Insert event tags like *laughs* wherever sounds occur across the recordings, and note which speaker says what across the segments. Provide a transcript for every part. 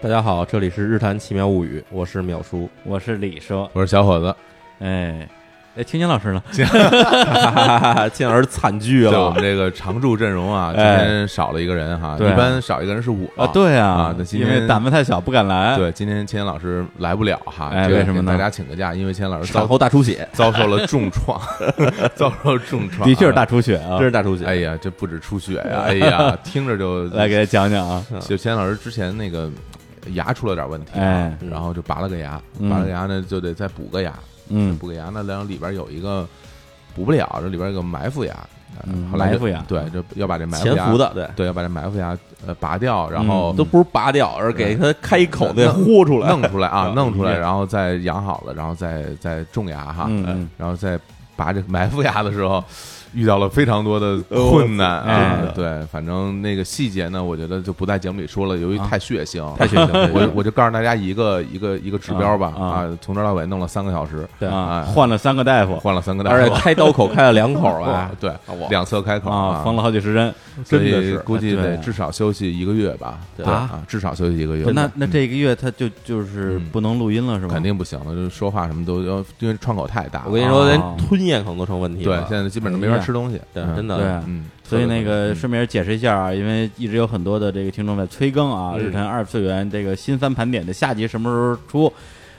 Speaker 1: 大家好，这里是《日谈奇妙物语》，我是淼叔。
Speaker 2: 我是李叔，
Speaker 3: 我是小伙子，
Speaker 2: 哎，哎，青年老师呢？
Speaker 1: *laughs* 进而惨剧
Speaker 3: 在我
Speaker 1: 了
Speaker 3: 们，这个常驻阵容啊，今
Speaker 2: 哎
Speaker 3: 天少了一个人哈，
Speaker 2: 对啊
Speaker 3: 一般少一个人是我
Speaker 2: 啊，对
Speaker 3: 啊
Speaker 2: 啊
Speaker 3: 那，今
Speaker 2: 因为
Speaker 3: 天
Speaker 2: 胆子太小，不敢来。，
Speaker 3: 对，今天千岩老师来不了哈，
Speaker 2: 哎
Speaker 3: 这个
Speaker 2: 为什么呢
Speaker 3: 给大家请个假，因为千岩老师
Speaker 1: 产
Speaker 3: 遭
Speaker 1: 后大出血，
Speaker 3: 遭受了重
Speaker 2: *laughs*
Speaker 3: 创，遭受了重创，
Speaker 2: 的确是大。出血啊
Speaker 1: 真。是大出血。
Speaker 3: 哎呀，这不止出血呀，哎呀，听着就
Speaker 2: *laughs* 来给大家讲讲啊，
Speaker 3: 就千岩老师之前那个牙出了点问题，啊
Speaker 2: 哎，
Speaker 3: 然后就拔了个牙，
Speaker 2: 嗯
Speaker 3: 拔了个牙呢就得再补个牙，
Speaker 2: 嗯，
Speaker 3: 补个牙呢，然后里边有一个补不了，这里边有个埋伏牙，呃
Speaker 2: 嗯
Speaker 3: 后来就
Speaker 2: 埋伏牙
Speaker 3: 对，就要把这埋伏
Speaker 1: 潜
Speaker 3: 牙
Speaker 1: 伏的，对，
Speaker 3: 对，要把这埋伏牙呃拔掉，然
Speaker 2: 嗯
Speaker 3: 后
Speaker 1: 嗯
Speaker 3: 嗯
Speaker 1: 都不是拔掉，而给它开一口那豁出来，
Speaker 3: 弄出来啊
Speaker 1: 嗯，
Speaker 3: 弄出来，
Speaker 1: 嗯
Speaker 3: 然后再养好了，然后再再种牙哈，哎
Speaker 2: 嗯嗯
Speaker 3: 然后再拔这个埋伏牙的时候。遇到了非常多的困难
Speaker 1: 哦
Speaker 2: 哎
Speaker 3: 啊，对，反正那个细节呢，我觉得就不在节目里说了，由于
Speaker 2: 啊
Speaker 3: 太血腥，
Speaker 1: 嗯太血腥了。
Speaker 3: 我我就告诉大家一个一个一个指标吧
Speaker 2: 啊啊
Speaker 3: 啊，从头到尾弄了三个小时，
Speaker 1: 对
Speaker 2: 啊，
Speaker 3: 哎
Speaker 2: 换了三个大夫
Speaker 3: 换了三个大
Speaker 1: 而且
Speaker 3: 夫，
Speaker 1: 开刀口开了两口啊
Speaker 3: 哎，对
Speaker 1: 我，
Speaker 3: 两侧开口
Speaker 2: 啊，缝了好几十针。
Speaker 3: 所
Speaker 1: 真的
Speaker 3: 以
Speaker 1: 是哎
Speaker 3: 估计
Speaker 2: 哎对
Speaker 3: 得至少休息一个月吧，
Speaker 1: 对
Speaker 3: 啊，至少休息一个月。
Speaker 2: 那那这个月他就就是
Speaker 3: 嗯
Speaker 2: 不能录音了是吧？
Speaker 3: 肯定不行了，就是说话什么都要，因为窗口太大了。
Speaker 1: 我跟你说，连
Speaker 2: 啊
Speaker 1: 吞咽可能都成问题
Speaker 3: 对
Speaker 1: 了。，
Speaker 3: 现在基本上没法
Speaker 2: 哎呀
Speaker 3: 吃东西，
Speaker 1: 对，
Speaker 3: 嗯
Speaker 1: 真
Speaker 2: 对
Speaker 1: 的，
Speaker 2: 啊。
Speaker 3: 嗯，
Speaker 2: 所以那
Speaker 3: 特别
Speaker 2: 个
Speaker 3: 不行
Speaker 2: 顺便解释一下啊，因为一直有很多的这个听众在催更啊，
Speaker 1: 嗯
Speaker 2: 日坛二次元》这个新番盘点的下集什么时候出？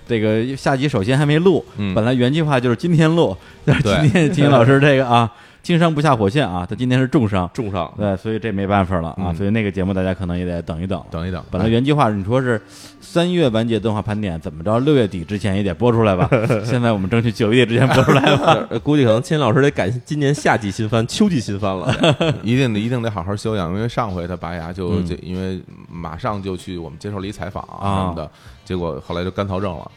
Speaker 2: 这个下集首先还没录，
Speaker 3: 嗯
Speaker 2: 本来原计划就是今天录，但是
Speaker 3: 对
Speaker 2: 今
Speaker 3: *laughs*
Speaker 2: 天金老师这个啊，轻伤不下火线啊，他今天是重伤，
Speaker 1: 重伤。
Speaker 2: 对，所以这没办法了啊，
Speaker 3: 嗯
Speaker 2: 所以那个节目大家可能也得等一等了。
Speaker 3: 等一等，
Speaker 2: 本来原计划你说是三月完结动画盘点，怎么着六月底之前也得播出
Speaker 3: *laughs*
Speaker 2: 来吧？现在我们争取九月底之前播出 *laughs* 来吧。
Speaker 1: 呃估计可能金老师得赶今年夏季新番、秋季新番
Speaker 2: *laughs*
Speaker 1: 了。
Speaker 3: 哎 *laughs* 一定得一定得好好休养，因为上回他拔牙就
Speaker 2: 嗯
Speaker 3: 就因为马上就去我们接受了一采访
Speaker 2: 啊
Speaker 3: 什么的，结果后来就干燥症了。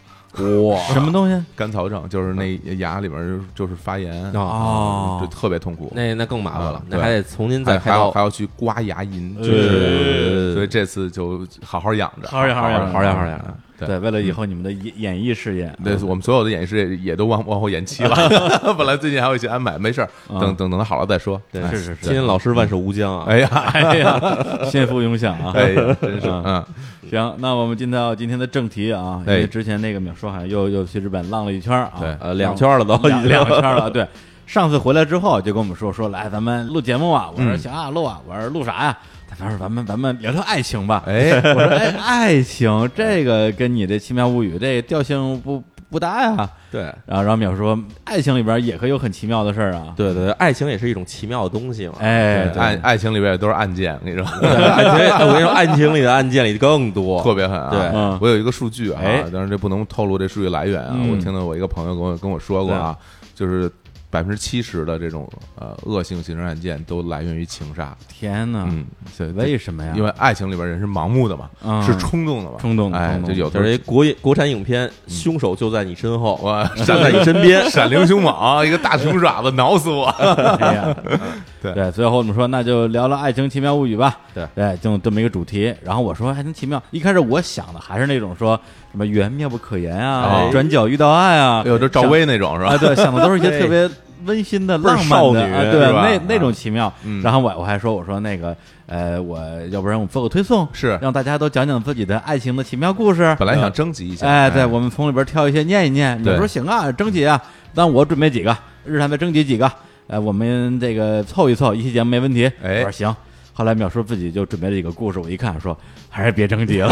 Speaker 1: 哇，
Speaker 2: 什么东西？
Speaker 3: 干燥症就是那
Speaker 1: 嗯
Speaker 3: 牙里面就是发炎，嗯
Speaker 2: 哦
Speaker 3: 就特别痛苦。
Speaker 1: 啊那那更麻烦了
Speaker 3: 啊，
Speaker 1: 那
Speaker 3: 对
Speaker 1: 还得重新再
Speaker 3: 还
Speaker 1: 开
Speaker 3: 还要
Speaker 1: 刀
Speaker 3: 还。要去刮牙龈，就
Speaker 1: 对
Speaker 3: 是所以这次就好好养着，
Speaker 2: 好好养好好养
Speaker 1: 好好养好好养
Speaker 3: 嗯对
Speaker 2: 对，为了以后你们的演演艺事业，
Speaker 3: 对，我们所有的演示也也都往往后延期
Speaker 2: *laughs*
Speaker 3: 了。本来最近还有一些安排，没事儿，
Speaker 2: 啊
Speaker 3: 等等等它好了再说。
Speaker 1: 对
Speaker 3: 哎
Speaker 2: 是是是
Speaker 1: 金老师万寿无疆啊！
Speaker 3: 哎呀，
Speaker 2: 哎呀，先福永享啊！
Speaker 3: 哎呀，真是，嗯
Speaker 2: 啊，行，那我们进到今天的正题啊，因
Speaker 3: 哎
Speaker 2: 为之前那个淼说好像又又去日本浪了一圈儿啊，
Speaker 3: 对
Speaker 1: 呃，两圈了
Speaker 3: 嗯
Speaker 1: 都，已
Speaker 2: 两
Speaker 1: 经
Speaker 2: 两圈儿了，对。上次回来之后就跟我们说说来咱们录节目啊，我说
Speaker 3: 嗯
Speaker 2: 行啊录啊，我说录啥呀？他说咱们咱们聊聊爱情吧。
Speaker 3: 哎，
Speaker 2: *laughs* 我说哎，爱情这个跟你这奇妙物语这调性不不搭呀。
Speaker 1: 对
Speaker 2: 然后然后淼说，爱情里边也可以有很奇妙的事儿啊。
Speaker 1: 对对，爱情也是一种奇妙的东西嘛。
Speaker 2: 哎，对
Speaker 3: 爱爱情里边也都是案件，我跟你说，
Speaker 1: 对，爱情，哎我跟你说，爱情里的案件里更多，
Speaker 3: 特别狠啊。
Speaker 1: 对
Speaker 2: 嗯
Speaker 3: 我有一个数据啊
Speaker 2: 哎，
Speaker 3: 但是这不能透露这数据来源啊。
Speaker 2: 嗯
Speaker 3: 我听到我一个朋友跟我跟我说过啊，就是百分之七十的这种呃恶性刑事案件都来源于情杀。
Speaker 2: 天哪，
Speaker 3: 嗯，所以
Speaker 2: 啊为什么呀？
Speaker 3: 因为爱情里边人是盲目的嘛，
Speaker 2: 嗯
Speaker 3: 是冲动的嘛，
Speaker 2: 冲动的
Speaker 3: 哎
Speaker 2: 冲，动
Speaker 3: 就
Speaker 2: 的
Speaker 3: 有
Speaker 1: 就
Speaker 3: 的
Speaker 1: 是
Speaker 3: 时
Speaker 1: 一
Speaker 3: 候
Speaker 1: 国国产影片，
Speaker 3: 嗯
Speaker 1: 凶手就在你身后，
Speaker 3: 我 *laughs*
Speaker 1: 站在你身边。
Speaker 3: 闪灵凶猛，
Speaker 2: *laughs*
Speaker 3: 一个大熊爪子挠死我。 *laughs*
Speaker 2: 哎 *laughs* 呀，
Speaker 3: 嗯对
Speaker 2: 对，最后我们说那就聊聊《爱情奇妙物语》吧。
Speaker 1: 对
Speaker 2: 对，就这么一个主题。然后我说《爱情奇妙》，一开始我想的还是那种说什么缘妙不可言啊，
Speaker 3: 哎
Speaker 2: 转角遇到爱啊，
Speaker 3: 哎呦，这赵薇那种是
Speaker 2: 啊，
Speaker 3: 吧？ *laughs*
Speaker 2: 对，想的都是一些
Speaker 1: 对
Speaker 2: 特别温馨的、
Speaker 1: 倍儿
Speaker 2: 浪漫的，
Speaker 1: 少女
Speaker 2: 啊、
Speaker 3: 是吧
Speaker 2: 对，那那
Speaker 3: 啊
Speaker 2: 种奇妙。
Speaker 3: 嗯
Speaker 2: 然后我我还说，我说那个，呃，我要不然我们做个推送，
Speaker 3: 是
Speaker 2: 让大家都讲讲自己的爱情的奇妙故事。
Speaker 3: 本来想征集一下，
Speaker 2: 嗯哎，对，我们从里边挑一些念一念。
Speaker 3: 对
Speaker 2: 你说行啊，征集啊，那我准备几个，日坛再征集几个，呃，我们这个凑一凑，一期节目没问题。
Speaker 3: 哎
Speaker 2: 我说行。后来淼叔自己就准备了几个故事，我一看说还是别征集了，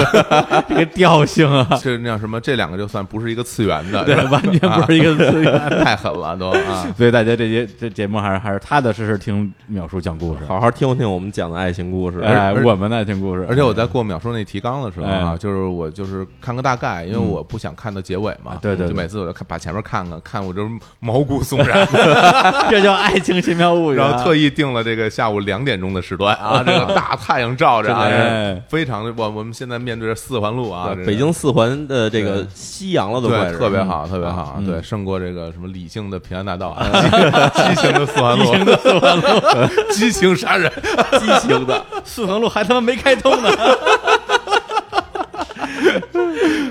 Speaker 2: 这个 *laughs* 调性啊， *laughs*
Speaker 3: 是那叫什么？这两个就算不是一个次元的，
Speaker 2: 对，完全不是一个资源。
Speaker 3: *laughs* 太狠了都
Speaker 2: *laughs*
Speaker 3: 啊！
Speaker 2: 所以大家这节这节目还是还是踏踏实实听淼叔讲故事，
Speaker 1: 好好听听我们讲的爱情故事，
Speaker 2: 哎，
Speaker 3: 而
Speaker 2: 我们呢听故事，
Speaker 3: 而且我在过秒说那提纲的时候啊，
Speaker 2: 哎嗯
Speaker 3: 就是我就是看个大概，因为我不想看到结尾嘛
Speaker 2: 啊。对对对
Speaker 3: 就每次我就看把前面看看，看我这毛骨悚
Speaker 2: *laughs*
Speaker 3: 然，
Speaker 2: *laughs* 这叫爱情奇妙物语啊，
Speaker 3: 然后特意定了这个下午两点钟的时段
Speaker 2: *laughs*
Speaker 3: 啊，这个大太阳照着啊，
Speaker 2: 真的
Speaker 3: 这
Speaker 2: 哎
Speaker 3: 非常我我们现在面对着四环路啊，
Speaker 1: 对
Speaker 3: 这
Speaker 1: 呃北京四环的这个
Speaker 3: 对
Speaker 1: 夕阳了都快
Speaker 3: 对
Speaker 1: 是
Speaker 3: 特别好，特别好啊，
Speaker 2: 嗯
Speaker 3: 对胜过这个什么理性的平安大道啊，激情的四环路，激情的四环 *laughs* 路，激情杀人，
Speaker 1: 激
Speaker 3: *laughs*
Speaker 1: 情的，
Speaker 2: 四环路还他妈没开通呢。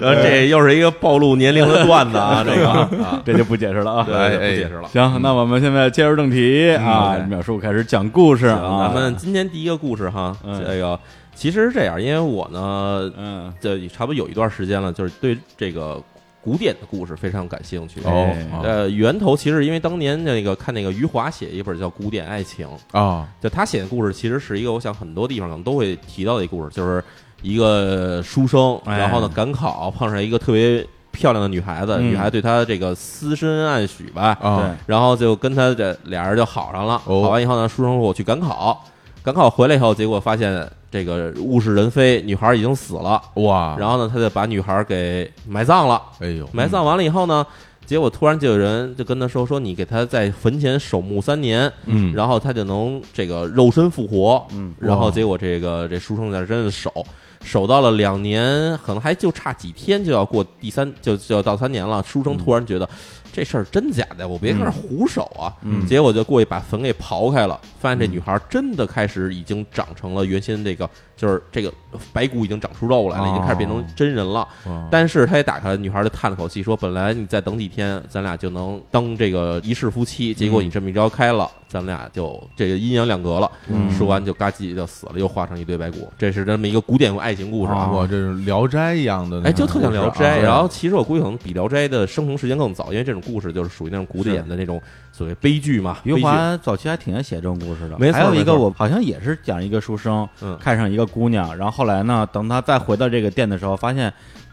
Speaker 1: 呃，这又是一个暴露年龄的段子
Speaker 3: *laughs*
Speaker 1: 啊，这个
Speaker 2: *laughs* 这就不解释了啊。
Speaker 1: 对
Speaker 3: 哎
Speaker 1: 不
Speaker 3: 哎
Speaker 1: 解释了。
Speaker 2: 行，那我们现在切入正题啊，
Speaker 1: OK
Speaker 2: 淼叔开始讲故事
Speaker 1: 行
Speaker 2: 啊。
Speaker 1: 咱们今天第一个故事哈，
Speaker 2: 嗯
Speaker 1: 这个其实是这样，因为我呢，
Speaker 2: 嗯，
Speaker 1: 这差不多有一段时间了，就是对这个古典的故事非常感兴趣。
Speaker 3: 哦
Speaker 2: 哎
Speaker 3: 啊
Speaker 1: 呃，源头其实因为当年那个看那个余华写一本叫《古典爱情》，
Speaker 3: 啊
Speaker 1: 就他写的故事其实是一个我想很多地方可能都会提到的一个故事，就是一个书生，
Speaker 2: 哎
Speaker 1: 然后呢赶考碰上一个特别漂亮的女孩子，
Speaker 2: 嗯
Speaker 1: 女孩对他这个私深暗许吧，
Speaker 2: 哦
Speaker 3: 啊
Speaker 1: 然后就跟他这俩人就好上了。
Speaker 3: 哦
Speaker 1: 好完以后呢，书生说我去赶考，赶考回来以后，结果发现这个物是人非，女孩已经死了。
Speaker 3: 哇，
Speaker 1: 然后呢，他就把女孩给埋葬了。
Speaker 3: 哎呦，
Speaker 1: 埋葬完了以后呢，结果突然就有人就跟他说说你给他在坟前守墓三年，
Speaker 3: 嗯
Speaker 1: 然后他就能这个肉身复活。
Speaker 2: 嗯，
Speaker 1: 然后结果这个这书生在真是守。守到了两年，可能还就差几天就要过第三，就就要到三年了。书生突然觉得、这事儿真假的，我别跟这儿胡守啊！
Speaker 2: 嗯
Speaker 1: 结果就过去把坟给刨开了，发现这女孩真的开始已经长成了原先这个，就是这个白骨已经长出肉来了，
Speaker 3: 哦
Speaker 1: 已经开始变成真人了。
Speaker 3: 哇
Speaker 1: 但是他也打开了，女孩就叹了口气说：“本来你再等几天，咱俩就能当这个一世夫妻，结果你这么一招开了，咱俩就这个阴阳两隔了。
Speaker 2: 嗯
Speaker 1: 说完就嘎叽就死了，又化成一堆白骨。这是这么一个古典爱情故事啊。
Speaker 2: 哦
Speaker 3: 哇，这是《聊斋》一样的那种故事
Speaker 1: 哎，就特
Speaker 3: 啊，
Speaker 1: 像《
Speaker 2: 嗯
Speaker 1: 聊斋》，
Speaker 3: 对
Speaker 1: 然后其实我估计可能比《聊斋》的生成时间更早，因为这种故事就是属于那种古典的那种所谓悲剧嘛。
Speaker 2: 余
Speaker 1: 悲剧
Speaker 2: 华早期还挺爱写这种故事的，
Speaker 1: 没错
Speaker 2: 还有一
Speaker 1: 没
Speaker 2: 个
Speaker 1: 错
Speaker 2: 我好像也是讲一个书生，
Speaker 1: 嗯
Speaker 2: 看上一个姑娘，然后后来呢，等他再回到这个店的时候，发现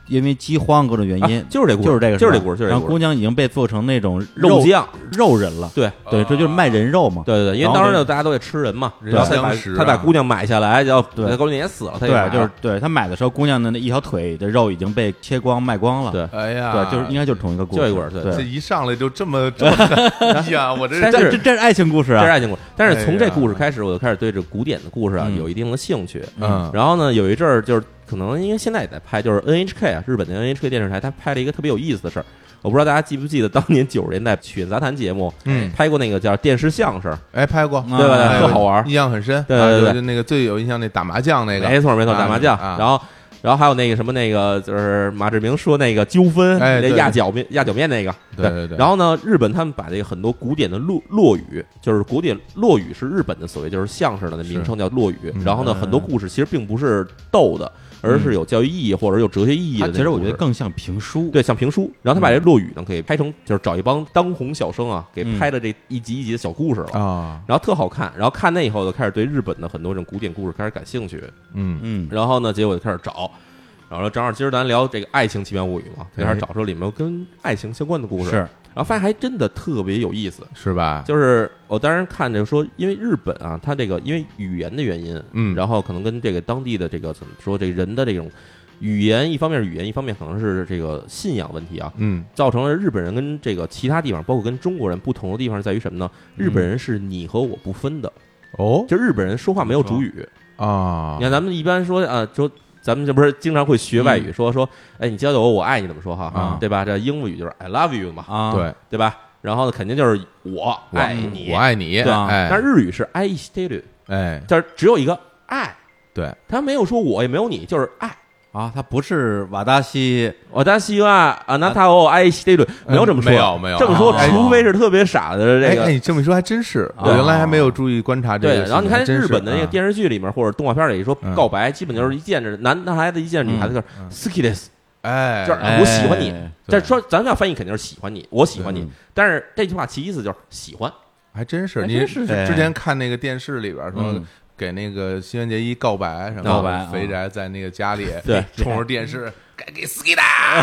Speaker 2: 因为饥荒各种原因，
Speaker 1: 啊就是这故事
Speaker 2: 就是这个，
Speaker 1: 就是这
Speaker 2: 吧
Speaker 1: 故事就是这
Speaker 2: 然
Speaker 1: 故事
Speaker 2: 后姑娘已经被做成那种
Speaker 1: 肉酱，
Speaker 2: 肉人了，
Speaker 1: 对
Speaker 2: 对，这就是卖人肉嘛，
Speaker 1: 对对对，因
Speaker 2: 然
Speaker 1: 为
Speaker 2: 后
Speaker 1: 当
Speaker 2: 这
Speaker 1: 时大家都得吃人嘛，
Speaker 3: 人
Speaker 1: 然后他
Speaker 3: 相
Speaker 1: 把
Speaker 3: 食
Speaker 1: 他把
Speaker 3: 啊
Speaker 1: 姑娘买下来，然后
Speaker 2: 对
Speaker 1: 那姑娘也死了，他也买
Speaker 2: 对，
Speaker 1: 了
Speaker 2: 就是对他买的时候，姑娘的那一条腿的肉已经被切光卖光了，
Speaker 1: 对啊
Speaker 3: 哎呀，
Speaker 2: 对，就是应该就是同一个故事，
Speaker 1: 就一个故事对
Speaker 3: 这
Speaker 2: 对，
Speaker 3: 一上来就这么这么，哎呀，我这
Speaker 1: 但
Speaker 2: 这
Speaker 1: 是
Speaker 2: 这这是爱情故事
Speaker 1: 这是
Speaker 2: 啊，
Speaker 1: 爱情故事。但是从
Speaker 3: 哎
Speaker 1: 这
Speaker 3: 呀
Speaker 1: 故事开始，我就开始对这古典的故事啊
Speaker 2: 嗯
Speaker 1: 有一定的兴趣。
Speaker 3: 嗯
Speaker 1: 然后呢，有一阵儿就是可能因为现在也在拍，就是 NHK 啊，日本的 NHK 电视台，它拍了一个特别有意思的事儿。我不知道大家记不记得当年九十年代曲苑杂谈节目，
Speaker 3: 嗯，
Speaker 1: 拍过那个叫电视相声，
Speaker 3: 哎，拍过，
Speaker 2: 对吧
Speaker 3: 拍
Speaker 1: 特
Speaker 3: 过
Speaker 1: 好玩
Speaker 3: 印象很深。
Speaker 1: 对
Speaker 3: 啊
Speaker 1: 对
Speaker 3: 就
Speaker 1: 对
Speaker 3: 就那个最有印象那打麻将那
Speaker 1: 没
Speaker 3: 个，
Speaker 1: 错没错，
Speaker 3: 啊
Speaker 1: 打麻将，
Speaker 3: 啊
Speaker 1: 然后。然后还有那个什么，那个就是马志明说那个纠纷，
Speaker 3: 哎
Speaker 1: 那
Speaker 3: 对
Speaker 1: 压脚面压脚面那个，
Speaker 3: 对对对
Speaker 1: 然后呢，日本他们把这个很多古典的落落语，就是古典落语是日本的所谓就是相声的名称叫落语。
Speaker 3: 嗯
Speaker 1: 然后呢，
Speaker 2: 嗯
Speaker 1: 很多故事其实并不是逗的，而是有教育意义或者有哲学意义
Speaker 2: 它
Speaker 1: 的那种故
Speaker 2: 其
Speaker 1: 事。
Speaker 2: 实我觉得更像评书，
Speaker 1: 对，像评书。然后他把这
Speaker 3: 嗯
Speaker 1: 落语呢给拍成，就是找一帮当红小生啊，给
Speaker 2: 嗯
Speaker 1: 拍的这一集一集的小故事了。
Speaker 3: 啊，
Speaker 1: 然后特好看，然后看那以后就开始对日本的很多这种古典故事开始感兴趣，
Speaker 3: 嗯，
Speaker 2: 嗯，
Speaker 1: 然后呢，结果就开始找，然后说正好今儿咱聊这个《爱情奇妙物语》嘛，就开始
Speaker 3: 哎
Speaker 1: 找说里面有跟爱情相关的故事，
Speaker 2: 是，
Speaker 1: 然后发现还真的特别有意思。
Speaker 3: 是吧？
Speaker 1: 就是我当时看着说，因为日本啊，它这个因为语言的原因，
Speaker 3: 嗯
Speaker 1: 然后可能跟这个当地的这个怎么说，这个人的这种语言，一方面是语言，一方面可能是这个信仰问题啊，
Speaker 3: 嗯，
Speaker 1: 造成了日本人跟这个其他地方，包括跟中国人不同的地方在于什么呢？日
Speaker 3: 嗯
Speaker 1: 本人是你和我不分的，
Speaker 3: 哦
Speaker 1: 就日本人说话没有主语。
Speaker 3: 啊
Speaker 1: 你，看咱们一般说啊，说咱们这不是经常会学外语，说说，哎，你教教我，我爱你怎么说哈
Speaker 3: 嗯啊，
Speaker 1: 对吧？这英语就是 I love you 嘛，
Speaker 2: 啊，，
Speaker 3: 对，
Speaker 1: 对吧？然后呢，肯定就是我
Speaker 3: 我嗯
Speaker 1: 爱你
Speaker 3: 我，爱你，
Speaker 1: 对但
Speaker 3: 哎
Speaker 1: 是日语是爱してる，
Speaker 3: 哎，
Speaker 1: 就是只有一个爱，
Speaker 3: 对，
Speaker 1: 他没有说我也没有你，就是爱。
Speaker 2: 啊，它不是瓦达西。
Speaker 1: 我但希望啊，那他我爱してる，没有这么说，
Speaker 3: 嗯没有没有哦
Speaker 1: 这么说，
Speaker 2: 哎
Speaker 1: 除非是特别傻的这
Speaker 3: 哎哎，
Speaker 1: 个。
Speaker 3: 你这么一说还真是，我
Speaker 1: 对啊
Speaker 3: 原来还没有注意观察这个
Speaker 1: 对
Speaker 3: 事，情。
Speaker 1: 然后你看
Speaker 3: 还真
Speaker 1: 日
Speaker 3: 是啊
Speaker 1: 本的那个，电视剧里面或者动画片里说
Speaker 3: 嗯
Speaker 1: 告白，基本就是一见着男男孩子一见着女孩子就是 “ski this”，
Speaker 3: 啊哎，
Speaker 1: 就是
Speaker 2: 哎
Speaker 1: 我喜欢你
Speaker 2: 哎。
Speaker 1: 但说咱们要翻译肯定是喜欢你，我喜欢你
Speaker 2: 嗯。
Speaker 1: 但是这句话其意思就是喜欢，
Speaker 3: 还真是，
Speaker 2: 还
Speaker 3: 你
Speaker 2: 真是哎
Speaker 3: 之前看那个电视里边说
Speaker 2: 嗯
Speaker 3: 给那个新垣结衣告白什么，
Speaker 2: 告白啊
Speaker 3: 肥宅在那个家里 *laughs*
Speaker 1: 对
Speaker 3: 冲着电视该给 s k i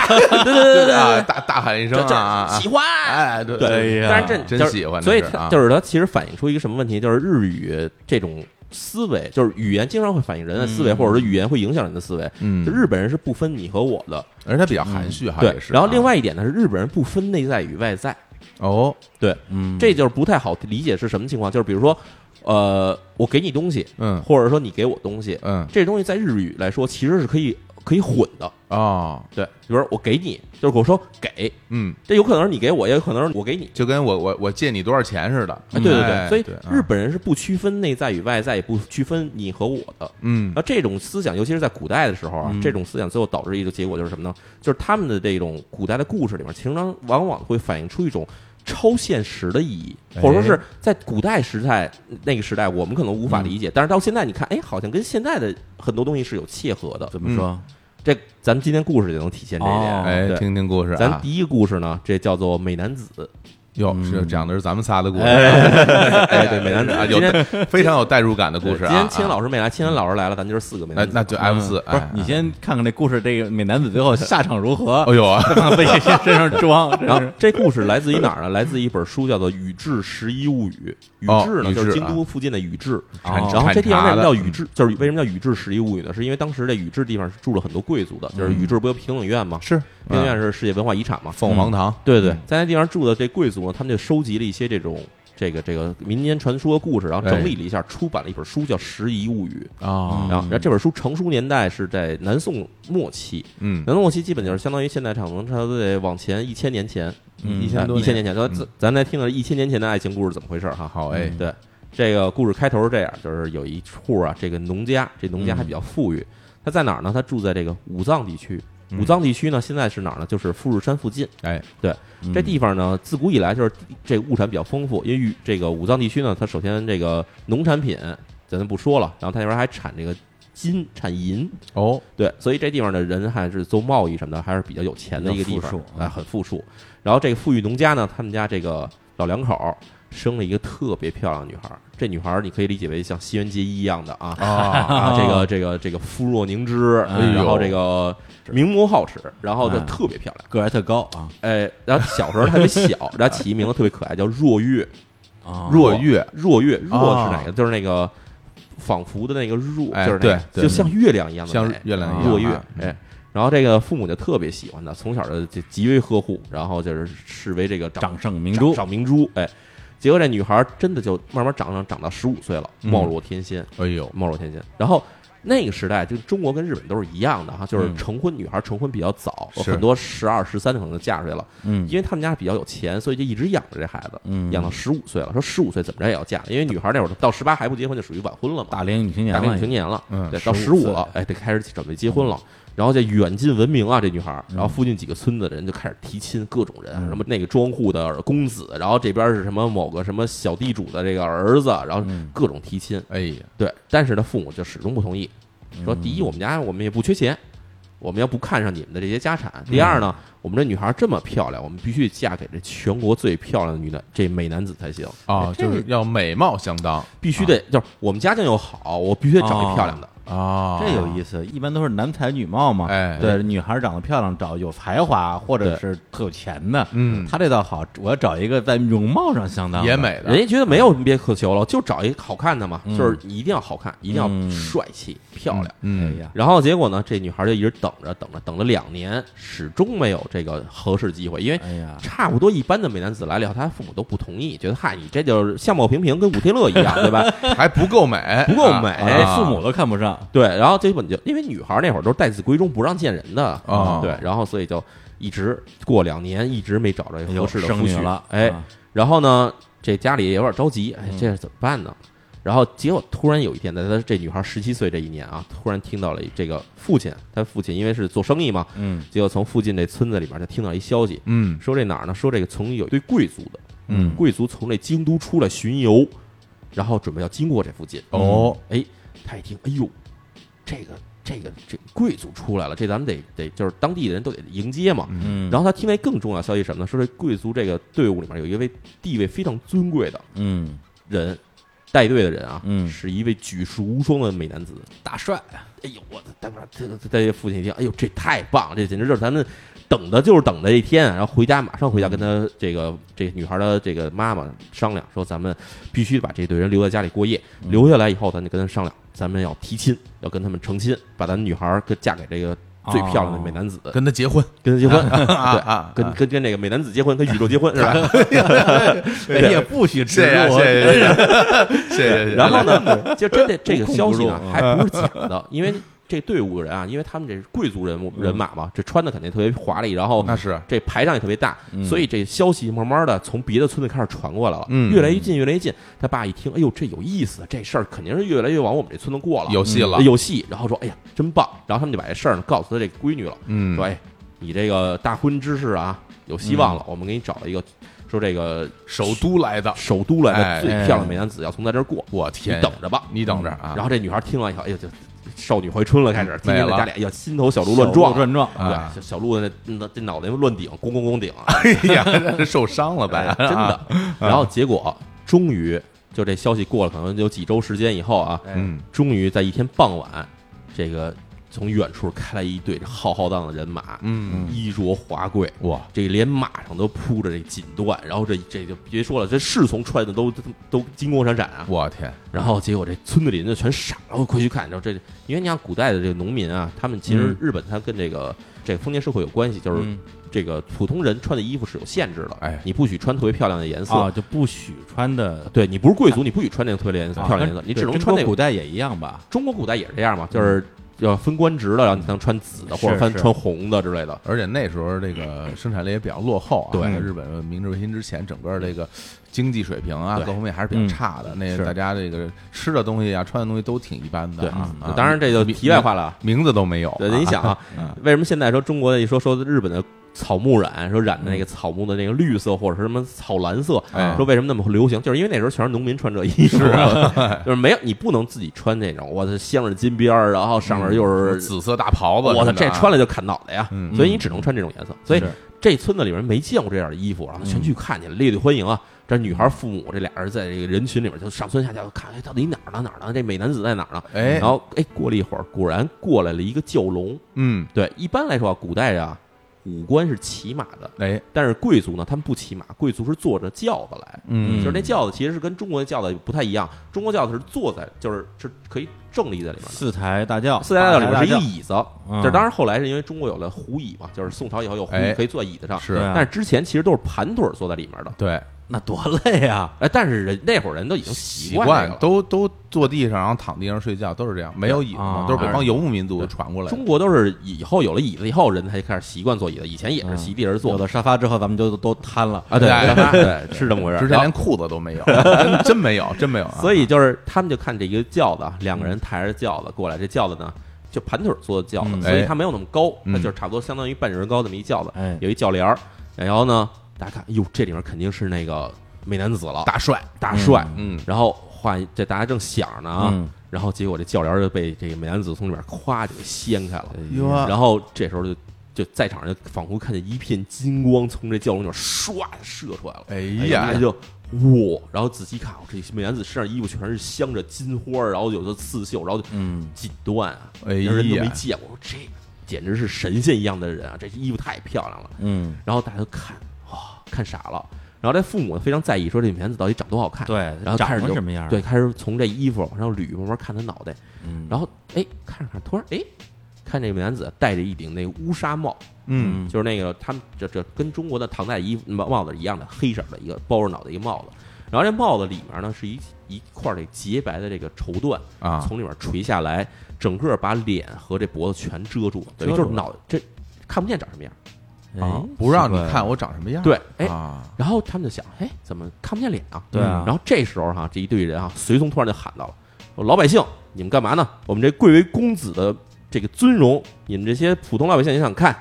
Speaker 3: 对对对啊，大大喊一声
Speaker 1: 这
Speaker 3: 啊啊
Speaker 1: 这
Speaker 3: 啊
Speaker 1: 喜！欢。
Speaker 3: 哎，对
Speaker 2: 对呀
Speaker 1: 但是这
Speaker 3: 真
Speaker 1: 就是
Speaker 3: 喜欢
Speaker 1: 所以
Speaker 3: 这是
Speaker 1: 它
Speaker 3: 啊
Speaker 1: 就是它其实反映出一个什么问题？就是日语这种思维，就是语言经常会反映人的思维，
Speaker 2: 嗯
Speaker 1: 或者说语言会影响人的思维。
Speaker 3: 嗯
Speaker 1: 就日本人是不分你和我的，
Speaker 3: 而且他比较含蓄哈，
Speaker 1: 对
Speaker 3: 也。是啊。
Speaker 1: 然后另外一点呢是日本人不分内在与外在，
Speaker 3: 哦，
Speaker 1: 对，
Speaker 2: 嗯，
Speaker 1: 这就是不太好理解是什么情况。就是比如说，呃，我给你东西，
Speaker 3: 嗯
Speaker 1: 或者说你给我东西，
Speaker 3: 嗯
Speaker 1: 这东西在日语来说其实是可以可以混的。
Speaker 3: 啊，
Speaker 1: 对，比如说我给你，就是我说给，
Speaker 3: 嗯，
Speaker 1: 这有可能是你给我，也有可能是我给你。
Speaker 3: 就跟我我我借你多少钱似的，
Speaker 1: 哎，对对对，
Speaker 3: 哎
Speaker 1: 所以
Speaker 3: 啊
Speaker 1: 日本人是不区分内在与外在，也不区分你和我的。
Speaker 3: 嗯
Speaker 1: 那这种思想，尤其是在古代的时候啊，这种思想最后导致一个结果就是什么呢？就是他们的这种古代的故事里面，经常往往会反映出一种超现实的意义，
Speaker 2: 哎
Speaker 1: 或者说是在古代时代那个时代，我们可能无法理解，但是到现在你看，哎，好像跟现在的很多东西是有切合的。
Speaker 2: 怎么说？
Speaker 1: 这咱们今天故事就能体现这一点。
Speaker 2: 哦
Speaker 3: 哎，
Speaker 1: 对
Speaker 3: 听听故事
Speaker 1: 咱
Speaker 3: 啊，
Speaker 1: 第一个故事呢，这叫做美男子，
Speaker 3: 哟，
Speaker 2: 嗯
Speaker 3: 是讲的是咱们仨的故事， *laughs* 哎
Speaker 1: 对美男子
Speaker 3: 啊，
Speaker 1: 今天
Speaker 3: 有非常有代入感的故事
Speaker 1: 对
Speaker 3: 啊。
Speaker 1: 今天青
Speaker 3: 啊
Speaker 1: 老嗯师没来，青年老师来了，咱就是四个美
Speaker 3: 那
Speaker 1: 男子。
Speaker 3: 那就 F 四，
Speaker 2: 嗯不是
Speaker 3: 哎，
Speaker 2: 你先看看这故事，这个美男子最后下场如何？
Speaker 3: 哎
Speaker 1: *laughs*
Speaker 3: 呦啊，
Speaker 2: 再看看被谁身上装，真
Speaker 1: 哦然后
Speaker 3: 嗯
Speaker 2: 是
Speaker 1: 这故事来自于哪儿呢？ *laughs* 来自于一本书，叫做《宇治十一物语》。
Speaker 3: 哦
Speaker 1: 宇治呢，
Speaker 3: 宇治啊
Speaker 1: 就是京都附近的宇治。
Speaker 3: 产
Speaker 2: 哦
Speaker 1: 然后这地方为什么叫宇？
Speaker 3: 产茶的
Speaker 1: 治？就是为什么叫宇治十一物语呢？是因为当时这宇治地方是住了很多贵族的，就是宇治不有平等院吗
Speaker 3: 嗯？是
Speaker 1: 平等
Speaker 3: 嗯
Speaker 1: 院是世界文化遗产嗯嘛？
Speaker 3: 凤凰堂，
Speaker 1: 对对，在那地方住的这贵族呢，他们就收集了一些这种这个这个民间传说故事，然后整理了一下，出版了一本书叫《十一物语》。
Speaker 3: 啊，
Speaker 1: 然后，然后这本书成书年代是在南宋末期，
Speaker 3: 嗯
Speaker 1: 南宋末期基本就是相当于现代场能差不多得往前一千年前，
Speaker 2: 嗯
Speaker 1: 一
Speaker 3: 1000多
Speaker 1: 一千
Speaker 3: 年
Speaker 1: 年前。咱咱咱来听听一千年前的爱情故事怎么回事儿哈。
Speaker 3: 好哎
Speaker 1: 嗯对，这个故事开头是这样，就是有一户啊，这个农家，这农家还比较富裕，他在哪儿呢？他住在这个武藏地区。武藏地区呢，现在是哪儿呢？就是富士山附近。
Speaker 3: 哎，
Speaker 1: 对，
Speaker 2: 嗯
Speaker 1: 这地方呢，自古以来就是地这个物产比较丰富，因为这个武藏地区呢，它首先这个农产品咱就不说了，然后它那边还产这个金、产银，
Speaker 3: 哦，
Speaker 1: 对，所以这地方的人还是做贸易什么的，还是比较有钱的一个地
Speaker 2: 比较
Speaker 1: 方
Speaker 2: 富庶，
Speaker 1: 哎，很富庶。然后这个富裕农家呢，他们家这个老两口儿生了一个特别漂亮的女孩儿，这女孩儿你可以理解为像西园结衣一样的啊。
Speaker 3: 啊，
Speaker 1: 啊，这个这个这个肤若凝脂，
Speaker 2: 哎呦
Speaker 1: 然后这个明眸皓齿，然后就
Speaker 2: 嗯
Speaker 1: 特别漂亮。
Speaker 2: 个儿还特高啊
Speaker 1: 哎，然后小时候特别
Speaker 3: *laughs*
Speaker 1: 小，然后起一名字特别可爱，叫若月。
Speaker 2: 啊！
Speaker 3: 若月
Speaker 1: 若月，若
Speaker 3: 啊
Speaker 1: 是哪个？就是那个仿佛的那个若，
Speaker 3: 哎
Speaker 1: 就是那个
Speaker 3: 对对
Speaker 1: 就像月亮一样的
Speaker 3: 像
Speaker 1: 美
Speaker 3: 月亮
Speaker 2: 一样
Speaker 1: 若月
Speaker 3: 啊。
Speaker 1: 哎，然后这个父母就特别喜欢他，从小就就极为呵护，然后就是视为这个长
Speaker 2: 掌上明珠，
Speaker 1: 长明珠。哎，结果这女孩真的就慢慢长长长到十五岁了，
Speaker 3: 嗯
Speaker 1: 貌若天仙，
Speaker 3: 哎呦，
Speaker 1: 貌若天仙。然后。那个时代，就中国跟日本都是一样的哈，就是
Speaker 2: 嗯
Speaker 1: 成婚女孩成婚比较早，
Speaker 3: 是
Speaker 1: 很多十二、十三可能就嫁出去了。
Speaker 2: 嗯
Speaker 1: 因为他们家比较有钱，所以就一直养着这孩子，
Speaker 2: 嗯
Speaker 1: 养到十五岁了。说十五岁怎么着也要嫁，因为女孩那会儿到十八还不结婚就属于晚婚了嘛，
Speaker 2: 大龄女青年
Speaker 1: 大龄
Speaker 2: 了
Speaker 1: 女青年了，
Speaker 3: 嗯
Speaker 1: 对，到十
Speaker 2: 15
Speaker 1: 五
Speaker 2: 岁嗯
Speaker 1: 了，哎，得开始准备结婚了。然后就远近闻名啊，这女孩儿，然后附近几个村子的人就开始提亲，各种人啊，
Speaker 2: 嗯
Speaker 1: 什么那个庄户的公子，然后这边是什么某个什么小地主的这个儿子，然后
Speaker 2: 嗯
Speaker 1: 各种提亲，
Speaker 3: 哎呀，
Speaker 1: 对，但是呢，父母就始终不同意，说第一，我们家我们也不缺钱，我们要不看上你们的这些家产；第二呢，我们这女孩这么漂亮，我们必须嫁给这全国最漂亮的女的这美男子才行，
Speaker 3: 啊，就是要美貌相当
Speaker 1: 必须得就是我们家境又好，我必须得找一漂亮的。
Speaker 3: 啊，
Speaker 2: 这有意思，一般都是男才女貌嘛。
Speaker 3: 哎
Speaker 2: 对，女孩长得漂亮，找有才华或者是特有钱的。
Speaker 3: 嗯
Speaker 2: 他这倒好，我要找一个在容貌上相当的
Speaker 3: 也。美的
Speaker 1: 啊人，家觉得没有别可求了，就找一好看的嘛，就是你一定要好看，一定要帅气、漂亮。
Speaker 2: 哎
Speaker 3: 嗯，
Speaker 2: 呀，
Speaker 1: 然后结果呢，这女孩就一直等着，等着，等了两年，始终没有这个合适机会，因为
Speaker 2: 哎呀，
Speaker 1: 差不多一般的美男子来了，他父母都不同意，觉得嗨，你这就是相貌平平，跟古天乐一样，
Speaker 2: *laughs*
Speaker 1: 对吧？
Speaker 3: 还不够美，
Speaker 1: 不够美
Speaker 3: 啊
Speaker 2: 哎，父母都看不上。
Speaker 1: 对，然后结果你就因为女孩那会儿都是待字闺中，不让见人的啊
Speaker 3: 哦
Speaker 1: 对，然后所以就一直过两年，一直没找着一个合适的
Speaker 2: 哎生
Speaker 1: 夫
Speaker 2: 女
Speaker 1: 婿
Speaker 2: 了，
Speaker 1: 哎，
Speaker 2: 啊嗯
Speaker 1: 然后呢，这家里也有点着急，哎，这是怎么办呢？然后结果突然有一天，在她这女孩十七岁这一年啊，突然听到了这个父亲，她父亲因为是做生意嘛，
Speaker 2: 嗯
Speaker 1: 结果从附近这村子里面就听到一消息，
Speaker 3: 嗯
Speaker 1: 说这哪儿呢？说这个从有一对贵族的，
Speaker 2: 嗯
Speaker 1: 贵族从这京都出来巡游，然后准备要经过这附近。
Speaker 3: 哦，
Speaker 1: 哎，他一听，哎呦，这个这个这个贵族出来了，这咱们得得就是当地人都得迎接嘛。
Speaker 2: 嗯，
Speaker 1: 然后他听到一更重要的消息是什么呢？说这贵族这个队伍里面有一位地位非常尊贵的
Speaker 2: 嗯
Speaker 1: 人，带队的人啊，
Speaker 2: 嗯
Speaker 1: 是一位举世无双的美男子，
Speaker 2: 大帅，
Speaker 1: 哎呦，我的大妈，这个这父亲一听，哎呦，这太棒了，这简直就是咱们等的就是等的一天啊！然后回家马上回家跟他这个这女孩的这个妈妈商量，说咱们必须把这队人留在家里过夜，留下来以后咱就跟他商量，咱们要提亲，要跟他们成亲，把咱女孩跟嫁给这个最漂亮的美男子，
Speaker 3: 跟他结婚
Speaker 1: 跟他结婚，
Speaker 3: 啊
Speaker 1: 对，
Speaker 3: 啊，
Speaker 1: 跟跟跟这个美男子结婚，跟宇宙结婚是吧？
Speaker 2: 人也哎不 *laughs* 许植
Speaker 3: 谢谢
Speaker 2: 入我，
Speaker 3: 谢谢谢谢谢
Speaker 1: *laughs*
Speaker 3: 谢，*laughs*
Speaker 1: 然后呢，就真的这个消息
Speaker 2: 无孔
Speaker 1: 呢
Speaker 2: 不入
Speaker 3: 嗯
Speaker 1: 还不是假的，因为这队伍人啊，因为他们这是贵族人物人马嘛，这穿的肯定特别华丽，然后
Speaker 3: 那是
Speaker 1: 这排场也特别大，
Speaker 2: 嗯
Speaker 1: 所以这消息慢慢的从别的村子开始传过来了，
Speaker 3: 嗯
Speaker 1: 越来越近，越来越近。他爸一听，哎呦，这有意思，这事儿肯定是越来越往我们这村子过了，
Speaker 3: 有戏了，
Speaker 1: 有戏。然后说，哎呀，真棒。然后他们就把这事儿呢告诉他这闺女了，
Speaker 3: 嗯
Speaker 1: 说，，哎，你这个大婚之事啊，有希望了，
Speaker 3: 嗯
Speaker 1: 我们给你找一个，说这个
Speaker 3: 首都来的，
Speaker 1: 首都来
Speaker 3: 哎
Speaker 1: 的最漂亮的美男子要从咱这儿过，
Speaker 3: 我
Speaker 1: 你
Speaker 3: 天呀，
Speaker 1: 等着吧。
Speaker 3: 你等着啊，嗯
Speaker 1: 然后这女孩听完以后，哎呦，就少女回春了，开始天
Speaker 3: 没
Speaker 1: 天在
Speaker 3: 了
Speaker 1: 家里，哎呀，心头小鹿乱撞，
Speaker 2: 乱撞，
Speaker 1: 对
Speaker 3: 啊，
Speaker 1: 小小鹿那那这脑袋乱顶，咣咣咣顶啊，
Speaker 3: 哎呀，这受伤了呗 *laughs*
Speaker 1: 哎，真
Speaker 3: 啊，
Speaker 1: 的。然后结果终于就这消息过了，可能有几周时间以后啊，
Speaker 3: 嗯，
Speaker 1: 终于在一天傍晚，这个从远处开来一队这浩浩荡荡的人马，
Speaker 3: 嗯，
Speaker 1: 衣着华贵，
Speaker 3: 哇，
Speaker 1: 这连马上都铺着这锦缎，然后这这就别说了，这侍从穿的都都都金光闪闪啊。
Speaker 3: 我天，
Speaker 1: 然后结果这村子里人就全傻了，快去看。然后这，因为你想古代的这个农民啊，他们其实
Speaker 2: 嗯
Speaker 1: 日本它跟这个这个封建社会有关系，就是
Speaker 2: 嗯
Speaker 1: 这个普通人穿的衣服是有限制的，
Speaker 3: 哎
Speaker 1: 你不许穿特别漂亮的颜色。
Speaker 2: 啊，就不许穿的
Speaker 1: 对你不是贵族，你不许穿那种特别颜色
Speaker 2: 啊
Speaker 1: 漂亮颜色，你只
Speaker 2: 对
Speaker 1: 能
Speaker 2: 中
Speaker 1: 穿
Speaker 2: 国
Speaker 1: 那
Speaker 2: 古
Speaker 1: 个。
Speaker 2: 代也一样吧？
Speaker 1: 中国古代也是这样嘛，就是要分官职的，然后你才能穿紫的
Speaker 2: 是
Speaker 1: 或者穿
Speaker 2: 是
Speaker 1: 穿红的之类的。
Speaker 3: 而且那时候这个生产力也比较落后啊，
Speaker 2: 对
Speaker 3: 在日本明治维新之前，整个这个经济水平啊，
Speaker 1: 对
Speaker 3: 各方面还是比较差的。那
Speaker 2: 是
Speaker 3: 大家这个吃的东西啊，穿的东西都挺一般的
Speaker 1: 对
Speaker 3: 啊。啊
Speaker 1: 当然这就
Speaker 3: 名
Speaker 1: 题外话了啊。
Speaker 3: 名字都没有啊。
Speaker 1: 对，你想
Speaker 3: *laughs*
Speaker 1: 啊，
Speaker 2: 嗯
Speaker 1: 为什么现在说中国一说说日本的草木染，说染的那个草木的那个绿色或者是什么草蓝色，
Speaker 3: 嗯哎啊
Speaker 1: 说为什么那么流行，就是因为那时候全是农民穿这衣服，啊
Speaker 3: *laughs*
Speaker 1: 就是没有你不能自己穿那种，我的镶着金边儿，然后上面又是
Speaker 3: 嗯紫色大袍子什
Speaker 1: 我
Speaker 3: 么的
Speaker 1: 操，
Speaker 3: 啊，
Speaker 1: 这穿了就砍脑袋呀！
Speaker 3: 嗯
Speaker 1: 所以你只能穿这种颜色。所以
Speaker 2: 是
Speaker 1: 这村子里面没见过这样的衣服，然后
Speaker 3: 嗯
Speaker 1: 全去看去了，列队欢迎啊！这女孩父母这俩人在这个人群里面就上蹿下跳，看哎到底哪儿呢哪儿呢？这美男子在哪儿呢？
Speaker 3: 哎
Speaker 1: 然，后哎，过了一会儿，果然过来了一个蛟龙。
Speaker 3: 嗯，
Speaker 1: 对，一般来说啊，古代啊，武官是骑马的，
Speaker 3: 哎，
Speaker 1: 但是贵族呢，他们不骑马，贵族是坐着轿子来。
Speaker 3: 嗯
Speaker 1: 就是那轿子其实是跟中国的轿子不太一样，中国轿子是坐在，就是是可以正立在里面的。
Speaker 2: 四台大轿，
Speaker 1: 啊四大轿里面是啊一个
Speaker 2: 八抬大轿
Speaker 1: 椅子，
Speaker 2: 嗯
Speaker 1: 这当然后来是因为中国有了胡椅嘛，就是宋朝以后有胡
Speaker 3: 哎
Speaker 1: 椅可以坐在椅子上，
Speaker 2: 对
Speaker 3: 是
Speaker 2: 啊
Speaker 1: 但是之前其实都是盘腿坐在里面的。
Speaker 3: 对，
Speaker 2: 嗯那多累啊！
Speaker 1: 哎，但是人那会儿人都已经
Speaker 3: 习
Speaker 1: 惯这个了。
Speaker 3: 都都坐地上，然后躺地上睡觉，都是这样，没有椅子嘛
Speaker 2: 啊，
Speaker 3: 都是北方游牧民族传过来的
Speaker 1: 中。国都是以后有了椅子以后，人才开始习惯坐椅子，以前也是席地而坐
Speaker 2: 有了沙发之后，咱们就都瘫了
Speaker 1: 啊。对
Speaker 3: 哎
Speaker 1: 对，是这么回事。
Speaker 3: 之
Speaker 1: 然
Speaker 3: 前
Speaker 1: 后
Speaker 3: 连裤子都没
Speaker 1: *laughs*
Speaker 3: 有，真真没有，真没有啊。
Speaker 1: 所以就是他们就看这个轿子，啊，两个人抬着轿子过来，这轿子呢就盘腿坐的轿子，
Speaker 2: 嗯
Speaker 1: 所以它没有那么高，它
Speaker 3: 嗯
Speaker 1: 就是差不多相当于半人高那么一轿子，
Speaker 2: 哎
Speaker 1: 有一轿帘儿，然后呢，大家看，哟，这里面肯定是那个美男子了，
Speaker 3: 大帅，
Speaker 1: 大帅，
Speaker 3: 嗯，
Speaker 1: 然后话这大家正想呢啊，
Speaker 2: 嗯
Speaker 1: 然后结果这轿帘就被这个美男子从里边咵就给掀开了，
Speaker 3: 哟啊
Speaker 1: 然后这时候就就在场上就仿佛看见一片金光从这轿笼里边唰射出来了，
Speaker 3: 哎
Speaker 1: 哎
Speaker 3: 呀
Speaker 1: 大家，就哇，然后仔细看，这美男子身上衣服全是镶着金花儿，然后有的刺绣，然后
Speaker 2: 嗯，
Speaker 1: 锦缎啊，
Speaker 3: 哎呀
Speaker 1: 人都没见过，这简直是神仙一样的人啊，这衣服太漂亮了，
Speaker 2: 嗯，
Speaker 1: 然后大家都看哇、看傻了。然后这父母非常在意，说这美男子到底长多好看。
Speaker 2: 对，
Speaker 1: 然后
Speaker 2: 长
Speaker 1: 开始
Speaker 2: 成
Speaker 1: 就
Speaker 2: 什么样？啊
Speaker 1: 对，，开始从这衣服往上捋，慢慢看他脑袋，
Speaker 2: 嗯，
Speaker 1: 然后哎，看着看着，突然哎，看这美男子戴着一顶那个乌纱帽，
Speaker 3: 嗯，
Speaker 1: 就是那个他们这这跟中国的唐代衣服帽帽子是一样的，黑色的一个包着脑袋一个帽子，然后这帽子里面呢是一一块这洁白的这个绸缎
Speaker 3: 啊，
Speaker 1: 从里面垂下来，整个把脸和这脖子全遮住，等于就
Speaker 2: 遮
Speaker 1: 是
Speaker 2: 住
Speaker 1: 脑这看不见长什么样。
Speaker 3: 啊
Speaker 2: 哎，
Speaker 3: 不让你
Speaker 2: 奇怪
Speaker 3: 看我长什么样。
Speaker 1: 对，哎，
Speaker 3: 啊，
Speaker 1: 然后他们就想，哎，怎么看不见脸啊？
Speaker 2: 对啊
Speaker 1: 嗯然后这时候哈、这一队人啊，随从突然就喊到了：“说老百姓，你们干嘛呢？我们这贵为公子的这个尊荣，你们这些普通老百姓也想看。”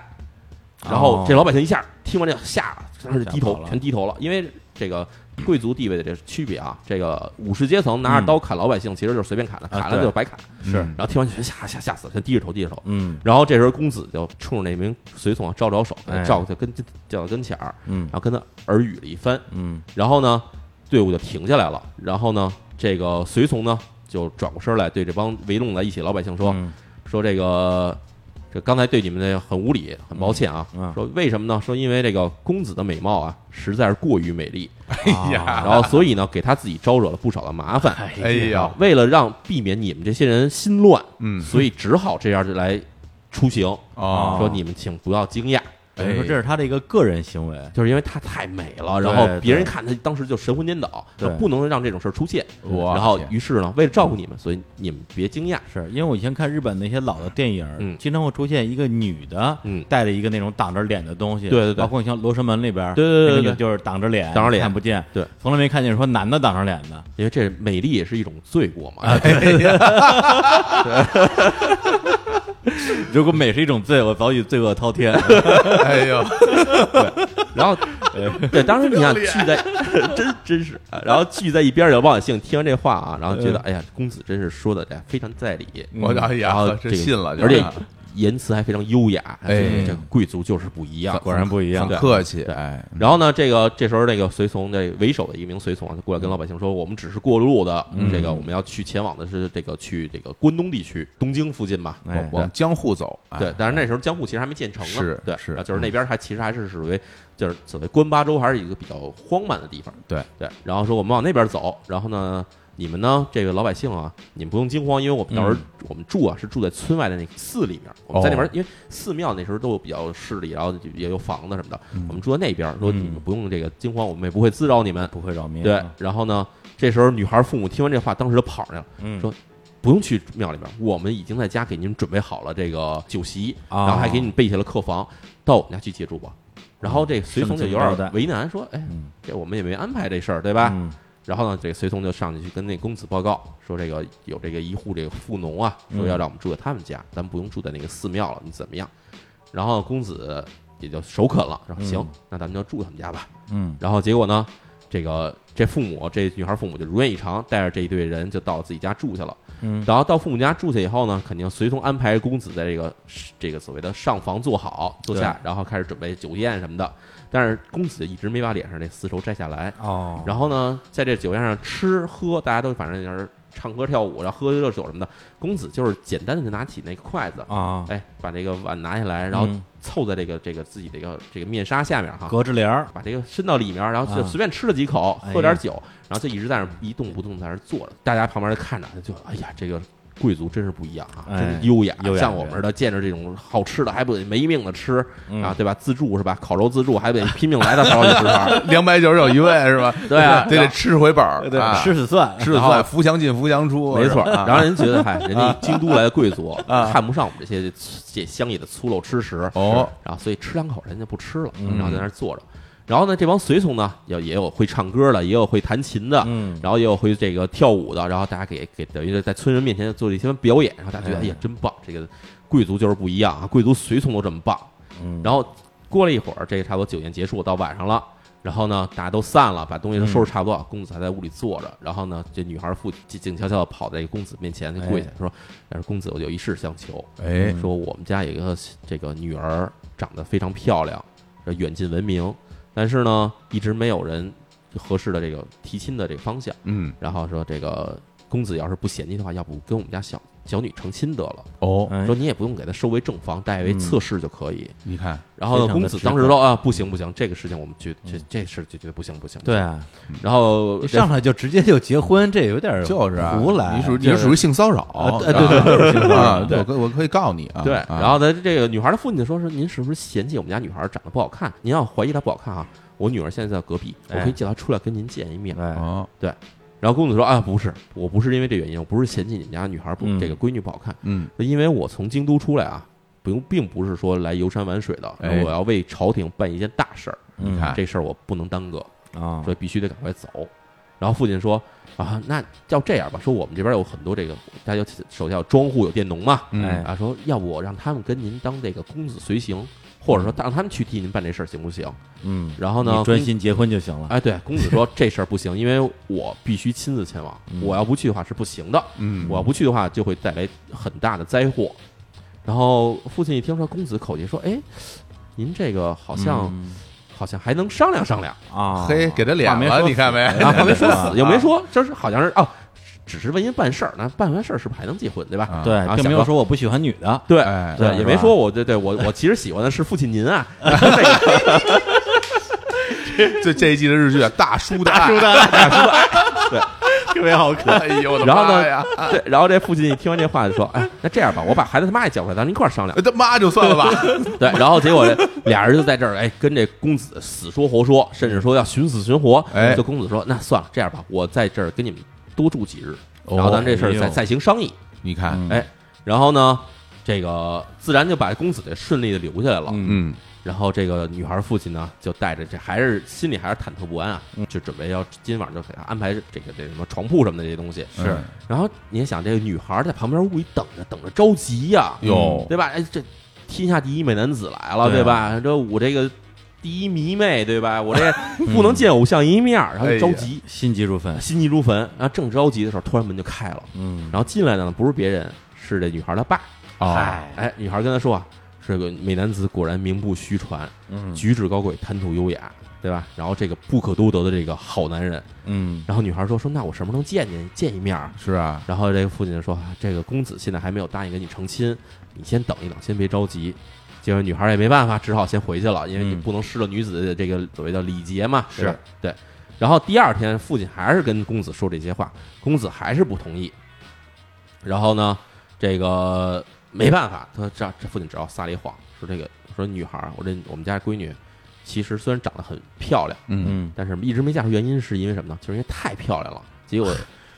Speaker 1: 然后这老百姓一下听完这吓了，当时低
Speaker 2: 吓跑
Speaker 1: 头
Speaker 2: 了
Speaker 1: 全低头了，因为这个贵族地位的这区别啊，这个武士阶层拿着刀砍老百姓，其实就是随便砍的，
Speaker 2: 啊
Speaker 1: 砍了
Speaker 2: 对
Speaker 1: 就白砍。
Speaker 2: 是
Speaker 3: 嗯
Speaker 1: 然后听完全吓吓吓死了，全低着头低着头。
Speaker 2: 嗯
Speaker 1: 然后这时候公子就冲着那名随从啊招招手，
Speaker 2: 哎
Speaker 1: 照就跟叫到跟前儿，
Speaker 2: 嗯
Speaker 1: 然后跟他耳语了一番，
Speaker 2: 嗯，
Speaker 1: 然后呢，队伍就停下来了。然后呢，这个随从呢就转过身来对这帮围拢在一起的老百姓说：“
Speaker 2: 嗯
Speaker 1: 说这个这刚才对你们的很无礼，很抱歉啊。
Speaker 2: 嗯嗯
Speaker 1: 说为什么呢？说因为这个公子的美貌啊，实在是过于美丽，
Speaker 3: 哎
Speaker 2: 啊
Speaker 3: 呀，
Speaker 1: 然后所以呢，给他自己招惹了不少的麻烦。
Speaker 3: 哎呀，
Speaker 1: 为了让避免你们这些人心乱，
Speaker 3: 嗯
Speaker 1: 所以只好这样来出行。
Speaker 3: 哦
Speaker 1: 啊
Speaker 3: *laughs*
Speaker 1: 说你们请不要惊讶，
Speaker 2: 等于说这是他的一个个人行为，
Speaker 1: 就是因为她太美了，
Speaker 2: 对
Speaker 1: 然后别人看她当时就神魂颠倒，
Speaker 2: 对
Speaker 1: 她不能让这种事儿出现。嗯
Speaker 3: 我
Speaker 1: 然后
Speaker 3: 天
Speaker 1: 于是呢，为了照顾你们，所以你们别惊讶。
Speaker 2: 是因为我以前看日本那些老的电影，
Speaker 1: 嗯
Speaker 2: 经常会出现一个女的，
Speaker 1: 嗯
Speaker 2: 带着一个那种挡着脸的东西，
Speaker 1: 对对对
Speaker 2: 包括你像《罗生门》里边，
Speaker 1: 对对对对
Speaker 2: 那个
Speaker 1: 对
Speaker 2: 就是挡着脸，
Speaker 1: 挡着脸
Speaker 2: 看不见，
Speaker 1: 对，
Speaker 2: 从来没看见说男的挡着脸的，
Speaker 1: 因为这美丽也是一种罪过嘛。
Speaker 3: 啊哎
Speaker 2: 如果美是一种罪，我早已罪恶滔天，
Speaker 3: 哎呦，
Speaker 1: *laughs* 然后，对，当时你
Speaker 3: *laughs*
Speaker 1: 想聚在，真真是，然后聚在一边儿的老百姓听完这话啊，然后觉得，哎呀，公子真是说的这非常在理，
Speaker 3: 我
Speaker 1: 嗯
Speaker 3: 哎
Speaker 1: 然后
Speaker 3: 嗯呀，
Speaker 1: 这
Speaker 3: 真
Speaker 1: 个
Speaker 3: 信了，
Speaker 1: 而且
Speaker 3: 就是
Speaker 1: 言辞还非常优雅，
Speaker 3: 哎
Speaker 1: 所以这个贵族就是不一样，
Speaker 2: 果然不一样
Speaker 3: 很
Speaker 1: 对。
Speaker 3: 客气，
Speaker 1: 对
Speaker 3: 哎，
Speaker 1: 嗯然后呢，这个这时候那个随从这为首的一名随从啊，就过来跟老百姓说：“我们只是过路的，这个我们要去前往的是这个去这个关东地区，东京附近嘛。
Speaker 2: 哎
Speaker 3: 往往江户走，哎
Speaker 1: 对，但是那时候江户其实还没建成呢，
Speaker 3: 是
Speaker 1: 对，
Speaker 3: 是
Speaker 1: 然
Speaker 3: 嗯
Speaker 1: 后就是那边还其实还是属于就是所谓关八州还是一个比较荒蛮的地方，
Speaker 3: 对
Speaker 1: 对。然后说我们往那边走，然后呢，你们呢这个老百姓啊，你们不用惊慌，因为我们到时候我们住啊是住在村外的那个寺里面，我们在那边、
Speaker 3: 嗯哦
Speaker 1: 因为寺庙那时候都比较势力，然后也有房子什么的，
Speaker 3: 嗯
Speaker 1: 我们住在那边，说你们不用这个惊慌，我们也不会滋扰你们，
Speaker 2: 不会扰民，
Speaker 1: 对。然后呢，这时候女孩父母听完这话，当时就跑上来了。
Speaker 2: 嗯，
Speaker 1: 说不用去庙里边，我们已经在家给您准备好了这个酒席，
Speaker 2: 啊
Speaker 1: 然后还给你备下了客房，到我们家去借住吧。然后这随从就有
Speaker 2: 盛情招
Speaker 1: 点
Speaker 2: 待
Speaker 1: 为难，说：“哎，
Speaker 2: 嗯
Speaker 1: 这我们也没安排这事儿，对吧？”
Speaker 2: 嗯
Speaker 1: 然后呢，这随从就上去去跟那公子报告说：“这个有这个一户这个富农啊，
Speaker 2: 嗯
Speaker 1: 说要让我们住在他们家，咱们不用住在那个寺庙了，你怎么样？”然后公子也就首肯了，说：“行
Speaker 2: 嗯，
Speaker 1: 那咱们就住他们家吧。”
Speaker 2: 嗯
Speaker 1: 然后结果呢，这个这父母这女孩父母就如愿以偿，带着这一队人就到自己家住去了。
Speaker 2: 嗯
Speaker 1: 然后到父母家住去以后呢，肯定随从安排公子在这个这个所谓的上房坐好坐下，然后开始准备酒宴什么的。但是公子一直没把脸上那丝绸摘下来。
Speaker 2: 哦，
Speaker 1: 然后呢，在这酒宴上吃喝，大家都反正就是唱歌跳舞，然啊后喝热酒什么的。公子就是简单的就拿起那个筷子，
Speaker 2: 啊，
Speaker 1: 哎，把这个碗拿下来，然后
Speaker 2: 嗯
Speaker 1: 凑在这个这个自己这个这个面纱下面哈，
Speaker 2: 隔着帘儿，
Speaker 1: 把这个伸到里面，然后就
Speaker 2: 啊
Speaker 1: 随便吃了几口，
Speaker 2: 哎呀
Speaker 1: 喝点酒，然后就一直在那儿一动不动在那儿坐着。大家旁边看着，就哎呀，这个贵族真是不一样啊，
Speaker 2: 哎
Speaker 1: 真是优雅，
Speaker 2: 优雅
Speaker 1: 像我们似的，见着这种好吃的还不得没命的吃
Speaker 2: 嗯
Speaker 1: 啊，对吧？自助是吧？烤肉自助还得拼命来到烤肉食堂，
Speaker 3: *laughs* 两百九十九一位是吧？
Speaker 1: *laughs* 对啊
Speaker 3: *laughs* 得得吃回本儿，啊
Speaker 2: 吃死算，
Speaker 3: 吃得
Speaker 1: 然后
Speaker 3: 算，福祥进福祥出，
Speaker 1: 没错。
Speaker 3: 是吧
Speaker 1: 然后人觉得，嗨，人家京都来的贵族
Speaker 3: 啊
Speaker 1: 看不上我们这些这乡野的粗陋吃食，
Speaker 3: 哦，
Speaker 1: 然后所以吃两口人家不吃了，
Speaker 2: 嗯
Speaker 1: 然后在那儿坐着。然后呢，这帮随从呢，也也有会唱歌的，也有会弹琴的，
Speaker 2: 嗯
Speaker 1: 然后也有会这个跳舞的，然后大家给给等于是在村人面前做了一些表演，然后大家觉得
Speaker 2: 哎
Speaker 1: 哎呀真棒，这个贵族就是不一样啊，贵族随从都这么棒。
Speaker 2: 嗯
Speaker 1: 然后过了一会儿，这个差不多酒宴结束到晚上了，然后呢大家都散了，把东西都收拾差不多，公子还在屋里坐着，然后呢这女孩父静静悄悄的跑到这个公子面前就跪下说：“但是公子，我有一事相求。”
Speaker 3: 哎，
Speaker 1: 说我们家有一个这个女儿长得非常漂亮，这远近闻名，但是呢，一直没有人合适的这个提亲的这个方向。
Speaker 3: 嗯，
Speaker 1: 然后说这个公子要是不嫌弃的话，要不跟我们家小小女成亲得了。
Speaker 3: 哦，
Speaker 2: 哎
Speaker 1: 说你也不用给她收为正房，带为侧室就可以。
Speaker 3: 你看，
Speaker 1: 然后
Speaker 2: 嗯非
Speaker 1: 呢，
Speaker 2: 常
Speaker 1: 公
Speaker 2: 的
Speaker 1: 子
Speaker 2: 直
Speaker 1: 当时
Speaker 2: 白
Speaker 1: 说啊，不行不行，这个事情我们绝这这事就觉得不行不行。
Speaker 2: 嗯对，啊，
Speaker 1: 然后
Speaker 2: 一上来就直接就结婚，这有点儿
Speaker 3: 就是啊
Speaker 2: 胡来，
Speaker 3: 你属于你是属于性骚扰，
Speaker 2: 啊对
Speaker 3: 是吧
Speaker 2: 对对对
Speaker 3: 啊
Speaker 2: 对
Speaker 3: 我可我可以告你啊，
Speaker 1: 对，
Speaker 3: 啊
Speaker 1: 然后呢，这个女孩的父亲说是您是不是嫌弃我们家女孩长得不好看？您要怀疑她不好看啊，我女儿现在在隔壁，我可以叫她出来跟您见一面。
Speaker 2: 哎，
Speaker 3: 哦，
Speaker 1: 然后公子说啊，不是，我不是因为这原因，我不是嫌弃你们家女孩不、
Speaker 2: 嗯
Speaker 1: 这个闺女不好看，
Speaker 3: 嗯，
Speaker 1: 是因为我从京都出来啊，不用，并不是说来游山玩水的，
Speaker 3: 哎
Speaker 1: 我要为朝廷办一件大事儿，
Speaker 2: 你
Speaker 3: 看哎
Speaker 1: 这事儿我不能耽搁，
Speaker 2: 啊
Speaker 1: 所，以必须得赶快走。然后父亲说啊，那要这样吧，说我们这边有很多这个，他有手下有庄户有佃农嘛，
Speaker 3: 嗯
Speaker 2: 哎
Speaker 1: 啊，说要不我让他们跟您当这个公子随行，或者说让他们去替您办这事儿行不行？
Speaker 2: 嗯，
Speaker 1: 然后呢
Speaker 2: 你，专心结婚就行了。
Speaker 1: 哎，对，公子说这事儿不行，因为我必须亲自前往，
Speaker 2: 嗯
Speaker 1: 我要不去的话是不行的，
Speaker 3: 嗯，
Speaker 1: 我要不去的话就会带来很大的灾祸。然后父亲一听说公子口气说，哎，您这个好像、
Speaker 2: 嗯
Speaker 1: 好像还能商量商量，
Speaker 2: 啊，
Speaker 3: 嘿，给他脸
Speaker 2: 话没
Speaker 3: 了，
Speaker 2: 说
Speaker 3: 你看没？
Speaker 2: 死
Speaker 1: 然后还没说 *laughs*
Speaker 3: *laughs*
Speaker 2: 啊
Speaker 1: 死，又没说，这是好像是哦，只是为您办事儿，那办完事儿是不是还能结婚，对吧？
Speaker 3: 啊
Speaker 2: 对，并没有说我不喜欢女的，
Speaker 1: 对，
Speaker 3: 哎
Speaker 1: 对，
Speaker 2: 是
Speaker 1: 也没
Speaker 2: 吧
Speaker 1: 说我对对我我其实喜欢的是父亲您 *laughs* 啊，
Speaker 3: 这这一季的日剧啊，《大叔的
Speaker 2: 大
Speaker 3: 爱
Speaker 2: 叔》，的，
Speaker 3: *laughs*
Speaker 1: 大叔的爱，对，
Speaker 2: 特别好看。
Speaker 3: 哎呦我的
Speaker 1: 然后呢
Speaker 3: 妈呀！
Speaker 1: 对，然后这父亲一听完这话就说：“哎，那这样吧，我把孩子他妈也叫过来，咱们一块儿商量。
Speaker 3: 他妈就算了吧，”
Speaker 1: 对，然后结果这俩人就在这儿，哎，跟这公子死说活说，甚至说要寻死寻活。
Speaker 3: 哎
Speaker 1: 这公子说：“那算了，这样吧，我在这儿跟你们多住几日，然后咱这事儿
Speaker 2: 哎
Speaker 1: 再
Speaker 2: 呦
Speaker 1: 再行商议。
Speaker 3: 你看，
Speaker 2: 嗯
Speaker 1: 哎”然后呢，这个自然就把公子这顺利的留下来了。
Speaker 2: 嗯
Speaker 3: 嗯，
Speaker 1: 然后这个女孩父亲呢，就带着这还是心里还是忐忑不安啊，
Speaker 2: 嗯
Speaker 1: 就准备要今晚就给她安排这个这什么床铺什么的这些东西。
Speaker 2: 是
Speaker 1: 然后你也想，这个女孩在旁边屋里等着，等着着急呀、
Speaker 3: 哟，
Speaker 1: 对吧？哎，这天下第一美男子来了，
Speaker 2: 对
Speaker 1: 对
Speaker 2: 啊
Speaker 1: 吧？这我这个第一迷妹，对吧？我这不能见偶像一面儿，然
Speaker 2: 哎
Speaker 1: 后就着急，
Speaker 2: 心急如焚。
Speaker 1: 心急如焚。然后正着急的时候，突然门就开了，
Speaker 2: 嗯，
Speaker 1: 然后进来的呢不是别人，是这女孩她爸。
Speaker 3: 啊，
Speaker 2: 嗨，
Speaker 1: 哎，女孩跟他说啊，这个美男子果然名不虚传，
Speaker 2: 嗯
Speaker 1: 举止高贵，谈吐优雅，对吧？然后这个不可多得的这个好男人。
Speaker 2: 嗯，
Speaker 1: 然后女孩说说，那我什么时候能见见见一面儿？
Speaker 3: 是啊，
Speaker 1: 然后这个父亲就说：“啊这个公子现在还没有答应跟你成亲，你先等一等，先别着急。”结果女孩也没办法，只好先回去了，因为你
Speaker 2: 嗯
Speaker 1: 不能失了女子的这个所谓的礼节嘛，对吧
Speaker 2: 是
Speaker 1: 对。然后第二天，父亲还是跟公子说这些话，公子还是不同意。然后呢，这个没办法，他这这父亲只好撒了一谎，说这个说女孩儿，我这我们家闺女，其实虽然长得很漂亮。
Speaker 3: 嗯，
Speaker 2: 嗯，
Speaker 1: 但是一直没嫁出，原因是因为什么呢？就是因为太漂亮了，结果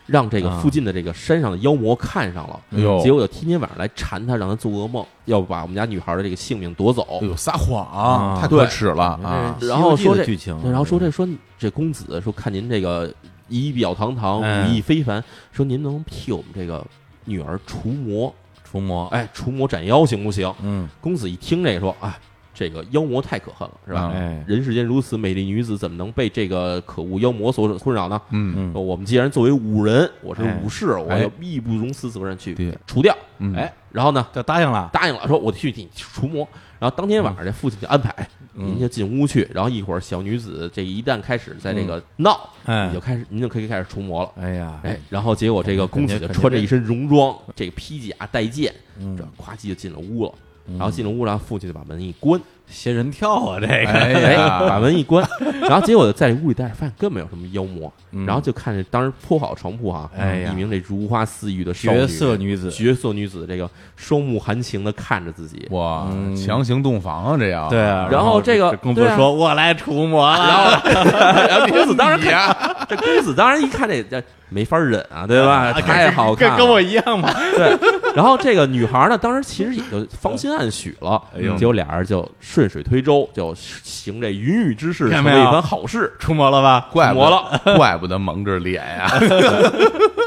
Speaker 1: 让这个附近的这个山上的妖魔看上了，哦
Speaker 3: 哎呦，
Speaker 1: 结果就天天晚上来缠她，让她做噩梦，要把我们家女孩的这个性命夺走
Speaker 3: 哎。呦，撒谎
Speaker 2: 啊嗯
Speaker 3: 太可耻了啊！
Speaker 2: 这是
Speaker 1: 然后
Speaker 2: 西游记
Speaker 1: 说
Speaker 2: 的
Speaker 1: 这
Speaker 2: 剧情啊，
Speaker 1: 对然后说这说你这公子说看您这个仪表堂堂，
Speaker 2: 哎
Speaker 1: 武艺非凡，说您能替我们这个女儿除魔，
Speaker 2: 除魔，
Speaker 1: 哎，除魔斩妖行不行？
Speaker 2: 嗯，
Speaker 1: 公子一听这个说啊，这个妖魔太可恨了，是吧？
Speaker 3: 啊
Speaker 2: 哎，
Speaker 1: 人世间如此美丽女子，怎么能被这个可恶妖魔所困扰呢？
Speaker 3: 嗯
Speaker 2: 嗯
Speaker 1: 说我们既然作为武人，我是武士，我
Speaker 3: 哎
Speaker 1: 要义不容辞责任去
Speaker 3: 对
Speaker 1: 除掉。
Speaker 3: 嗯，
Speaker 1: 哎，然后呢，
Speaker 2: 就答应了，
Speaker 1: 答应了，说我去你除魔。然后当天晚上，这父亲就安排哎
Speaker 2: 嗯
Speaker 1: 您就进屋去，然后一会儿小女子这一旦开始在这个闹，
Speaker 2: 哎
Speaker 1: 你就开始您就可以开始除魔了。
Speaker 2: 哎呀，
Speaker 1: 哎，然后结果这个公子就穿着一身戎装，这个披甲戴剑，
Speaker 2: 嗯
Speaker 1: 这夸叽就进了屋了。然后进了屋，然后父亲就把门一关，
Speaker 2: 仙人跳啊，这个，
Speaker 3: 哎
Speaker 1: 哎，把
Speaker 3: 呀，
Speaker 1: 门一关， *laughs* 然后结果在屋里待着，发现根本没有什么妖魔，
Speaker 2: 嗯
Speaker 1: 然后就看着当时铺好床铺哈，
Speaker 2: 哎呀
Speaker 1: 一名这如花似玉的少
Speaker 2: 绝色
Speaker 1: 女
Speaker 2: 女子，
Speaker 1: 绝色女子，这个双目含情的看着自己，
Speaker 3: 哇
Speaker 2: 嗯，
Speaker 3: 强行洞房啊，这样
Speaker 2: 对啊，
Speaker 1: 然后这个
Speaker 2: 公子
Speaker 1: 对啊
Speaker 2: 说：“我来除魔了。”
Speaker 1: 然后然后哎公子当然
Speaker 2: 哎
Speaker 3: 你呀
Speaker 1: 看，这公子当然一看这这没法忍啊，对吧？
Speaker 2: 啊
Speaker 1: 太好看了，
Speaker 2: 跟跟我一样 *laughs* 嘛。
Speaker 1: 对。然后这个女孩呢，当时其实也就芳心暗许了，
Speaker 2: 哎呦
Speaker 1: 结果俩人就顺水推舟，就行这云雨之事，
Speaker 2: 看
Speaker 1: 成
Speaker 2: 没
Speaker 1: 了一
Speaker 2: 有
Speaker 1: 番好事。
Speaker 2: 出魔了吧？
Speaker 3: 怪不
Speaker 1: 魔
Speaker 3: *laughs* 得，怪不得蒙着脸呀，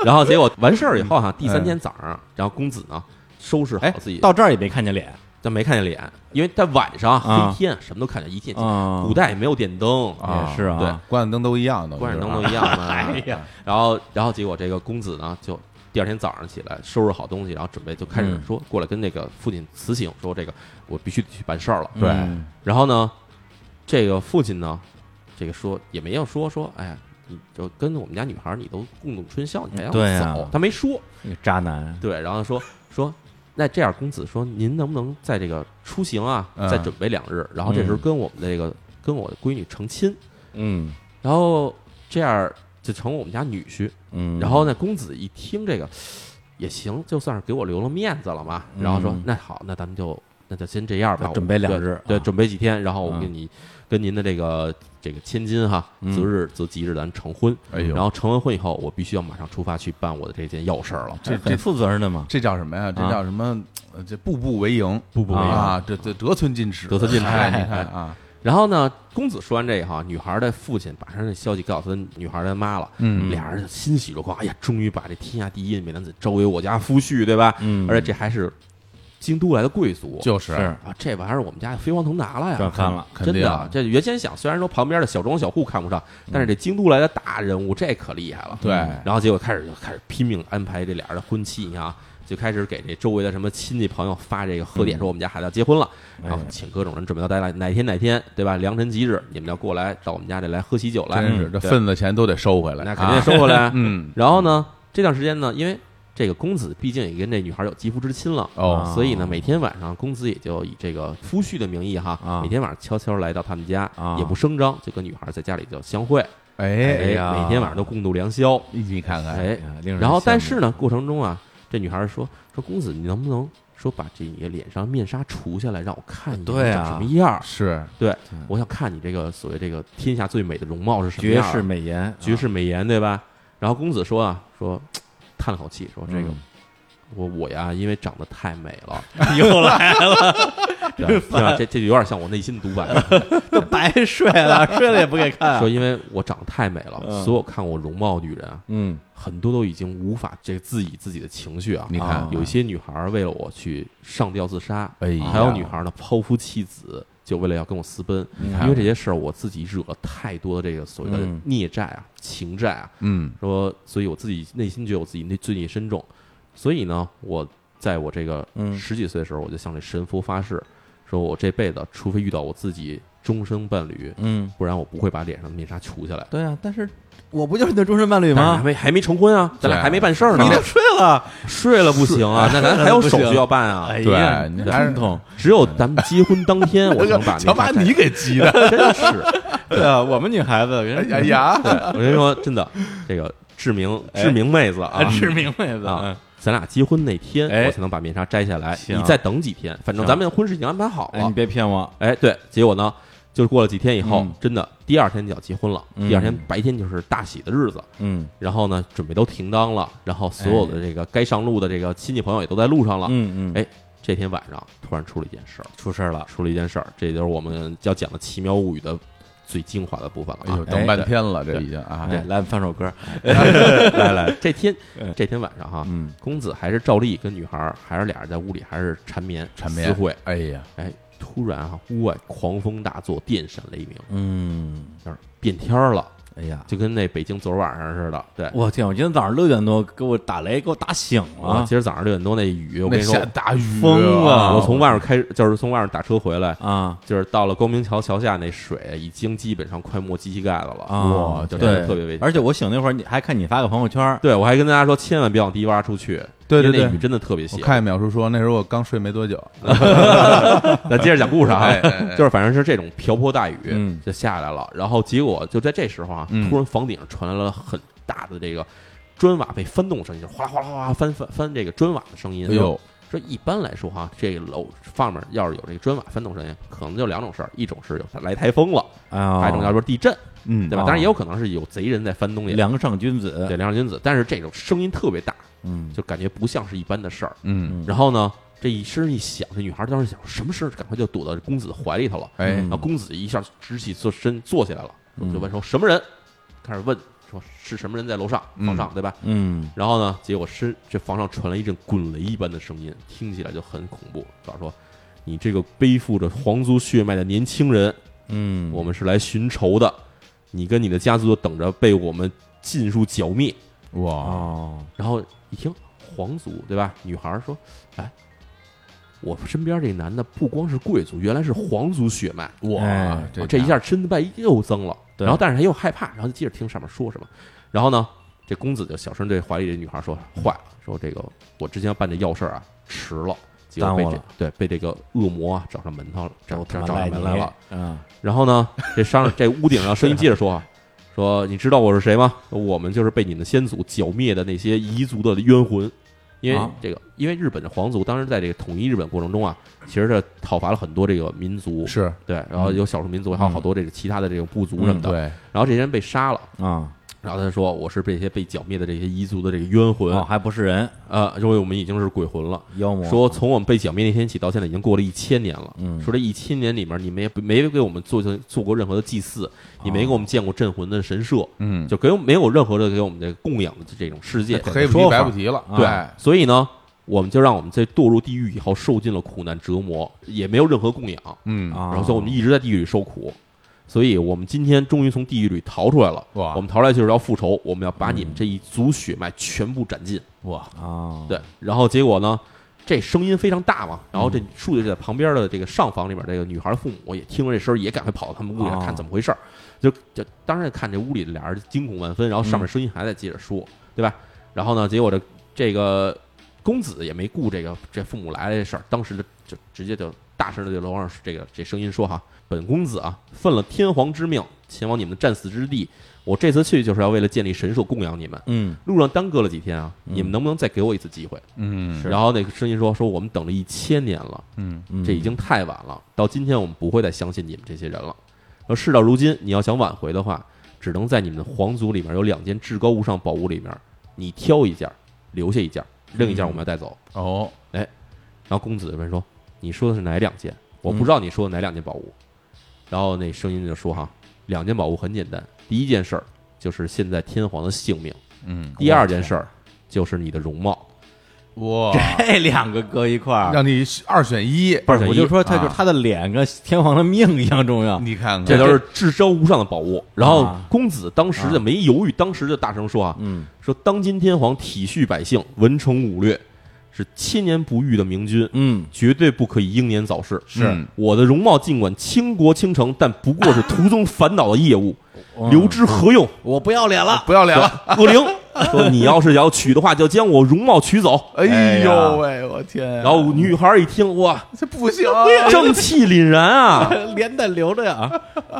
Speaker 1: 然后结果完事儿以后哈，第三天早上，然后公子呢收拾好
Speaker 2: 哎
Speaker 1: 自己，，
Speaker 2: *laughs* 到这儿也没看见脸
Speaker 1: 但没看见脸，因为在晚上
Speaker 2: 啊
Speaker 1: 黑天什么都看见，一见
Speaker 2: 啊
Speaker 1: 古代也没有电灯，
Speaker 3: 啊
Speaker 2: 也是啊，哎
Speaker 1: 对
Speaker 3: *laughs* 关了灯都一样的，
Speaker 1: 关着灯
Speaker 3: 都
Speaker 1: 都一样嘛。
Speaker 2: 呀，
Speaker 1: 然后，然后结果这个公子呢，就第二天早上起来收拾好东西，然后准备就开始
Speaker 2: 嗯
Speaker 1: 说过来跟那个父亲辞行，说这个我必须得去办事儿了。
Speaker 3: 对
Speaker 2: 嗯
Speaker 1: 然后呢，这个父亲呢，这个说也没有说说，哎呀，你就跟我们家女孩儿你都共度春宵，你还要
Speaker 2: 对啊
Speaker 1: 走，他没说。
Speaker 2: 那个渣男，
Speaker 1: 对，然后说说，那这样，公子说，您能不能在这个出行啊，
Speaker 3: 嗯
Speaker 1: 再准备两日，然后这时候
Speaker 2: 嗯
Speaker 1: 跟我们这个跟我闺女成亲，
Speaker 2: 嗯
Speaker 1: 然后这样就成我们家女婿。
Speaker 2: 嗯，
Speaker 1: 然后呢，公子一听这个也行，就算是给我留了面子了嘛。然后说，
Speaker 2: 嗯
Speaker 1: 那好，那咱们就那就先这样吧，
Speaker 2: 就准备两日
Speaker 1: 对，对
Speaker 2: 啊
Speaker 1: 准备几天，然后我
Speaker 2: 嗯
Speaker 1: 跟你跟您的这个这个千金哈，
Speaker 2: 嗯
Speaker 1: 择日择吉日咱成婚。
Speaker 3: 哎呦
Speaker 1: 然后成完婚以后，我必须要马上出发去办我的这件要事儿了。
Speaker 3: 这
Speaker 2: 很
Speaker 3: 这
Speaker 2: 负责任的嘛，
Speaker 3: 这叫什么呀？这
Speaker 2: 啊
Speaker 3: 叫什么？呃这步步为营，
Speaker 1: 步步为营
Speaker 3: 啊！这这得寸进尺，
Speaker 1: 得寸进尺
Speaker 3: 哎
Speaker 1: 哎
Speaker 3: 你看
Speaker 1: *laughs*
Speaker 3: 啊，
Speaker 1: 然后呢，公子说完这个哈，女孩的父亲把上这消息告诉他女孩的妈了，
Speaker 3: 嗯
Speaker 1: 俩人就欣喜若狂，哎呀，终于把这天下第一美男子招为我家夫婿，对吧？
Speaker 2: 嗯
Speaker 1: 而且这还是京都来的贵族，
Speaker 3: 就是
Speaker 2: 是
Speaker 1: 啊，这玩意儿我们家飞黄腾达了呀，
Speaker 2: 赚翻了
Speaker 3: 肯
Speaker 1: 真
Speaker 3: 定
Speaker 1: 的。这原先想，虽然说旁边的小庄小户看不上，但是这京都来的大人物，这可厉害了。
Speaker 3: 对
Speaker 1: 然后结果开始就开始拼命安排这俩人的婚期，你看啊，就开始给这周围的什么亲戚朋友发这个贺电，说我们家孩子要结婚了，然
Speaker 3: 哎
Speaker 1: 后请各种人准备到大家哪天哪天，对吧？良辰吉日，你们要过来到我们家这来喝喜酒来，
Speaker 3: 真是这
Speaker 1: 对
Speaker 3: 份子钱都得收回来，
Speaker 1: 那肯定收回来。
Speaker 3: 啊，嗯，
Speaker 1: *laughs* 然后呢，这段时间呢，因为这个公子毕竟也跟这女孩有肌肤之亲了，
Speaker 3: 哦，
Speaker 1: 所以呢，每天晚上公子也就以这个夫婿的名义哈，
Speaker 2: 啊
Speaker 1: 每天晚上悄悄来到他们家，
Speaker 2: 啊
Speaker 1: 也不声张，就跟女孩在家里就相会。
Speaker 3: 哎，
Speaker 2: 哎呀
Speaker 1: 每天晚上都共度良宵。
Speaker 2: 你看看，
Speaker 1: 哎
Speaker 2: 呀，令人
Speaker 1: 然后，但
Speaker 2: 羡慕
Speaker 1: 是呢，过程中啊，这女孩说说公子，你能不能说把这你脸上面纱除下来，让我看你
Speaker 2: 对
Speaker 1: 长
Speaker 2: 啊
Speaker 1: 什么样儿？
Speaker 3: 是
Speaker 1: 对，我想看你这个所谓这个天下最美的容貌是什么
Speaker 2: 啊绝
Speaker 1: 样儿
Speaker 2: 世美颜，
Speaker 1: 绝世美颜，对吧？然后公子说啊，说叹了口气，说
Speaker 2: 啊
Speaker 1: 这个
Speaker 2: 嗯
Speaker 1: 我我呀，因为长得太美
Speaker 2: *laughs*
Speaker 1: 了，
Speaker 2: 又来了， *laughs*
Speaker 1: 对吧对吧？这这有点像我内心独白，啊
Speaker 2: 都白睡了， *laughs* 睡了也不给看啊
Speaker 1: 说因为我长得太美了，
Speaker 2: 嗯
Speaker 1: 所有看过容貌的女人啊，
Speaker 2: 嗯，
Speaker 1: 很多都已经无法这自己自己的情绪啊。
Speaker 3: 你看
Speaker 2: 啊
Speaker 1: 有些女孩儿为了我去上吊自杀，
Speaker 3: 哎呀
Speaker 1: 还有女孩儿呢抛夫弃子，就为了要跟我私奔。
Speaker 2: 你
Speaker 1: 因为
Speaker 2: 看，
Speaker 1: 这些事儿，我自己惹了太多的这个所谓的
Speaker 2: 哎嗯
Speaker 1: 孽债啊、情债啊，
Speaker 3: 嗯
Speaker 1: 说，所以我自己内心觉得我自己那罪孽深重，所以呢，我在我这个
Speaker 2: 嗯
Speaker 1: 十几岁的时候，我就向这神佛发誓，说我这辈子除非遇到我自己终生伴侣，
Speaker 2: 嗯，
Speaker 1: 不然我不会把脸上的面纱除下来。
Speaker 2: 对啊，但是我不就是你的终身伴侣
Speaker 1: 但是还
Speaker 2: 吗？
Speaker 1: 没还没成婚啊，咱俩
Speaker 3: 对
Speaker 1: 还没办事儿呢
Speaker 2: 你，都睡了，
Speaker 1: 睡了不行啊，那咱还有手
Speaker 2: 睡了不
Speaker 1: 续
Speaker 2: 行
Speaker 1: 要办啊
Speaker 2: 哎，
Speaker 3: 对
Speaker 2: 呀，
Speaker 3: 你还是
Speaker 2: 真痛，
Speaker 1: 只有咱们结婚当天，我能把
Speaker 3: 想把
Speaker 1: 面纱
Speaker 3: 你给急的，
Speaker 1: 摘真是。
Speaker 2: 对啊，我们女孩子，人
Speaker 3: 哎
Speaker 1: *laughs*
Speaker 3: 呀，
Speaker 1: 对，我跟你说，真的，这个志明
Speaker 2: 哎
Speaker 1: 志明妹子啊，
Speaker 2: 吃明白的
Speaker 1: 啊，咱俩结婚那天
Speaker 2: 哎
Speaker 1: 我才能把面纱摘下来。
Speaker 2: 行
Speaker 1: 你再等几天，反正
Speaker 2: 行
Speaker 1: 咱们婚事已经安排好
Speaker 2: 哎，你
Speaker 1: 了。
Speaker 2: 别骗我，
Speaker 1: 哎，对，结果呢，就是过了几天以后
Speaker 2: 嗯，
Speaker 1: 真的第二天就要结婚了。
Speaker 2: 嗯
Speaker 1: 第二天白天就是大喜的日子，
Speaker 2: 嗯
Speaker 1: 然后呢，准备都停当了，然后所有的这个该上路的这个亲戚朋友也都在路上了。
Speaker 2: 哎嗯嗯，
Speaker 1: 哎，这天晚上突然出了一件事儿，
Speaker 2: 出事儿了，
Speaker 1: 出了一件事儿，这就是我们要讲的奇妙物语的最精华的部分了
Speaker 3: 哎
Speaker 1: 啊
Speaker 3: 呦，！等半天了，这已经啊，
Speaker 2: 哎，来，放首歌，
Speaker 1: *laughs* 来来，这天
Speaker 2: 哎
Speaker 1: 这天晚上哈，
Speaker 2: 嗯，
Speaker 1: 公子还是照例跟女孩儿，还是俩人在屋里还是缠绵
Speaker 3: 缠
Speaker 1: 私
Speaker 3: 绵
Speaker 1: 会。，
Speaker 3: 哎呀，
Speaker 1: 哎，突然啊，屋外狂风大作，电闪雷鸣，
Speaker 2: 嗯，
Speaker 1: 就是变天儿了，
Speaker 2: 哎呀，
Speaker 1: 就跟那北京昨儿晚上似的。对，
Speaker 2: 我天，我今天早上六点多给我打雷，给我打醒
Speaker 1: 啊，
Speaker 2: 了
Speaker 1: 今儿早上六点多那雨，我跟
Speaker 3: 那
Speaker 1: 你说
Speaker 3: 下，大雨啊，
Speaker 2: 疯了
Speaker 1: 我从外面开，就是从外面打车回来。
Speaker 2: 啊
Speaker 1: 就是到了光明桥桥下，那水已经基本上快没鸡膝盖子了
Speaker 2: 啊！
Speaker 1: 就真
Speaker 2: 对
Speaker 1: 的，特别危险。
Speaker 2: 而且我醒那会儿，你还看你发个朋友圈儿，
Speaker 1: 对我还跟大家说，千万别往低洼处去，
Speaker 3: 对对
Speaker 1: 因为那
Speaker 3: 对
Speaker 1: 雨真的特别
Speaker 3: 我
Speaker 1: 邪。
Speaker 3: 看见淼叔说，那时候我刚睡没多久，
Speaker 1: *laughs* 咱接着讲故事啊
Speaker 3: 哎哎哎，
Speaker 1: 就是反正是这种瓢泼大雨
Speaker 2: 嗯
Speaker 1: 就下来了，然后结果就在这时候啊，
Speaker 3: 嗯
Speaker 1: 突然房顶上传来了很大的这个砖瓦被翻动的声音，就是哗啦哗啦哗啦翻翻翻这个砖瓦的声音。
Speaker 3: 哎呦，
Speaker 1: 说一般来说哈，这个楼上面要是有这个砖瓦翻动声音，可能就两种事儿，一种是有来台风了，
Speaker 3: 哦
Speaker 1: 还有一种要
Speaker 2: 啊，
Speaker 1: 说地震，
Speaker 3: 嗯
Speaker 1: 对吧？
Speaker 2: 哦
Speaker 1: 当然也有可能是有贼人在翻东西，
Speaker 2: 梁上君子，
Speaker 1: 对，梁上君子。但是这种声音特别大，
Speaker 2: 嗯，
Speaker 1: 就感觉不像是一般的事儿。
Speaker 3: 嗯，
Speaker 1: 然后呢，这一声一响，这女孩当时想什么声儿，赶快就躲到公子怀里头了。
Speaker 3: 哎
Speaker 1: 然后公子一下直起坐身坐起来了，
Speaker 2: 嗯
Speaker 1: 就问说什么人，开始问说是什么人在楼上
Speaker 3: 嗯
Speaker 1: 房上对吧？
Speaker 2: 嗯，
Speaker 1: 然后呢，结果身这房上传来一阵滚雷一般的声音，听起来就很恐怖。早说，你这个背负着皇族血脉的年轻人，
Speaker 2: 嗯，
Speaker 1: 我们是来寻仇的，你跟你的家族就等着被我们尽数剿灭。
Speaker 3: 哇，
Speaker 2: 哦，
Speaker 1: 然后一听皇族对吧？女孩儿说，哎。我身边这男的不光是贵族，原来是皇族血脉，
Speaker 3: 哇
Speaker 2: 哎，
Speaker 1: 啊这一下身败又增了，
Speaker 2: 对
Speaker 1: 然后但是他又害怕，然后就接着听上面说什么，然后呢，这公子就小声对怀里这女孩说：“坏了，说这个我之前办这要事儿啊，迟了，结果被
Speaker 2: 耽误
Speaker 1: 这
Speaker 2: 了
Speaker 1: 对被这个恶魔啊找上门头了，找
Speaker 2: 我他
Speaker 1: 找
Speaker 2: 妈
Speaker 1: 上门来了。
Speaker 2: 你，啊，
Speaker 1: 然后呢， *laughs* 这商这屋顶上声音接着说啊，说你知道我是谁吗？我们就是被你们先祖剿灭的那些彝族的冤魂。”因为
Speaker 2: 啊
Speaker 1: 这个，因为日本的皇族当时在这个统一日本过程中啊，其实是讨伐了很多这个民族，
Speaker 3: 是嗯
Speaker 1: 对，然后有少数民族，还有好多这个其他的这种部族什么的。
Speaker 3: 对，
Speaker 1: 然后这些人被杀了，
Speaker 2: 啊，
Speaker 1: 然后他说我是这些被剿灭的这些彝族的这个冤魂，
Speaker 3: 啊
Speaker 2: 哦，还不是人，
Speaker 1: 呃，因为我们已经是鬼魂了。
Speaker 2: 妖魔，啊
Speaker 1: 说从我们被剿灭那天起到现在已经过了一千年了。
Speaker 2: 嗯
Speaker 1: 说这一千年里面，你们也不没给我们做做过任何的祭祀，你没给我们见过镇魂的神社，
Speaker 3: 哦嗯，
Speaker 1: 就给我们没有任何的给我们的供养的这种世界。
Speaker 3: 黑不
Speaker 2: 说
Speaker 3: 提
Speaker 2: 法
Speaker 3: 白不提了，
Speaker 2: 啊
Speaker 1: 对
Speaker 3: 哎，
Speaker 1: 所以呢，我们就让我们在堕入地狱以后受尽了苦难折磨，也没有任何供养。
Speaker 3: 嗯，
Speaker 2: 啊，
Speaker 1: 然后所以我们一直在地狱里受苦，所以我们今天终于从地狱里逃出来了。
Speaker 3: 哇嗯
Speaker 1: 我们逃出来就是要复仇，我们要把你们这一族血脉全部斩尽。
Speaker 3: 哇，
Speaker 2: 啊，
Speaker 1: 对，然后结果呢，这声音非常大嘛，然后这树就在旁边的这个上房里面，这个女孩的父母也听着这声儿，也赶快跑到他们屋里来
Speaker 2: 哦
Speaker 1: 看怎么回事儿。就就当然看这屋里俩人惊恐万分，然后上面声音还在接着说，对吧？然后呢，结果这这个公子也没顾这个这父母来的事儿，当时就就直接就大声的对罗皇上这个这声音说哈，本公子啊，奉了天皇之命前往你们的战死之地，我这次去就是要为了建立神兽供养你们。
Speaker 2: 嗯，
Speaker 1: 路上耽搁了几天啊，你们能不能再给我一次机会？
Speaker 4: 嗯，
Speaker 1: 然后那个声音说说我们等了一千年了，
Speaker 4: 嗯，
Speaker 2: 嗯
Speaker 1: 这已经太晚了，到今天我们不会再相信你们这些人了。而事到如今，你要想挽回的话，只能在你们的皇族里面有两件至高无上宝物里面，你挑一件，留下一件，另一件我们要带走。
Speaker 3: 嗯
Speaker 4: 哦，
Speaker 1: 然后公子问说：“你说的是哪两件？我不知道你说的哪两件宝物。然后那声音就说：“哈，两件宝物很简单，第一件事儿就是现在天皇的性命，
Speaker 4: 嗯，
Speaker 1: 第二件事儿就是你的容貌。
Speaker 3: 哇，
Speaker 2: 这两个搁一块儿，
Speaker 3: 让你二选一，
Speaker 2: 不
Speaker 1: 二
Speaker 2: 是，
Speaker 1: 选一
Speaker 2: 我就说他就是
Speaker 3: 啊
Speaker 2: 他的脸跟天皇的命一样重要。
Speaker 3: 你看看，
Speaker 1: 这都是至高无上的宝物。”然后
Speaker 2: 嗯啊
Speaker 1: 公子当时就没犹豫，当时就大声说：“啊，
Speaker 2: 嗯
Speaker 1: 说当今天皇体恤百姓，文宠武略，是千年不遇的明君，
Speaker 2: 嗯，
Speaker 1: 绝对不可以英年早逝。”嗯
Speaker 3: 是
Speaker 1: 我的容貌尽管倾国倾城，但不过是途中烦恼的业务，
Speaker 2: 嗯
Speaker 1: 留之何用？
Speaker 2: 我不要脸了，
Speaker 3: 不要脸了，
Speaker 1: 不
Speaker 2: *laughs*
Speaker 1: 灵。说你要是要娶的话，就将我容貌娶走。
Speaker 3: 哎
Speaker 2: 哎呀
Speaker 3: 呦喂，我天啊，
Speaker 1: 然后女孩一听，哇，
Speaker 3: 这不行啊，
Speaker 1: 正气凛然啊！
Speaker 2: 脸得留着呀。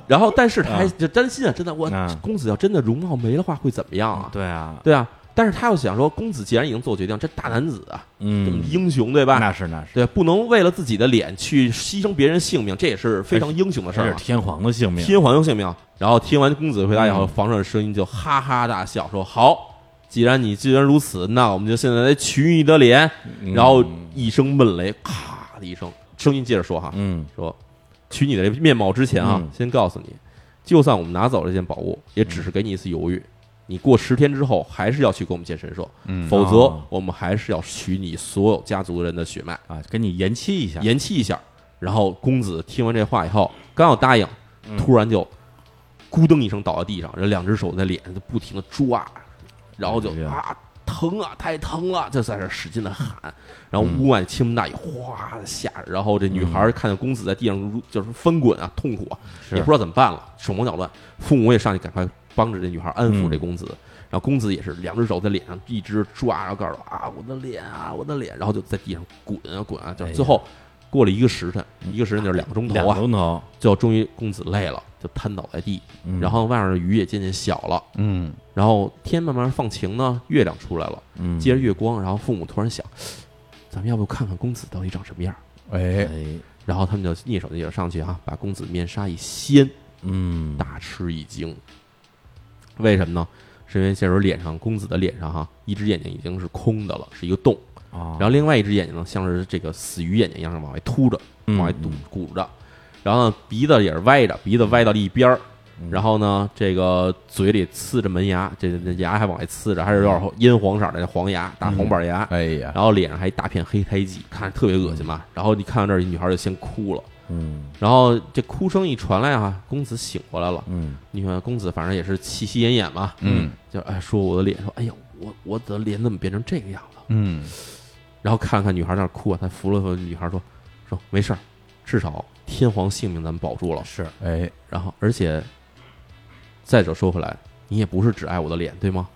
Speaker 1: 然后，但是她
Speaker 2: 嗯
Speaker 1: 还就担心啊，真的，我
Speaker 2: 啊
Speaker 1: 公子要真的容貌没了话会怎么样啊？
Speaker 2: 对啊，
Speaker 1: 对啊，但是她又想说，公子既然已经做决定，这大男子啊，这么
Speaker 2: 嗯，
Speaker 1: 英雄对吧？
Speaker 2: 那是那是，
Speaker 1: 对，不能为了自己的脸去牺牲别人性命，这也是非常英雄的事
Speaker 2: 这
Speaker 1: 儿
Speaker 2: 是
Speaker 1: 啊。
Speaker 2: 天皇的性命。
Speaker 1: 天皇用性命。然后听完公子的回答以后，
Speaker 2: 嗯
Speaker 1: 皇上的声音就哈哈大笑，说：“好，既然你既然如此，那我们就现在来取你的脸。”
Speaker 2: 嗯
Speaker 1: 然后一声闷雷，咔的一声，声音接着说哈，
Speaker 2: 嗯
Speaker 1: 说取你的面貌之前啊，
Speaker 2: 嗯
Speaker 1: 先告诉你，就算我们拿走这件宝物，也只是给你一次犹豫。你过十天之后还是要去给我们建神社，
Speaker 4: 嗯
Speaker 1: 否则
Speaker 2: 哦
Speaker 1: 我们还是要取你所有家族人的血脉，
Speaker 2: 啊，跟你延期一下，
Speaker 1: 延期一下。然后公子听完这话以后，刚要答应，
Speaker 2: 嗯
Speaker 1: 突然就咕噔一声倒在地上，这两只手在脸上就不停的抓，然后就
Speaker 2: 哎呀
Speaker 1: 啊疼啊，太疼了，就在这使劲的喊。然后屋外倾盆大雨哗地下着，然后这女孩看见公子在地上如就是翻滚啊，痛苦啊，
Speaker 2: 是
Speaker 1: 也不知道怎么办了，手忙脚乱。父母也上去赶快帮着这女孩安抚
Speaker 2: 嗯
Speaker 1: 这公子。然后公子也是两只手在脸上一直抓，然后告诉我啊我的脸啊我的脸，然后就在地上滚啊滚啊，就
Speaker 2: 哎呀
Speaker 1: 最后过了一个时辰，一个时辰就是两个钟
Speaker 2: 嗯两
Speaker 1: 头啊，
Speaker 2: 龙头，
Speaker 1: 最后终于公子累了，就瘫倒在地。
Speaker 2: 嗯
Speaker 1: 然后外面的雨也渐渐小了，
Speaker 4: 嗯，
Speaker 1: 然后天慢慢放晴呢，月亮出来了，
Speaker 2: 嗯
Speaker 1: 借着月光，然后父母突然想，咱们要不看看公子到底长什么样儿？
Speaker 3: 哎，
Speaker 2: 哎，
Speaker 1: 然后他们就蹑手蹑脚上去啊，把公子面纱一掀，
Speaker 2: 嗯，
Speaker 1: 大吃一惊。为什么呢？是因为这时候脸上公子的脸上哈、一只眼睛已经是空的了，是一个洞，
Speaker 2: 啊，
Speaker 1: 然后另外一只眼睛呢，像是这个死鱼眼睛一样是往外凸着，
Speaker 2: 嗯
Speaker 1: 往外堵鼓着，然后呢鼻子也是歪着，鼻子歪到了一边儿，
Speaker 2: 嗯
Speaker 1: 然后呢这个嘴里呲着门牙，这这牙还往外呲着，还
Speaker 2: 嗯
Speaker 1: 是有点阴黄色的黄牙，大黄板牙，
Speaker 3: 哎呀，
Speaker 1: 然后脸上还一大片黑胎记，看着特别恶心嘛。然后你看到这儿，女孩就先哭了，
Speaker 2: 嗯
Speaker 1: 然后这哭声一传来啊，公子醒过来了，
Speaker 2: 嗯
Speaker 1: 你看公子反正也是气息奄奄嘛，
Speaker 4: 嗯，
Speaker 1: 就哎说我的脸，说哎呀我我的脸怎么变成这个样子？
Speaker 4: 嗯，
Speaker 1: 然后看了看女孩那儿哭啊，他扶了扶女孩说：“说没事儿，至少天皇性命咱们保住了。
Speaker 2: 是
Speaker 3: 哎，
Speaker 1: 然后而且，再者说回来，你也不是只爱我的脸，对吗？”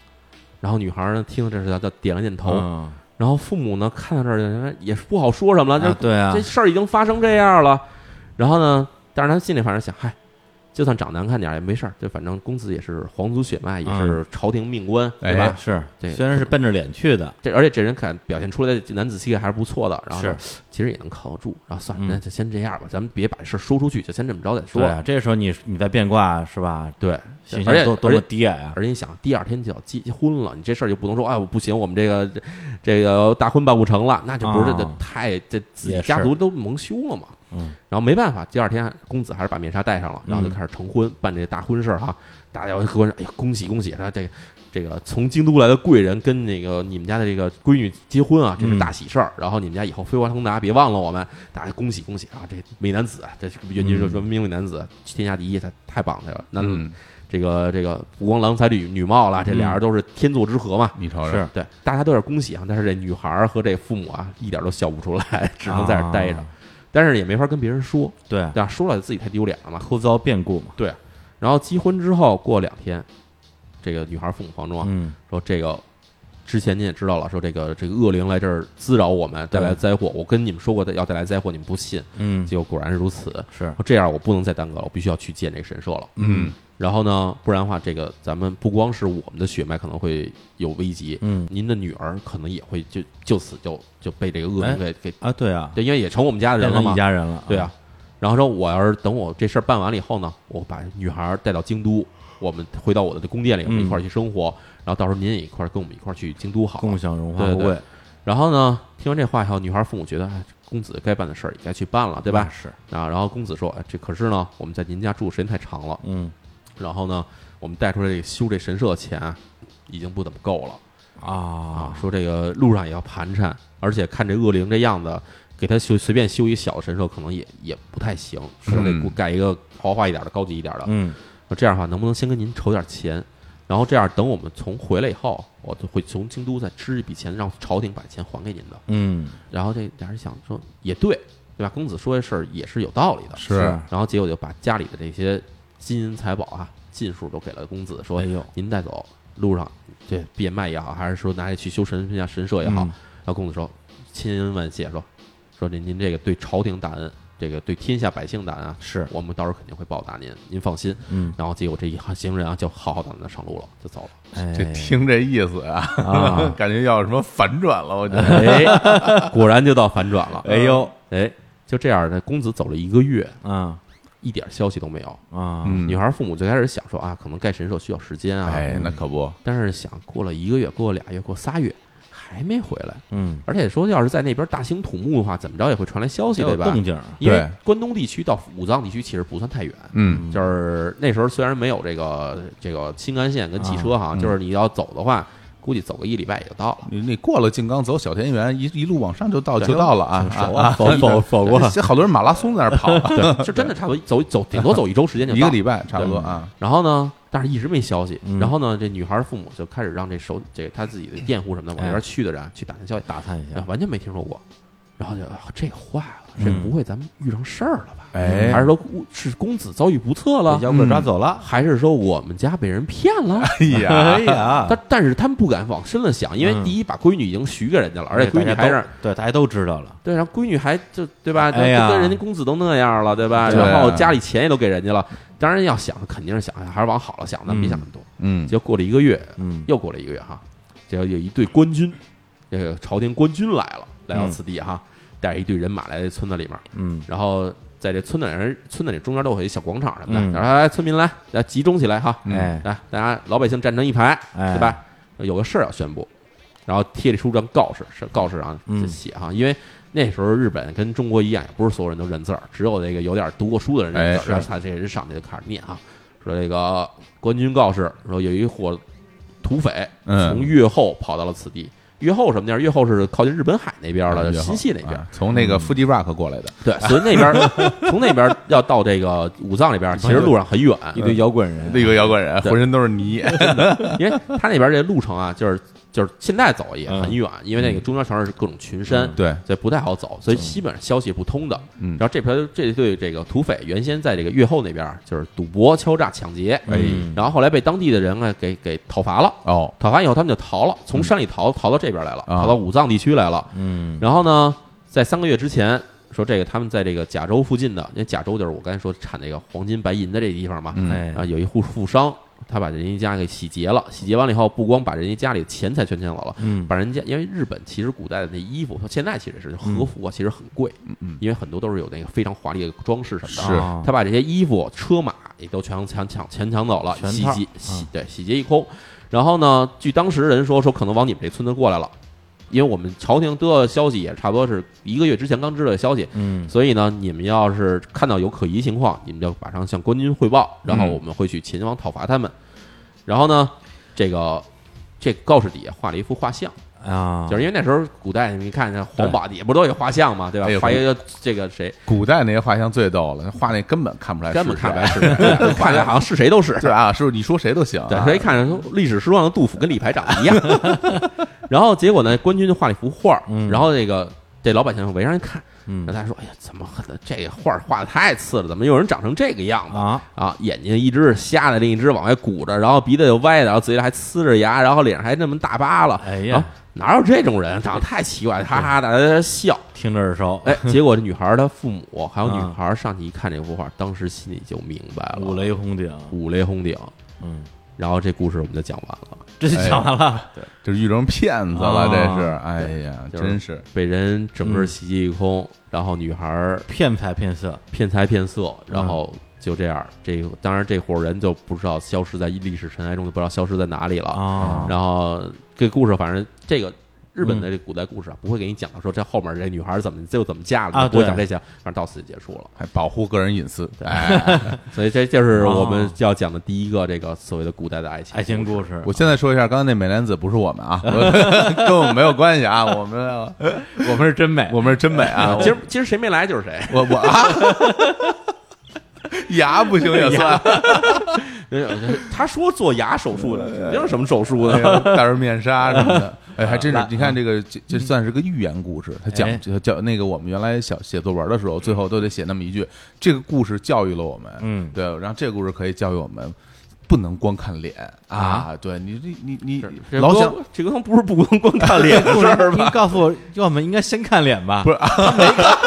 Speaker 1: 然后女孩呢听了这事，她点了点头。
Speaker 2: 嗯
Speaker 1: 然后父母呢看到这儿哎也是不好说什么了，就、
Speaker 2: 啊对啊
Speaker 1: 这，事儿已经发生这样了。然后呢，但是他心里反正想，嗨，就算长难看点儿也没事儿，就反正公子也是皇族血脉，也是
Speaker 2: 嗯
Speaker 1: 朝廷命官，对吧？
Speaker 3: 哎
Speaker 2: 是
Speaker 1: 这个
Speaker 2: 虽然是奔着脸去的，
Speaker 1: 这而且这人看表现出来的男子气概还是不错的，然后
Speaker 2: 是
Speaker 1: 其实也能靠得住，然后算了，
Speaker 2: 嗯
Speaker 1: 那就先这样吧，咱们别把这事儿说出去，就先这么着再说
Speaker 2: 对。啊，这时候你你在变卦是吧？
Speaker 1: 对，
Speaker 2: 形
Speaker 1: 而
Speaker 2: 象
Speaker 1: 且
Speaker 2: 多多
Speaker 1: 而
Speaker 2: 么
Speaker 1: 且
Speaker 2: 低矮啊！
Speaker 1: 而且你想，第二天就要结婚了，你这事儿就不能说，哎，我不行，我们这个这个大婚办不成了，那就不是
Speaker 2: 啊
Speaker 1: 这太这自己
Speaker 2: 也是
Speaker 1: 家族都蒙羞了嘛。
Speaker 2: 嗯，
Speaker 1: 然后没办法，第二天公子还是把面纱戴上了，然后就开始成婚，办这个大婚事儿哈。大家要合婚事，哎呀，恭喜恭喜！他这个这个从京都来的贵人跟那个你们家的这个闺女结婚啊，
Speaker 2: 嗯
Speaker 1: 这是大喜事儿。然后你们家以后飞黄腾达，别忘了我们，大家恭喜恭喜啊！这美男子，这是原
Speaker 2: 嗯
Speaker 1: 就是文明美男子，天下第一，他太棒了，那
Speaker 3: 嗯，
Speaker 1: 这个这个不光郎才女女貌了，这
Speaker 2: 嗯
Speaker 1: 俩人都是天作之合嘛。
Speaker 3: 你瞅
Speaker 2: 是
Speaker 3: 瞅，
Speaker 1: 对，大家都是恭喜啊，但是这女孩儿和这父母啊，一点都笑不出来，只能在这儿待着，
Speaker 2: 啊
Speaker 1: 但是也没法跟别人说，
Speaker 2: 对啊，
Speaker 1: 对吧？说了自己太丢脸了嘛。
Speaker 2: 突遭变故嘛。
Speaker 1: 然后结婚之后过两天，这个女孩父母房中啊
Speaker 2: 嗯
Speaker 1: 说：“这个之前您也知道了，说这个这个恶灵来这儿滋扰我们，带来灾祸。我跟你们说过的要带来灾祸，你们不信，
Speaker 2: 嗯，
Speaker 1: 结果果然是如此。
Speaker 2: 是，
Speaker 1: 这样我不能再耽搁了，我必须要去见这个神社了。
Speaker 2: 嗯
Speaker 1: 然后呢，不然的话，这个咱们不光是我们的血脉可能会有危及，
Speaker 2: 嗯
Speaker 1: 您的女儿可能也会就就此就就被这个恶灵给给，
Speaker 2: 啊，对啊，
Speaker 1: 对，因为也成我们家的
Speaker 2: 变
Speaker 1: 人了
Speaker 2: 成一
Speaker 1: 嘛，
Speaker 2: 家嗯人了，
Speaker 1: 对啊，。然后说，我要是等我这事儿办完了以后呢，我把女孩儿带到京都，我们回到我的这宫殿里，我们一
Speaker 2: 嗯
Speaker 1: 块儿去生活。然后到时候您也一块儿跟我们一块儿去京都好了。
Speaker 2: 啊共享荣华
Speaker 1: 对
Speaker 2: 富
Speaker 1: 对
Speaker 2: 贵，
Speaker 1: 然后呢，听完这话以后，女孩父母觉得，哎，公子该办的事儿也该去办了，对吧？
Speaker 2: 是，
Speaker 1: 啊，然后公子说，哎，这可是呢，我们在您家住时间太长了，
Speaker 2: 嗯
Speaker 1: 然后呢，我们带出来这修这神社的钱啊已经不怎么够了啊
Speaker 2: 啊，，
Speaker 1: 说这个路上也要盘缠，而且看这恶灵这样子，给他修随便修一小神社可能也也不太行，说得
Speaker 3: 嗯
Speaker 1: 给我盖一个豪华一点的、高级一点的。
Speaker 2: 嗯
Speaker 1: 那这样的话，能不能先跟您筹点钱？然后这样，等我们从回来以后，我就会从京都再支一笔钱，让朝廷把钱还给您的。
Speaker 2: 嗯，
Speaker 1: 然后这俩人想说也对，对吧？公子说这事儿也是有道理的。
Speaker 3: 是
Speaker 1: 然后结果就把家里的这些金银财宝啊，尽数都给了公子，说
Speaker 2: 哎呦
Speaker 1: 您带走，路上对变卖也好，还是说拿去去修神像神社也好。
Speaker 2: 嗯
Speaker 1: 然后公子说千恩万谢，说说您您这个对朝廷大恩，这个对天下百姓大恩啊，
Speaker 2: 是，
Speaker 1: 我们到时候肯定会报答您，您放心。
Speaker 2: 嗯，
Speaker 1: 然后结果这一行行人啊，就浩浩荡荡地上路了，就走了。
Speaker 2: 哎
Speaker 3: 这听这意思啊，
Speaker 1: *laughs* 嗯
Speaker 2: 啊
Speaker 3: 感觉要有什么反转了，我觉得。
Speaker 1: 哎， *laughs* 果然就到反转了。
Speaker 2: 哎呦，
Speaker 1: 哎，就这样，呢，公子走了一个月，
Speaker 2: 啊
Speaker 1: 一点消息都没有。
Speaker 2: 啊，
Speaker 3: 嗯
Speaker 1: 女孩父母最开始想说啊，可能盖神社需要时间啊，
Speaker 3: 哎，那可不，
Speaker 1: 但是想过了一个月，过了俩月，过仨月还没回来，
Speaker 2: 嗯，
Speaker 1: 而且说要是在那边大兴土木的话，怎么着也会传来消息，
Speaker 2: 有
Speaker 1: 对吧啊
Speaker 2: 动？静儿，
Speaker 1: 因为
Speaker 3: 对
Speaker 1: 关东地区到武藏地区其实不算太远，
Speaker 3: 嗯
Speaker 1: 就是那时候虽然没有这个这个新干线跟汽车哈，
Speaker 2: 啊嗯
Speaker 1: 就是你要走的话，估计走个一礼拜也就到了。
Speaker 3: 你你过了静冈，走小田园，一一路往上就到
Speaker 1: 对
Speaker 3: 就到了啊
Speaker 2: 手
Speaker 3: 啊！
Speaker 2: 啊，否否否过，
Speaker 3: 这好多人马拉松在那儿跑啊，
Speaker 2: *laughs*
Speaker 1: 对，就真的差不多走走顶多走一周时 *laughs* 间就
Speaker 3: 一
Speaker 1: 到
Speaker 3: 个
Speaker 1: 了。
Speaker 3: 礼拜差不多啊。
Speaker 1: 然后呢，但是一直没消息。
Speaker 2: 嗯
Speaker 1: 然后呢，这女孩父母就开始让这手这他自己的佃户什么的往那
Speaker 2: 哎
Speaker 1: 边去的人啊去打听消息，
Speaker 2: 打探一
Speaker 1: 然
Speaker 2: 下
Speaker 1: 后，完全没听说过。然后就、啊这坏了，这
Speaker 2: 嗯
Speaker 1: 不会咱们遇上事儿了吧？
Speaker 3: 哎
Speaker 1: 嗯还是说是公子遭遇不测了
Speaker 2: 被，妖
Speaker 1: 嗯
Speaker 2: 怪抓走了，
Speaker 1: 还是说我们家被人骗了？
Speaker 3: 哎呀，
Speaker 2: 呀
Speaker 1: 但但是他们不敢往深了想，因为
Speaker 2: 嗯
Speaker 1: 第一把闺女已经许给人家 *laughs* 了，而且闺女还
Speaker 2: 大家
Speaker 1: 让
Speaker 2: 都对大家都知道了，
Speaker 1: 对，然后闺女还就对吧？就
Speaker 2: 哎呀啊
Speaker 1: 跟人家公子都那样了，对吧？
Speaker 3: 对
Speaker 1: 然后家里钱也都给人家了，当然要想肯定是想，哎还是往好了想的，
Speaker 2: 嗯
Speaker 1: 别想那么多。
Speaker 3: 嗯，
Speaker 1: 结果过了一个月，
Speaker 2: 嗯，
Speaker 1: 又过了一个月哈，结果有一队官军，这个朝廷官军来了，来到
Speaker 2: 嗯
Speaker 1: 此地哈，带着一队人马来村子里面，
Speaker 2: 嗯
Speaker 1: 然后在这村子里人村子里中间都有一小广场什么
Speaker 2: 嗯
Speaker 1: 的，然后来村民来，来集中起来哈，
Speaker 3: 嗯
Speaker 2: 哎
Speaker 1: 来大家老百姓站成一排，
Speaker 2: 哎，
Speaker 1: 对？吧？有个事儿要宣布，然后贴了出张告示，是告示上
Speaker 2: 嗯
Speaker 1: 就写哈，因为那时候日本跟中国一样，也不是所有人都认字儿，只有这个有点读过书的人认
Speaker 3: 哎
Speaker 1: 字儿，然后他这人上去就开始念啊，说这个官军告示说有一伙土匪
Speaker 3: 嗯
Speaker 1: 从越后跑到了此地。越后什么地儿？越后是靠近日本海那边了，
Speaker 3: 越好
Speaker 1: 新系那边。嗯
Speaker 3: 啊从那个 Fuji Rock 过来的，
Speaker 1: 对，所以那边儿 *laughs* 从那边儿要到这个武藏那边儿，其实路上很远，
Speaker 2: 一堆摇滚人，
Speaker 3: 那个摇滚人
Speaker 1: 嗯对嗯
Speaker 3: 浑身都是泥，
Speaker 1: 因为他那边这路程啊，就是就是现在走也
Speaker 3: 嗯
Speaker 1: 很远，因为那个中间全是各种群山，
Speaker 2: 嗯
Speaker 3: 对，
Speaker 1: 所以不太好走，所以基本上消息不通的。
Speaker 3: 嗯
Speaker 1: 然后这边这对这个土匪原先在这个越后那边就是赌博、敲诈、抢劫，
Speaker 3: 哎
Speaker 1: 然后后来被当地的人啊给给讨伐了，
Speaker 3: 哦，
Speaker 1: 讨伐以后他们就逃了，从山里逃逃到这边来了，
Speaker 3: 嗯啊
Speaker 1: 逃到武藏地区来了。
Speaker 2: 嗯
Speaker 1: 然后呢，在三个月之前。说这个，他们在这个甲州附近的，因为甲州就是我刚才说产这个黄金白银的这地方嘛，
Speaker 3: 嗯
Speaker 2: 哎
Speaker 1: 啊，有一户富商，他把人家家给洗劫了，洗劫完了以后，不光把人家家里的钱财全抢走了，
Speaker 2: 嗯
Speaker 1: 把人家因为日本其实古代的那衣服，它现在其实是和服啊，其实很贵，
Speaker 3: 嗯
Speaker 1: 因为很多都是有那个非常华丽的装饰什么的啊。
Speaker 3: 是
Speaker 2: 啊
Speaker 1: 他把这些衣服、车马也都全抢抢全抢走了，
Speaker 2: 全
Speaker 1: 洗
Speaker 2: 套
Speaker 1: 劫洗
Speaker 2: 嗯
Speaker 1: 对洗劫一空。然后呢，据当时人说，说可能往你们这村子过来了，因为我们朝廷得到的消息也差不多是一个月之前刚知道的消息，
Speaker 2: 嗯
Speaker 1: 所以呢，你们要是看到有可疑情况，你们就马上向官军汇报，然后
Speaker 3: 嗯
Speaker 1: 我们会去秦王讨伐他们。然后呢，这个这个告示底下画了一幅画像，嗯
Speaker 2: 啊，
Speaker 1: 就是因为那时候古代你看看皇榜底下不都有画像嘛，对吧
Speaker 3: 哎？呦
Speaker 1: 画一个这个谁
Speaker 3: 古代那些画像最逗了，画那根本看不出来，
Speaker 1: 根本看不
Speaker 3: 不
Speaker 1: 来是谁，画的好像是谁都是。
Speaker 2: *laughs*
Speaker 3: 对啊， *laughs* 是不是你说谁都行啊，
Speaker 1: 对，所以看着历史书上的 *laughs* 杜甫跟李排长一样。然后结果呢，官军就画了一幅画儿，
Speaker 2: 嗯
Speaker 1: 然后这个这老百姓围上一看，
Speaker 2: 嗯
Speaker 1: 那他说：“哎呀，怎么可能？这个画画的太次了，怎么有人长成这个样子
Speaker 2: 啊，
Speaker 1: 啊？眼睛一只是瞎的，另一只往外鼓着，然后鼻子又歪的，然后嘴里还呲着牙，然后脸上还那么大疤了。
Speaker 2: 哎
Speaker 1: 啊
Speaker 2: 呀，，
Speaker 1: 哪有这种人？长得太奇怪了，哈哈，大家在那笑。
Speaker 2: 听着耳熟，
Speaker 1: 哎，结果这女孩儿她父母还有女
Speaker 2: 啊
Speaker 1: 孩儿上去一看这幅画，当时心里就明白了，
Speaker 2: 五雷轰顶，
Speaker 1: 五雷轰顶。
Speaker 2: 嗯，
Speaker 1: 然后这故事我们就讲完了，
Speaker 2: 这就讲完了，
Speaker 3: 这遇成骗子了，
Speaker 2: 啊
Speaker 3: 这是，哎呀，
Speaker 1: 哦就是
Speaker 3: 真是，
Speaker 1: 被人整
Speaker 2: 嗯
Speaker 1: 个洗劫一空，然后女孩儿
Speaker 2: 骗财骗色，
Speaker 1: 骗财骗色，
Speaker 2: 嗯
Speaker 1: 然后就这样，这个当然这伙人就不知道消失在历史尘埃中，就不知道消失在哪里了。
Speaker 2: 啊
Speaker 1: 然后这故事，反正这个日本的这古代故事啊，不会给你讲到说这后面这女孩怎么就怎么嫁了，
Speaker 2: 啊
Speaker 1: 不会讲
Speaker 2: 对
Speaker 1: 这些，反正到此就结束了。
Speaker 3: 还保护个人隐私，哎，
Speaker 1: 所以这就是
Speaker 2: 哦
Speaker 1: 我们要讲的第一个这个所谓的古代的爱情
Speaker 2: 爱情
Speaker 1: 故事。
Speaker 2: 故事
Speaker 3: 我现在说一下，刚才那美男子不是我们啊，我 *laughs* 跟我们没有关系啊，我们
Speaker 2: 我们是真美，
Speaker 3: 我们是真美
Speaker 2: *laughs*
Speaker 3: 啊，
Speaker 1: 今儿今儿谁没来就是谁，
Speaker 3: 我我啊， *laughs* 牙不行也算，
Speaker 1: 他说做牙手术的，没有什么手术
Speaker 3: 哎
Speaker 1: 的，
Speaker 3: 呦戴着面纱什么
Speaker 2: *laughs*
Speaker 3: 的，哎，还真是
Speaker 2: 啊。
Speaker 3: 你看这个，这这算是个寓言故事。他
Speaker 2: 哎
Speaker 3: 讲讲那个我们原来小写作文的时候，最后都得写那么一句：这个故事教育了我们。
Speaker 2: 嗯
Speaker 3: 对，然后这个故事可以教育我们，不能光看脸啊！对你，你你你
Speaker 1: 这
Speaker 3: 老
Speaker 1: 不
Speaker 3: 想
Speaker 1: 这个不是不光光看脸的事儿 *laughs*
Speaker 2: 您
Speaker 1: 吧？
Speaker 2: 告诉我，我们应该先看脸吧？
Speaker 3: 不是
Speaker 2: 他没看，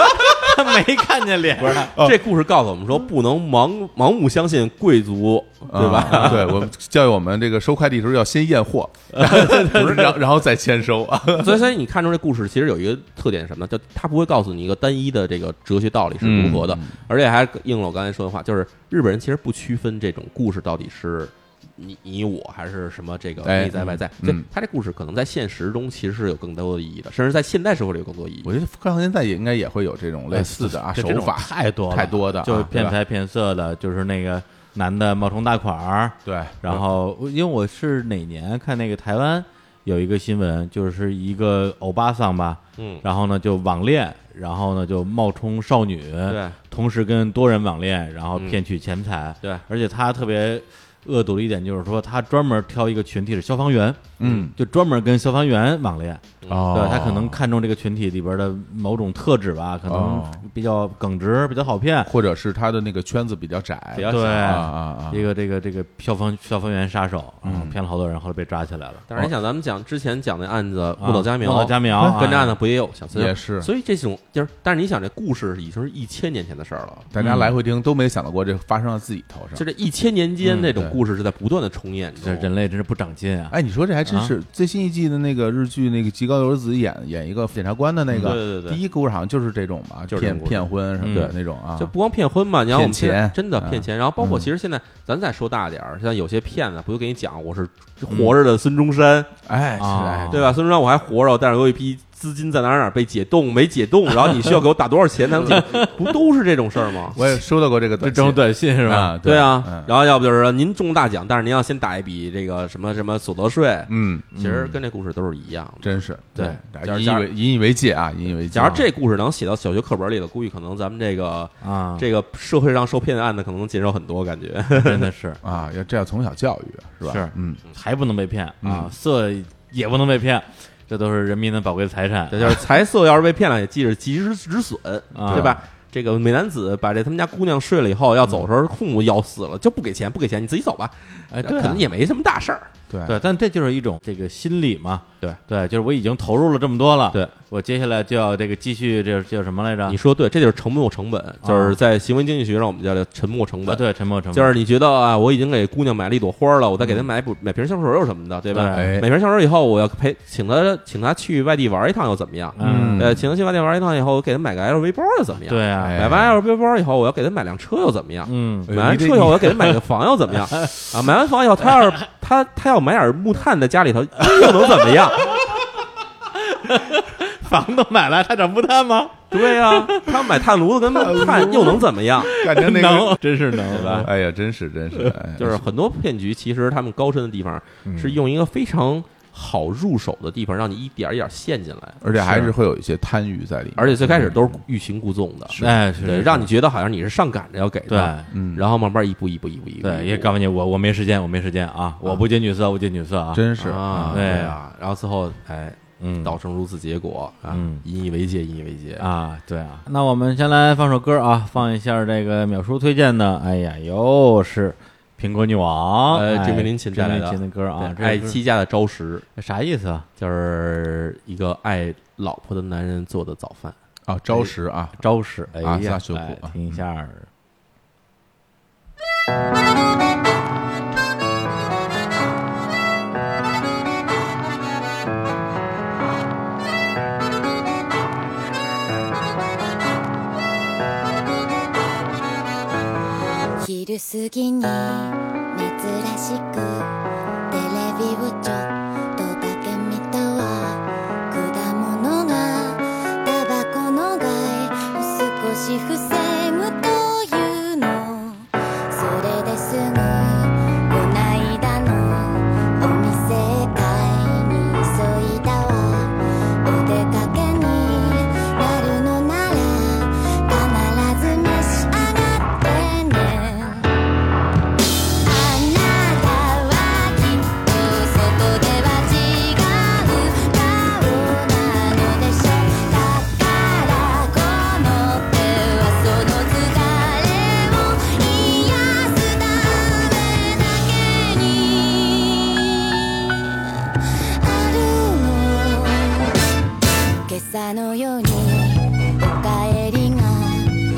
Speaker 2: *laughs* 他没看见脸，不是
Speaker 1: 这故事告诉我们说，不能盲盲目相信贵族，对吧？
Speaker 3: 啊对我们教育我们这个收快递的时候要先验
Speaker 1: *laughs*
Speaker 3: 货，不是然后然后再签收啊。
Speaker 1: 所以，所以你看出这故事其实有一个特点是什么呢？就它不会告诉你一个单一的这个哲学道理是如何的，而且还应了我刚才说的话，就是日本人其实不区分这种故事到底是你你我还是什么这个
Speaker 3: 哎
Speaker 1: 内在外在，
Speaker 3: 嗯
Speaker 1: 所以
Speaker 3: 嗯
Speaker 1: 他这故事可能在现实中其实是有更多的意义的，甚至在现代社会里有更多意义
Speaker 3: 我。觉得看现在也应该也会有这种类似
Speaker 1: 哎
Speaker 3: 的啊
Speaker 2: 这
Speaker 3: 手
Speaker 2: 这种
Speaker 3: 法，
Speaker 2: 太多了
Speaker 3: 太多的啊
Speaker 2: 就是
Speaker 3: 对
Speaker 2: 骗
Speaker 3: 吧
Speaker 2: 财骗色的，就是那个男的冒充大款儿，
Speaker 3: 对，
Speaker 2: 然后因为我是哪年看那个台湾有一个新闻，就是一个欧巴桑吧，
Speaker 1: 嗯，
Speaker 2: 然后呢就网恋，然后呢就冒充少女，
Speaker 3: 嗯
Speaker 1: 对
Speaker 2: 同时跟多人网恋，然后
Speaker 1: 嗯
Speaker 2: 骗取钱财，
Speaker 1: 对
Speaker 3: 嗯
Speaker 2: 而且他特别恶毒的一点就是说，他专门挑一个群体是消防员，
Speaker 3: 嗯，
Speaker 2: 就专门跟消防员网恋，
Speaker 3: 哦
Speaker 2: 对他可能看中这个群体里边的某种特质吧，可能
Speaker 3: 哦啊
Speaker 2: 比较耿直，比较好骗，
Speaker 3: 或者是他的那个圈子比较窄，
Speaker 1: 比较
Speaker 2: 对。
Speaker 3: 啊啊啊，
Speaker 2: 一个这个这个消防消防员杀手，嗯，骗了好多人，后来被抓起来了。
Speaker 1: 但是你想，咱们讲之前讲的案
Speaker 3: 啊
Speaker 1: 子木岛佳苗，
Speaker 2: 啊木岛佳苗啊
Speaker 1: 跟这案
Speaker 2: 呢，
Speaker 1: 子不也有相似？
Speaker 3: 也是
Speaker 1: 所以这种就是，但是你想，这故事已经是一千年前的事儿了。
Speaker 3: 大家来回听都没想到过这发生在自己头上
Speaker 1: 就。嗯这一千年间，
Speaker 2: 嗯
Speaker 1: 那种
Speaker 3: 对
Speaker 1: 故事是在不断的重演
Speaker 2: 这
Speaker 1: 中。
Speaker 2: 人类真是不长进啊！
Speaker 3: 哎，你说这还真是最新一季的那个日剧，那个吉高由子演演一个检察官的那
Speaker 1: 嗯对对
Speaker 3: 个，
Speaker 1: 对
Speaker 3: 第一故事好像就是这种吧，
Speaker 1: 就是这种
Speaker 3: 骗
Speaker 1: 故事
Speaker 3: 骗婚什么的
Speaker 2: 嗯
Speaker 3: 那种啊
Speaker 1: 就，不光骗婚嘛，你看我们
Speaker 3: 骗钱
Speaker 1: 现在真的
Speaker 3: 嗯
Speaker 1: 骗钱，然后包括其实现在咱再说大点儿，像有些骗子不就给你讲我是
Speaker 3: 嗯
Speaker 1: 活着的孙中山，
Speaker 3: 哎，是
Speaker 2: 啊
Speaker 3: 哎，
Speaker 1: 对吧？孙中山我还活着，但是我有一批资金在哪儿哪儿被解冻，没解冻，然后你需要给我打多少钱才能解？
Speaker 3: *laughs*
Speaker 1: 不都是这种事儿吗？
Speaker 3: 我也收到过这个
Speaker 2: 这
Speaker 3: 短
Speaker 2: 这种
Speaker 3: 信，
Speaker 2: 短信是吧？
Speaker 3: 啊，
Speaker 1: 对
Speaker 3: 对
Speaker 1: 啊，
Speaker 3: 嗯
Speaker 1: 然后要不就是说您中大奖，但是您要先打一笔这个什么什么所得税，
Speaker 3: 嗯，
Speaker 1: 其实跟这故事都是一样的。
Speaker 3: 真是
Speaker 1: 对
Speaker 3: 大
Speaker 1: 假如
Speaker 3: 家引以为引以为戒啊，引以为戒。
Speaker 1: 假如这故事能写到小学课本里头，估计可能咱们这个
Speaker 2: 啊，
Speaker 1: 这个社会上受骗的案子可能能减少很多，感觉。
Speaker 2: 真的 *laughs* 是
Speaker 3: 啊，要这要从小教育是吧？
Speaker 2: 是
Speaker 3: 嗯，
Speaker 2: 财不能被骗啊
Speaker 3: 嗯，
Speaker 2: 色也不能被骗，这都是人民的宝贵财产。
Speaker 1: 这就是财色要是被骗了，也记着及时止损，
Speaker 2: 啊
Speaker 1: 对吧？这个美男子把这他们家姑娘睡了以后，要走的时候，父母要死了，就不给钱，不给钱，你自己走吧。
Speaker 2: 哎，对
Speaker 1: 可
Speaker 2: 啊，
Speaker 1: 能也没什么大事儿。
Speaker 3: 对
Speaker 2: 对，但这就是一种这个心理嘛。
Speaker 1: 对
Speaker 2: 对，就是我已经投入了这么多了，
Speaker 1: 对
Speaker 2: 我接下来就要这个继续，这叫什么来着？
Speaker 1: 你说对，这就是沉没成本，就是在行为经济学上我们叫做沉没成
Speaker 2: 啊，
Speaker 1: 本。
Speaker 2: 对，沉默成本
Speaker 1: 就是你觉得啊，我已经给姑娘买了一朵花了，我再给她买补买瓶香水又什么的，对吧？
Speaker 3: 哎
Speaker 1: 买瓶香水以后，我要陪请她请她去外地玩一趟又怎么样？
Speaker 2: 嗯，
Speaker 1: 呃，请她去外地玩一趟以后，我给她买个 LV 包又怎么样？
Speaker 2: 对啊，
Speaker 3: 哎
Speaker 1: 买完 LV 包以后，我要给她买辆车又怎么样？
Speaker 2: 嗯，
Speaker 3: 哎
Speaker 1: 买完
Speaker 3: 你
Speaker 1: 车
Speaker 3: 这
Speaker 1: 以后，我要给他买个房又怎
Speaker 2: *laughs*
Speaker 1: 么样？啊，买完房以后，他要是他他要买点木炭在家里头，哎又能怎么样？ *laughs*
Speaker 2: 房都买来，他长不炭吗？
Speaker 1: 对呀、他买炭炉子跟炭又 *laughs* 能怎么样？
Speaker 3: 感觉那
Speaker 2: 能
Speaker 3: 个，，
Speaker 2: 真是能，对吧？
Speaker 3: 哎呀，真是真是，哎
Speaker 1: 就是很多骗局，其实他们高深的地方
Speaker 2: 嗯
Speaker 1: 是用一个非常好入手的地方，让你一点儿一点儿陷进来，
Speaker 3: 而且还是会有一些贪欲在里面，
Speaker 1: 而且最开始都是欲擒故纵的，
Speaker 2: 哎，是
Speaker 1: 对，让你觉得好像你是上赶着要给
Speaker 2: 对
Speaker 1: 的，
Speaker 3: 嗯，
Speaker 1: 然后慢慢一步一步一步一步，
Speaker 2: 对，也
Speaker 1: 搞
Speaker 2: 告诉你我我没时间，我没时间啊，我不近女色，我近女色啊，
Speaker 3: 真是
Speaker 1: 啊，
Speaker 2: 对
Speaker 1: 啊，然后最后哎，
Speaker 2: 嗯
Speaker 1: 造成如此结果啊
Speaker 2: 嗯，
Speaker 1: 引以为戒，引以为戒。
Speaker 2: 啊，对啊，那我们先来放首歌啊，放一下这个淼叔推荐的，哎呀，又是苹果女王，
Speaker 1: 呃
Speaker 2: 哎，
Speaker 1: 郑明林琴带来的
Speaker 2: 郑明林琴的歌啊，
Speaker 1: 对爱
Speaker 2: 这个
Speaker 1: 妻家的招食
Speaker 2: 歌啥意思啊？
Speaker 1: 就是一个爱老婆的男人做的早饭。
Speaker 3: 啊，招实啊，
Speaker 2: 招式，哎
Speaker 3: 啊
Speaker 2: 呀
Speaker 3: 萨，修普
Speaker 2: 哎
Speaker 3: 啊
Speaker 2: 听一下儿。
Speaker 4: 昼過ぎに珍しくテレビをちょっとだけ見たわ果物がタバコの害を少し防ぐというのそれですぐこないだのお店へ買いに急いだわお出かけになるのなら必ず召し上がってねあなたはきっと外では違う顔なのでしょだからこの手はその疲れを癒すためだけにあるの今朝のようにお帰りが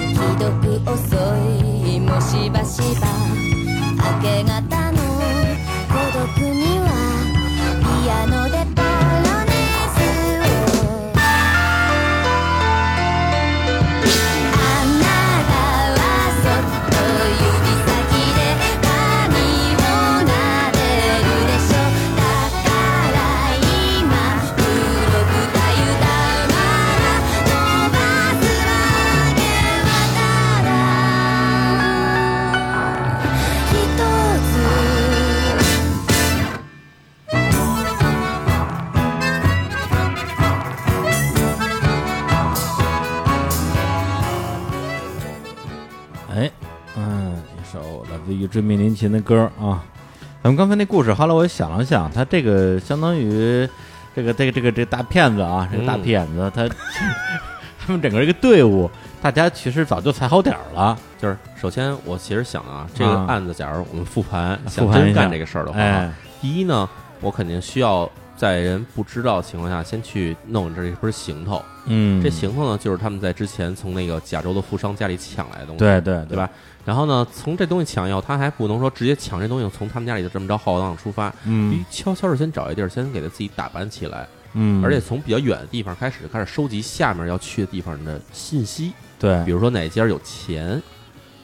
Speaker 4: ひどく遅いもしばしば明け方の孤独にはピアノでポロネーズを「あなたはそっと指先で髪を撫でて」「るでしょ」「だから今黒くたゆたまら飛ばすわけはただひとつ」
Speaker 2: 哎，嗯，一首来自于追命林琴的歌啊。咱们刚才那故事，后来我想了想，他这个相当于这个这个这个这个大骗子啊，这个大
Speaker 1: 嗯
Speaker 2: 骗子，他 *laughs* 他们整个这个队伍，大家其实早就踩好点儿了。
Speaker 1: 就是首先，我其实想啊，这个
Speaker 2: 啊
Speaker 1: 案子，假如我们复盘，
Speaker 2: 复
Speaker 1: 想
Speaker 2: 盘一
Speaker 1: 真
Speaker 2: 下
Speaker 1: 干这个事儿的话，啊
Speaker 2: 哎，
Speaker 1: 第一呢，我肯定需要在人不知道的情况下，先去弄这一根行头。
Speaker 2: 嗯，
Speaker 1: 这行头呢，就是他们在之前从那个加州的富商家里抢来的东西，
Speaker 2: 对对
Speaker 1: 对？吧？然后呢，从这东西抢要，他还不能说直接抢这东西，从他们家里就这么着浩荡出发，
Speaker 2: 嗯
Speaker 1: 悄悄的先找一地儿，先给他自己打扮起来，
Speaker 2: 嗯，
Speaker 1: 而且从比较远的地方开始，开始收集下面要去的地方的信息，
Speaker 2: 对
Speaker 1: 比，如说哪家有钱，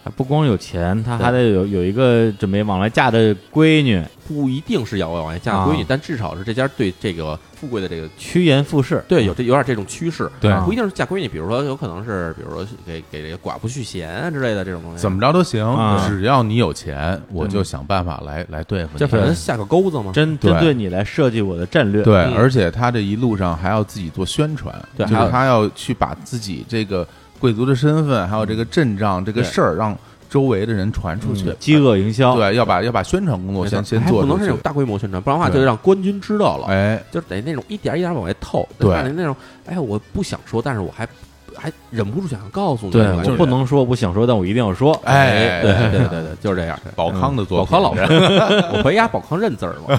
Speaker 2: 还不光有钱，他还得有有一个准备往外嫁的闺女，
Speaker 1: 不一定是要往外嫁闺女，
Speaker 2: 啊
Speaker 1: 但至少是这家对这个富贵的这个
Speaker 2: 趋炎附势。
Speaker 1: 对，有这有点这种趋势，
Speaker 3: 对
Speaker 1: 不一定是嫁闺女，比如说有可能是，比如说给给这个寡妇续弦啊之类的这种东西，
Speaker 3: 怎么着都行
Speaker 2: 啊，
Speaker 3: 只要你有钱，我就想办法来来对付你。
Speaker 1: 这反正下个钩子嘛，
Speaker 2: 针
Speaker 3: 对
Speaker 2: 针对你来设计我的战略。
Speaker 3: 对
Speaker 1: 嗯，
Speaker 3: 而且他这一路上还要自己做宣传，
Speaker 1: 对
Speaker 3: 就是
Speaker 1: 还有
Speaker 3: 他要去把自己这个贵族的身份，还有这个阵仗这个
Speaker 1: 对
Speaker 3: 事儿，让周围的人传出去
Speaker 2: 嗯，。饥饿营销。
Speaker 3: 对，要把要把宣传工作
Speaker 1: 没错
Speaker 3: 先先
Speaker 1: 还
Speaker 3: 做
Speaker 1: 不能
Speaker 3: 出
Speaker 1: 是那种
Speaker 3: 去。
Speaker 1: 大规模宣传，不然的话就
Speaker 3: 对
Speaker 1: 让官军知道了，
Speaker 3: 哎，
Speaker 1: 就是得那种一点一点往外透，
Speaker 3: 对
Speaker 1: 让你那种，哎呀，我不想说，但是我还还忍不住想告诉你，
Speaker 2: 对，
Speaker 1: 那种
Speaker 2: 我
Speaker 1: 感觉
Speaker 2: 不能说，我不想说，但我一定要说。
Speaker 1: 哎，
Speaker 3: 哎
Speaker 1: 对对对对对，就是这样。
Speaker 3: 宝康的作
Speaker 1: 宝
Speaker 3: 品，
Speaker 1: 康老师， *laughs* 我回家宝康认字儿嘛，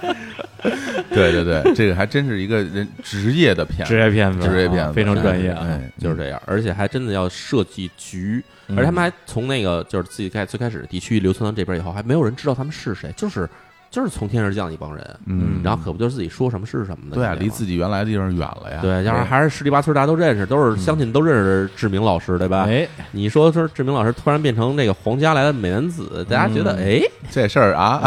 Speaker 3: *laughs* 对对对，这个还真是一个人职业的骗
Speaker 2: 职
Speaker 3: 子，
Speaker 2: 业骗子，
Speaker 3: 职业骗
Speaker 2: 啊
Speaker 3: 子，
Speaker 2: 非常专业啊。
Speaker 3: 哎，
Speaker 1: 就是这样，而且还真的要设计局，
Speaker 2: 嗯
Speaker 1: 而且他们还从那个就是自己开最开始地区流窜到这边以后，还没有人知道他们是谁，就是就是从天而降的一帮人，
Speaker 3: 嗯，
Speaker 1: 然后可不就是自己说什么是什么的，
Speaker 3: 对
Speaker 1: 你知道
Speaker 3: 啊，
Speaker 1: 吗
Speaker 3: 离自己原来的地方远了呀。哎
Speaker 1: 对，要是还是十里八村大家都认识，都是相信都认识志明老师，对吧？
Speaker 2: 哎，
Speaker 1: 你说说志明老师突然变成那个皇家来的美男子，大家觉得哎，
Speaker 3: 这事
Speaker 1: *laughs*
Speaker 3: 儿啊，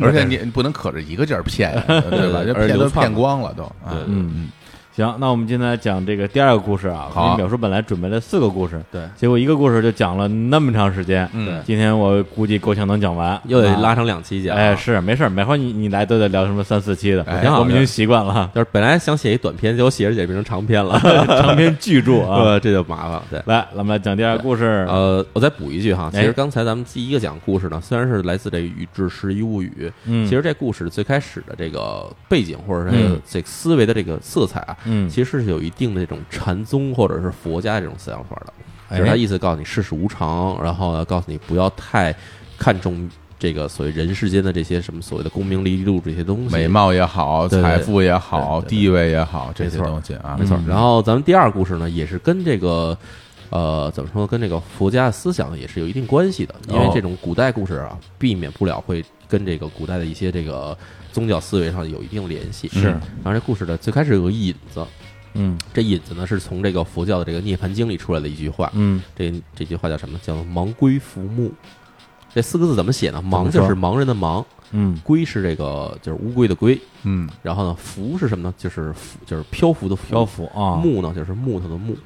Speaker 3: 而且你你不能可着一个劲儿骗呀，对吧？
Speaker 1: 对而且
Speaker 3: 这骗
Speaker 1: 流
Speaker 3: 都
Speaker 1: 窜
Speaker 3: 骗光了都。啊
Speaker 1: 对
Speaker 2: 嗯，行，那我们今天来讲这个第二个故事啊。
Speaker 3: 好
Speaker 2: 因为淼叔本来准备了四个故事，
Speaker 1: 对
Speaker 2: 结果一个故事就讲了那么长时间。
Speaker 3: 嗯
Speaker 2: 今天我估计够呛能讲完，
Speaker 1: 又得
Speaker 2: 啊
Speaker 1: 拉成两期讲。
Speaker 2: 哎，是没事儿，每回你你来都得聊什么三四期的，
Speaker 3: 哎
Speaker 1: 挺好的，
Speaker 2: 我们已经习惯
Speaker 1: *laughs*
Speaker 2: 了
Speaker 1: 就是本来想写一短篇，结果写着写着变成长篇了，
Speaker 2: *laughs*
Speaker 1: *laughs*
Speaker 2: 长篇巨著啊。
Speaker 1: 呃，这就麻烦了。对，
Speaker 2: 来，咱们来讲第二个故事。
Speaker 1: 呃，我再补一句哈，其
Speaker 2: 哎
Speaker 1: 实刚才咱们第一个讲故事呢，虽然是来自这个《宇治十一物语》，
Speaker 2: 嗯
Speaker 1: 其实这故事最开始的这个背景或者是
Speaker 2: 嗯
Speaker 1: 这个思维的这个色彩啊，
Speaker 2: 嗯
Speaker 1: 其实是有一定的这种禅宗或者是佛家的这种思想法的，
Speaker 2: 哎
Speaker 1: 就是他意思告诉你世事无常，然后呢告诉你不要太看重这个所谓人世间的这些什么所谓的功名利禄这些东西，
Speaker 3: 美貌也好，
Speaker 1: 对对对
Speaker 3: 财富也好，
Speaker 1: 对对对
Speaker 3: 地位也好，这
Speaker 1: 没
Speaker 3: 些
Speaker 1: 错
Speaker 3: 东西啊，
Speaker 1: 没错
Speaker 2: 嗯。
Speaker 1: 然后咱们第二故事呢，也是跟这个。呃，怎么说？跟这个佛家的思想也是有一定关系的，因为
Speaker 3: 哦
Speaker 1: 这种古代故事啊，避免不了会跟这个古代的一些这个宗教思维上有一定联系。
Speaker 2: 是
Speaker 1: 嗯然后这故事呢，最开始有个引子，
Speaker 2: 嗯
Speaker 1: 这引子呢是从这个佛教的这个《涅盘经》里出来的一句话，
Speaker 2: 嗯
Speaker 1: 这这句话叫什么？叫“盲龟浮木”。这四个字怎么写呢？
Speaker 2: 么
Speaker 1: 盲
Speaker 2: 说
Speaker 1: 就是盲人的盲，
Speaker 2: 嗯
Speaker 1: 龟是这个就是乌龟的龟，
Speaker 3: 嗯，
Speaker 1: 然后呢，浮是什么呢？就是浮就是漂浮的浮，
Speaker 2: 漂浮啊，
Speaker 1: 木呢就是木头的木，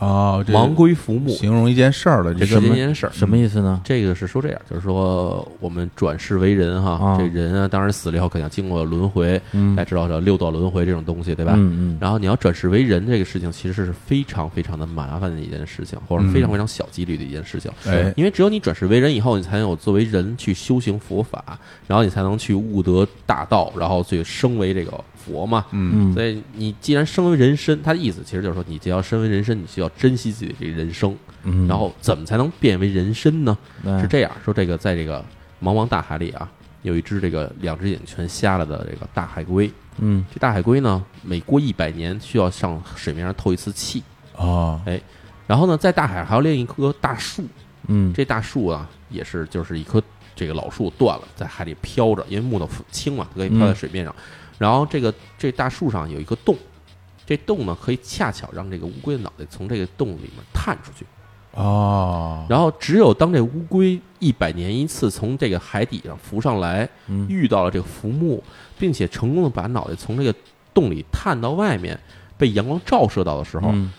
Speaker 3: 哦，这
Speaker 1: 盲龟浮木，
Speaker 3: 形容一件事儿了，
Speaker 1: 这
Speaker 3: 这
Speaker 1: 是
Speaker 3: 什
Speaker 1: 一
Speaker 3: 么？
Speaker 1: 件事儿。
Speaker 2: 什么意思呢？
Speaker 1: 这个是说这样，就是说我们转世为人哈，
Speaker 2: 啊
Speaker 1: 这人啊，当然死了以后肯定要经过轮回，
Speaker 2: 嗯
Speaker 1: 大家知道这六道轮回这种东西，哎对吧？
Speaker 2: 嗯嗯
Speaker 1: 然后你要转世为人这个事情，其实是非常非常的麻烦的一件事情，或者非常非常小几率的一件事情。
Speaker 3: 哎，
Speaker 1: 因为只有你转世为人以后，你才能有作为人去修行佛法，然后你才能去悟得大道，然后去升为这个佛嘛。
Speaker 3: 嗯，
Speaker 2: 嗯，
Speaker 1: 所以你既然身为人身，他的意思其实就是说，你既要身为人身，你就要珍惜自己的这个人生。
Speaker 2: 嗯
Speaker 1: 然后怎么才能变为人身呢？
Speaker 2: 哎
Speaker 1: 是这样说，这个在这个茫茫大海里啊，有一只这个两只眼全瞎了的这个大海龟。
Speaker 2: 嗯
Speaker 1: 这大海龟呢，每过一百年需要上水面上透一次气。
Speaker 3: 哦，
Speaker 1: 然后呢，在大海还有另一棵大树，
Speaker 2: 嗯
Speaker 1: 这大树啊也是就是一棵这个老树断了，在海里飘着，因为木头轻嘛，它可以飘在水面上。然后这个这大树上有一个洞，这洞呢可以恰巧让这个乌龟的脑袋从这个洞里面探出去。
Speaker 3: 哦，
Speaker 1: 然后只有当这乌龟一百年一次从这个海底上浮上来，
Speaker 2: 嗯
Speaker 1: 遇到了这个浮木，并且成功的把脑袋从这个洞里探到外面，被阳光照射到的时候，
Speaker 2: 嗯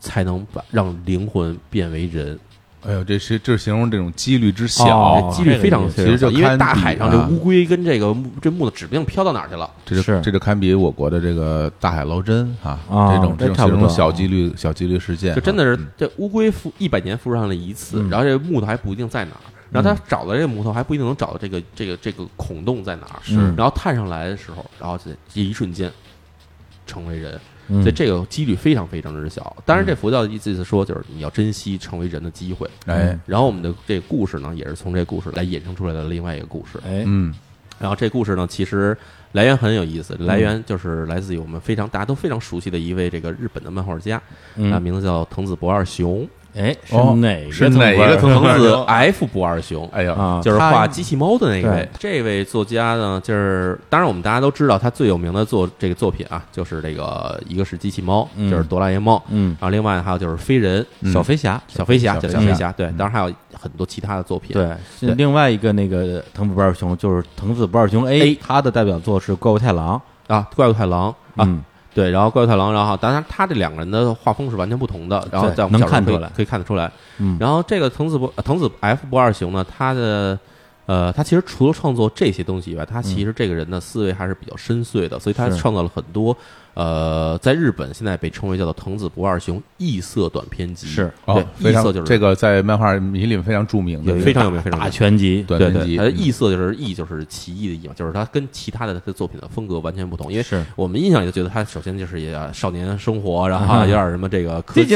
Speaker 1: 才能把让灵魂变为人。
Speaker 3: 哎呦，这是这是形容这种几率之
Speaker 2: 哦
Speaker 3: 小，
Speaker 1: 几率非常
Speaker 2: 这
Speaker 1: 非常小，
Speaker 3: 个意思其实就
Speaker 1: 因为
Speaker 3: 堪
Speaker 1: 大
Speaker 3: 比
Speaker 1: 海上
Speaker 3: 啊
Speaker 1: 这乌龟跟这个木这木头指不定飘到哪儿去了。
Speaker 3: 这就是这就堪比我国的这个大海捞针啊，
Speaker 2: 啊
Speaker 3: 这种这
Speaker 2: 这
Speaker 3: 种
Speaker 2: 差
Speaker 3: 形
Speaker 2: 不多
Speaker 3: 容小几率小几率事件啊，
Speaker 1: 就真的是
Speaker 3: 嗯
Speaker 1: 这乌龟浮一百年浮上了一次
Speaker 2: 嗯，
Speaker 1: 然后这木头还不一定在哪儿，然后它找到这个木头还不一定能找到这个这个这个孔洞在哪儿，
Speaker 2: 是
Speaker 1: 然后探上来的时候，然后这一瞬间成为人，
Speaker 2: 嗯
Speaker 1: 所以这个几率非常非常之小。当然，这佛教的意思是说，就是你要珍惜成为人的机会。
Speaker 3: 哎，
Speaker 1: 然后我们的这个故事呢，也是从这故事来衍生出来的另外一个故事。
Speaker 2: 哎
Speaker 3: 嗯，
Speaker 1: 然后这故事呢，其实来源很有意思，
Speaker 2: 嗯
Speaker 1: 来源就是来自于我们非常大家都非常熟悉的一位这个日本的漫画家，啊，
Speaker 2: 嗯
Speaker 1: 名字叫藤子不二雄，
Speaker 2: 哎是
Speaker 3: 哦
Speaker 2: 哪个
Speaker 3: 是
Speaker 1: 哎
Speaker 3: 哪个
Speaker 2: 同
Speaker 3: 同
Speaker 1: 藤
Speaker 3: 藤
Speaker 1: 子
Speaker 3: 子
Speaker 1: F 不二雄，
Speaker 3: 哎呦，
Speaker 2: 啊？
Speaker 1: 就是
Speaker 3: 他
Speaker 1: 画机器猫的那一位
Speaker 2: 对。
Speaker 1: 这位作家呢，就是当然我们大家都知道，他最有名的作这个作品啊，就是这个一个是机器猫，
Speaker 2: 嗯
Speaker 1: 就是哆啦 A 梦，
Speaker 2: 嗯
Speaker 1: 然后另外还有就是飞人、
Speaker 3: 嗯
Speaker 2: 小飞侠
Speaker 1: 小飞侠，
Speaker 3: 小
Speaker 1: 叫
Speaker 3: 飞
Speaker 1: 小飞
Speaker 2: 侠
Speaker 1: 侠，对，当然还有很多其他的作品。
Speaker 2: 对，
Speaker 1: 对哎
Speaker 2: 另外一个那个藤子不二雄就是藤子不二雄
Speaker 1: A
Speaker 2: 他的代表作是《怪物太郎
Speaker 1: 啊，怪物太郎》啊，
Speaker 2: 嗯
Speaker 1: 对，然后怪物太郎，然后当然他这两个人的画风是完全不同的，然后
Speaker 2: 对
Speaker 1: 在我们
Speaker 2: 能
Speaker 1: 小时候
Speaker 2: 看
Speaker 1: 可以
Speaker 2: 出来
Speaker 1: 可以看得出来。
Speaker 2: 嗯
Speaker 1: 然后这个藤子不呃藤子 F 不二雄呢，他的呃，他其实除了创作这些东西以外，他其实这个人的思维还是比较深邃的，所以他
Speaker 2: 嗯是
Speaker 1: 创造了很多呃，在日本现在被称为叫做藤子不二雄异色短篇集，
Speaker 2: 是
Speaker 3: 哦，
Speaker 1: 对，
Speaker 3: 非
Speaker 1: 异色
Speaker 3: 常
Speaker 1: 就是
Speaker 3: 这个在漫画迷里非常著名的
Speaker 1: 有一个非常有名，非常有
Speaker 2: 大
Speaker 1: 名
Speaker 2: 全集，
Speaker 3: 短
Speaker 1: 对
Speaker 3: 篇
Speaker 1: 对，
Speaker 3: 集
Speaker 1: 它，
Speaker 2: 嗯
Speaker 1: 的异色就是异，就是奇异的异嘛，就是它跟其他的他的作品的风格完全不同。因为
Speaker 2: 是
Speaker 1: 我们印象里就觉得它首先就是也少年生活，然
Speaker 2: 啊
Speaker 1: 后有点什么这个科技，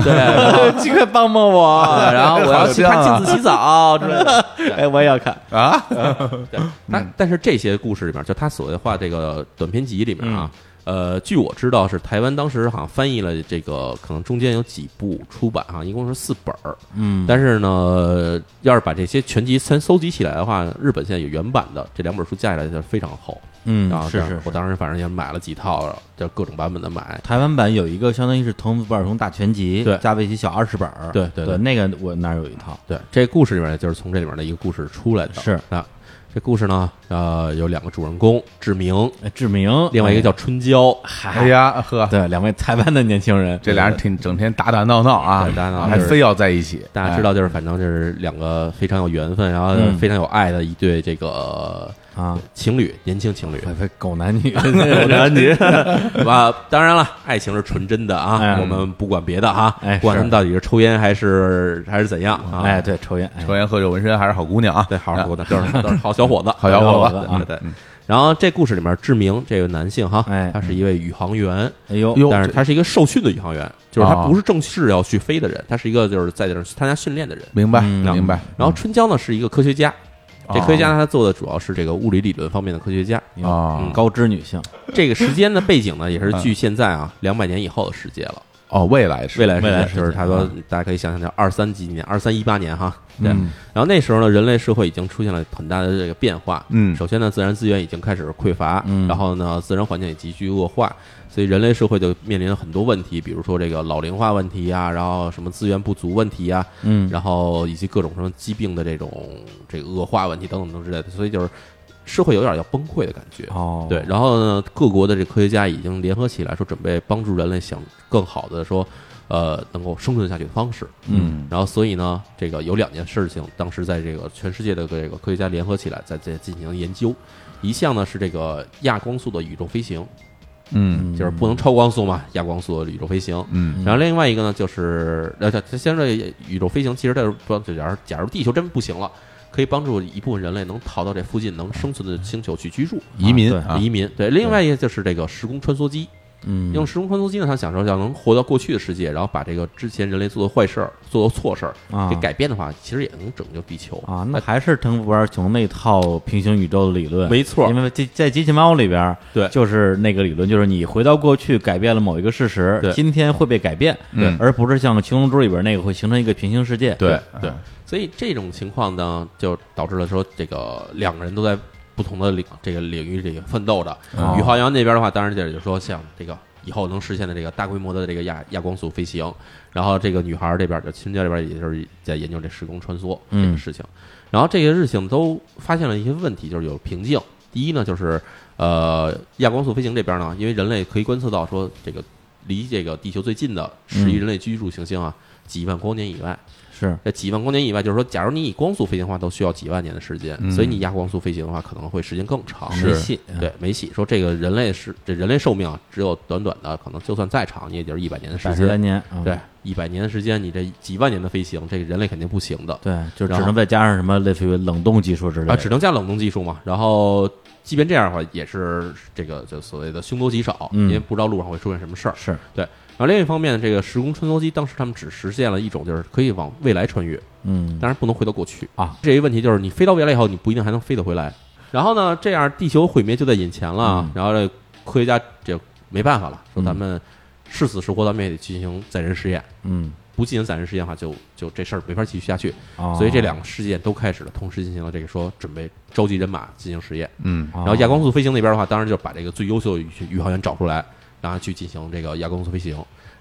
Speaker 1: *laughs* 对，然
Speaker 2: *laughs*
Speaker 1: 后
Speaker 2: 这个帮帮我
Speaker 1: *laughs* 对然后我要去看
Speaker 2: 好像啊
Speaker 1: 镜子洗
Speaker 2: *laughs*
Speaker 1: 澡之类的。
Speaker 2: 哎，我也要看，
Speaker 1: 啊对，它
Speaker 2: 嗯
Speaker 1: 但是这些故事里面，就他所谓画这个短篇集里面啊。
Speaker 2: 嗯
Speaker 1: 呃，据我知道是台湾当时好像翻译了这个，可能中间有几部出版啊哈，一共是四本儿。
Speaker 2: 嗯，
Speaker 1: 但是呢，要是把这些全集全搜集起来的话，日本现在有原版的这两本书加起来就非常厚。
Speaker 2: 嗯
Speaker 1: 然后
Speaker 2: 是
Speaker 1: 啊这样
Speaker 2: 是
Speaker 1: 我当时反正也买了几套，就各种版本的买。
Speaker 2: 台湾版有一个相当于是《藤子不二雄大全集》，
Speaker 1: 对
Speaker 2: 加在一起小二十本儿，
Speaker 1: 对对
Speaker 2: 对
Speaker 1: 对
Speaker 2: 那个我那儿有一套，
Speaker 1: 对，这故事里面就是从这里面的一个故事出来的。
Speaker 2: 是
Speaker 1: 啊，这故事呢，呃，有两个主人公，志明，
Speaker 2: 哎志明，
Speaker 1: 另外一个叫春娇。
Speaker 2: 嗨
Speaker 3: 哎呀呵，
Speaker 2: *laughs* 对，两位台湾的年轻人，
Speaker 3: 这俩人挺整天打打闹闹啊
Speaker 1: 对打打闹闹，
Speaker 3: 还
Speaker 1: 就是
Speaker 3: 非要在一起。哎
Speaker 1: 大家知道，就是反正就是两个非常有缘分，然后
Speaker 2: 嗯
Speaker 1: 非常有爱的一对这个
Speaker 2: 啊，
Speaker 1: 情侣，年轻情侣。
Speaker 2: 哎这狗男
Speaker 1: *laughs*
Speaker 2: 女，
Speaker 1: 南极 *laughs* 啊，当然了，爱情是纯真的啊，
Speaker 2: 哎
Speaker 1: 我们不管别的啊，
Speaker 2: 哎
Speaker 1: 不管
Speaker 2: 是
Speaker 1: 他们到底是抽烟还是还是怎样 *laughs* 啊，
Speaker 2: 哎，对，抽烟，哎
Speaker 3: 抽烟喝酒纹身还是好姑娘啊，
Speaker 1: 对，好好说的，都是都是好小伙
Speaker 2: *laughs*
Speaker 1: 子，
Speaker 3: 好小伙
Speaker 2: 小伙
Speaker 3: 子
Speaker 2: 子嗯
Speaker 1: 对对对。然后这故事里面，志明这个男性哈
Speaker 2: 哎，
Speaker 1: 他是一位宇航员，
Speaker 2: 哎呦，
Speaker 3: 哟
Speaker 1: 但是他是一个受训的宇航员，就是他
Speaker 2: 啊
Speaker 3: 哦
Speaker 1: 不是正式要去飞的人，他是一个就是在这儿参加训练的人。
Speaker 3: 明白
Speaker 2: 嗯
Speaker 3: 明白。
Speaker 1: 然后春娇呢是一个科学家，这
Speaker 2: 啊
Speaker 3: 哦
Speaker 1: 科学家呢他做的主要是这个物理理论方面的科学家。
Speaker 3: 哦
Speaker 1: 嗯
Speaker 2: 哎高知女性，
Speaker 1: 这个时间的背景呢，也是
Speaker 2: 嗯
Speaker 1: 距现在啊两百年以后的世界了。
Speaker 3: 哦，未来是
Speaker 1: 未来世
Speaker 2: 未来
Speaker 1: 界
Speaker 2: 世界啊
Speaker 1: 就是他说，大家可以想想，这二三几年，二三一八年哈，对。
Speaker 2: 嗯
Speaker 1: 然后那时候呢，人类社会已经出现了很大的这个变化。
Speaker 3: 嗯
Speaker 1: 首先呢，自然资源已经开始匮乏，
Speaker 2: 嗯
Speaker 1: 然后呢，自然环境也急剧恶化，所以人类社会就面临了很多问题，比如说这个老龄化问题呀、啊然后什么资源不足问题呀、
Speaker 2: 嗯，
Speaker 1: 然后以及各种什么疾病的这种这个恶化问题等等等之类的，所以就是社会有点要崩溃的感觉。
Speaker 2: 哦，
Speaker 1: 对，，然后呢，各国的这科学家已经联合起来，说准备帮助人类想更好的说，呃，能够生存下去的方式。
Speaker 2: 嗯
Speaker 1: 然后，所以呢，这个有两件事情，当时在这个全世界的这个科学家联合起来，在在进行研究。一项呢是这个亚光速的宇宙飞行，
Speaker 3: 嗯
Speaker 1: 就是不能超光速嘛，亚光速的宇宙飞行。
Speaker 3: 嗯
Speaker 1: 然后另外一个呢，就是呃，它现在宇宙飞行其实它是帮，假如假如地球真不行了，可以帮助一部分人类能逃到这附近能生存的星球去居住。
Speaker 3: 移民
Speaker 2: 对
Speaker 3: 啊
Speaker 1: 移民对，另外一个就是这个时空穿梭机，
Speaker 2: 嗯，
Speaker 1: 用时空穿梭机呢，他想说要能活到过去的世界，然后把这个之前人类做的坏事儿、做的错事儿
Speaker 2: 啊
Speaker 1: 给改变的话，其实也能拯救地球呃
Speaker 2: 啊，那还是藤福尔琼那套平行宇宙的理论，
Speaker 1: 没错
Speaker 2: 因为在在机器猫里边儿，
Speaker 1: 对
Speaker 2: 就是那个理论，就是你回到过去改变了某一个事实，
Speaker 1: 对
Speaker 2: 今天会被改变，
Speaker 3: 对
Speaker 2: 而不是像《七龙珠》里边那个会形成一个平行世界，
Speaker 3: 对
Speaker 1: 对，所以这种情况呢，就导致了说这个两个人都在不同的领这个领域里奋斗着。
Speaker 2: 哦
Speaker 1: 宇航员那边的话，当然就是说像这个。以后能实现的这个大规模的这个亚亚光速飞行，然后这个女孩儿这边儿就青椒这边儿也就是在研究这时空穿梭这
Speaker 2: 嗯
Speaker 1: 个事情，然后这些事情都发现了一些问题，就是有瓶颈。第一呢，就是呃亚光速飞行这边呢，因为人类可以观测到说这个离这个地球最近的适宜
Speaker 2: 嗯
Speaker 1: 人类居住行星啊几万光年以外，
Speaker 2: 是，
Speaker 1: 这几万光年以外，就是说，假如你以光速飞行的话，都需要几万年的时间，
Speaker 3: 嗯
Speaker 1: 所以你亚光速飞行的话，可能会时间更长。
Speaker 2: 没戏，
Speaker 1: 对，没戏。说这个人类是这人类寿命啊只有短短的，可能就算再长，你也就是一百年的时
Speaker 2: 百十来
Speaker 1: 间。
Speaker 2: 年，啊
Speaker 1: 对，一百年的时间，你这几万年的飞行，这个人类肯定不行的
Speaker 2: 对，就只
Speaker 1: 然后
Speaker 2: 能再加上什么类似于冷冻技术之类的，
Speaker 1: 啊，只能加冷冻技术嘛。然后，即便这样的话，也是这个就所谓的凶多吉少，
Speaker 2: 嗯
Speaker 1: 因为不知道路上会出现什么事儿。
Speaker 2: 是，
Speaker 1: 然后另一方面，这个时空穿梭机当时他们只实现了一种，就是可以往未来穿越，
Speaker 2: 嗯
Speaker 1: 当然不能回到过去
Speaker 2: 啊。
Speaker 1: 这一问题就是你飞到未来以后，你不一定还能飞得回来。然后呢，这样地球毁灭就在眼前了。
Speaker 2: 嗯
Speaker 1: 然后这科学家就没办法了，说
Speaker 2: 嗯
Speaker 1: 咱们是死是活，咱们也得进行载人实验。
Speaker 2: 嗯，
Speaker 1: 不进行载人实验的话，就就这事儿没法继续下去。
Speaker 2: 哦
Speaker 1: 所以这两个事件都开始了，同时进行了这个说准备召集人马进行实验。
Speaker 3: 嗯
Speaker 2: 哦
Speaker 1: 然后亚光速飞行那边的话，当然就把这个最优秀的宇宇航员找出来，然后去进行这个亚光速飞行。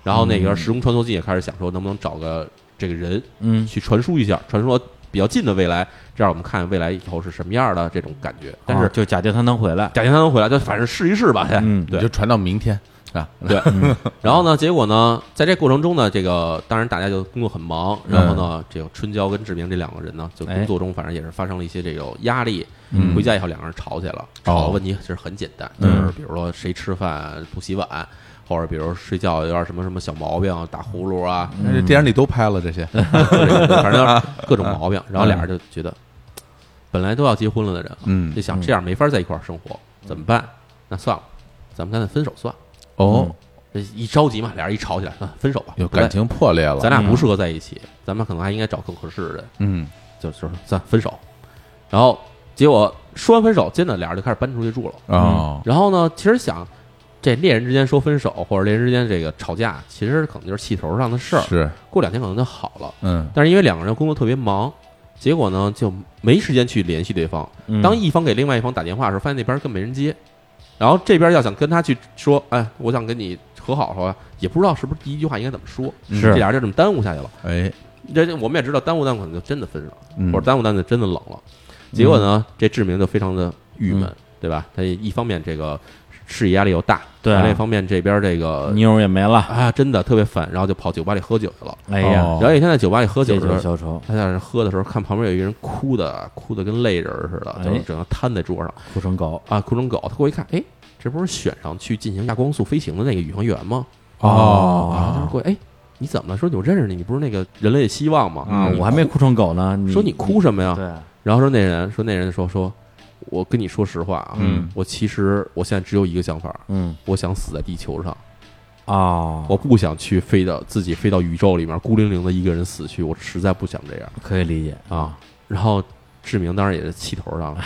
Speaker 1: 然后那个时空穿梭机也开始想说，能不能找个这个人
Speaker 2: 嗯
Speaker 1: 去传输一下，传说比较近的未来，这样我们看未来以后是什么样的这种感觉。但
Speaker 2: 哦
Speaker 1: 是
Speaker 2: 就假定他能回来，
Speaker 1: 贾天能回来，就反正试一试吧，先、
Speaker 2: 嗯
Speaker 3: 你
Speaker 1: 对
Speaker 3: 就传到明天啊，
Speaker 1: 对。 *laughs* 然后呢，结果呢，在这过程中呢，这个当然大家就工作很忙，然后呢，
Speaker 2: 嗯
Speaker 1: 这个春娇跟志明这两个人呢，就工作中反正也是发生了一些这种压力。
Speaker 2: 哎嗯哦
Speaker 1: 回家以后两个人吵起来了，吵的问题其实很简单，就
Speaker 2: 嗯
Speaker 1: 是比如说谁吃饭不洗碗，或者比如睡觉有点什么什么小毛病，打呼噜
Speaker 2: *laughs*
Speaker 1: 啊，
Speaker 3: 那这电影里都拍了这些，
Speaker 1: 反正各种毛病。
Speaker 2: 嗯
Speaker 1: 然后俩人就觉得，本来都要结婚了的人啊，
Speaker 3: *laughs* 嗯
Speaker 1: 就想这样没法在一块儿生活，怎么办？那算了，咱们干脆分手算。了。
Speaker 3: 哦，
Speaker 1: 这一着急嘛，俩人一吵起来，算了分手吧。
Speaker 3: 有感情破裂
Speaker 1: 不
Speaker 3: 了，
Speaker 1: 在，咱俩不适合在一起，咱们可能还应该找更合适的人，
Speaker 3: 嗯
Speaker 1: 就就是算了分手。然后结果说完分手，真的俩人就开始搬出去住了。
Speaker 3: 哦，
Speaker 1: 然后呢，其实想。这恋人之间说分手，或者恋人之间这个吵架，其实可能就是气头上的事儿。
Speaker 3: 是，
Speaker 1: 过两天可能就好了。
Speaker 3: 嗯
Speaker 1: 但是因为两个人工作特别忙，结果呢就没时间去联系对方。
Speaker 2: 嗯
Speaker 1: 当一方给另外一方打电话的时候，发现那边更没人接，然后这边要想跟他去说，哎，我想跟你和好的话，也不知道是不是第一句话应该怎么说，
Speaker 2: 嗯是
Speaker 1: 这俩人就这么耽误下去了。
Speaker 3: 哎，
Speaker 1: 这这我们也知道，耽误耽误可能就真的分手了，
Speaker 3: 嗯
Speaker 1: 或者耽误耽误就真的冷了。结果呢，这志明就非常的郁闷
Speaker 2: 嗯，
Speaker 1: 对吧？他一方面这个事业压力又大，
Speaker 2: 对啊
Speaker 1: 另一方面这边这个
Speaker 2: 妞儿也没了，
Speaker 1: 啊，真的特别烦，然后就跑酒吧里喝酒去了。
Speaker 2: 哎呀，
Speaker 3: 哦
Speaker 1: 然后有一天在酒吧里喝酒
Speaker 2: 借
Speaker 1: 的时
Speaker 2: 酒
Speaker 1: 候，
Speaker 2: 消愁，
Speaker 1: 他在那喝的时候，看旁边有一个人哭的，哭的跟泪人儿似的，
Speaker 2: 哎
Speaker 1: 就是整个瘫在桌上
Speaker 2: 哭成狗。
Speaker 1: 啊，哭成狗。他过一看，哎，这不是选上去进行亚光速飞行的那个宇航员吗？
Speaker 2: 哦
Speaker 1: 啊，他说过去，哎，你怎么了？说你我认识你，你不是那个人类的希望吗？啊
Speaker 3: 嗯
Speaker 2: 啊，我还没哭成狗呢，你
Speaker 1: 说你哭什么呀？
Speaker 2: 对，
Speaker 1: 然后说那人说那人说说，我跟你说实话啊，
Speaker 2: 嗯
Speaker 1: 我其实我现在只有一个想法，
Speaker 2: 嗯
Speaker 1: 我想死在地球上，
Speaker 2: 哦，
Speaker 1: 我不想去飞到自己飞到宇宙里面孤零零的一个人死去，我实在不想这样
Speaker 2: 可以理解，
Speaker 1: 啊。然后志明当然也是气头上了，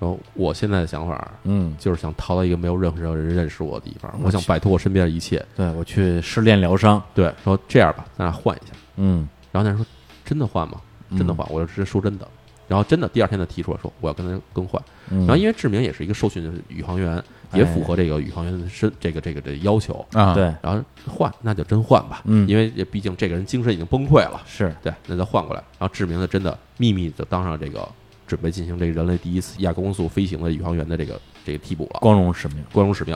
Speaker 1: 然后我现在的想法
Speaker 2: 嗯，
Speaker 1: 就是想逃到一个没有任何人认识我的地方，
Speaker 2: 我
Speaker 1: 我想
Speaker 2: 去
Speaker 1: 摆脱我身边的一切。
Speaker 2: 对我去失恋疗伤，
Speaker 1: 对，说这样吧，咱俩换一下。
Speaker 2: 嗯，
Speaker 1: 然后那人说真的换吗？真的换，我就直接说真的。然后真的第二天他提出来说我要跟他更换。
Speaker 2: 嗯，
Speaker 1: 然后
Speaker 2: 嗯，
Speaker 1: 因为志明也是一个受训的宇航员，也
Speaker 2: 哎
Speaker 1: 符合这个宇航员的身这个这个这个要求。
Speaker 3: 啊，
Speaker 2: 对，
Speaker 1: 然后换那就真换吧，
Speaker 2: 嗯
Speaker 1: 因为也毕竟这个人精神已经崩溃了，
Speaker 2: 是，
Speaker 1: 对，那就换过来。然后志明呢，真的秘密的当上这个准备进行这个人类第一次亚光速飞行的宇航员的这个这个替补了，
Speaker 2: 光荣使命，
Speaker 1: 光荣使命。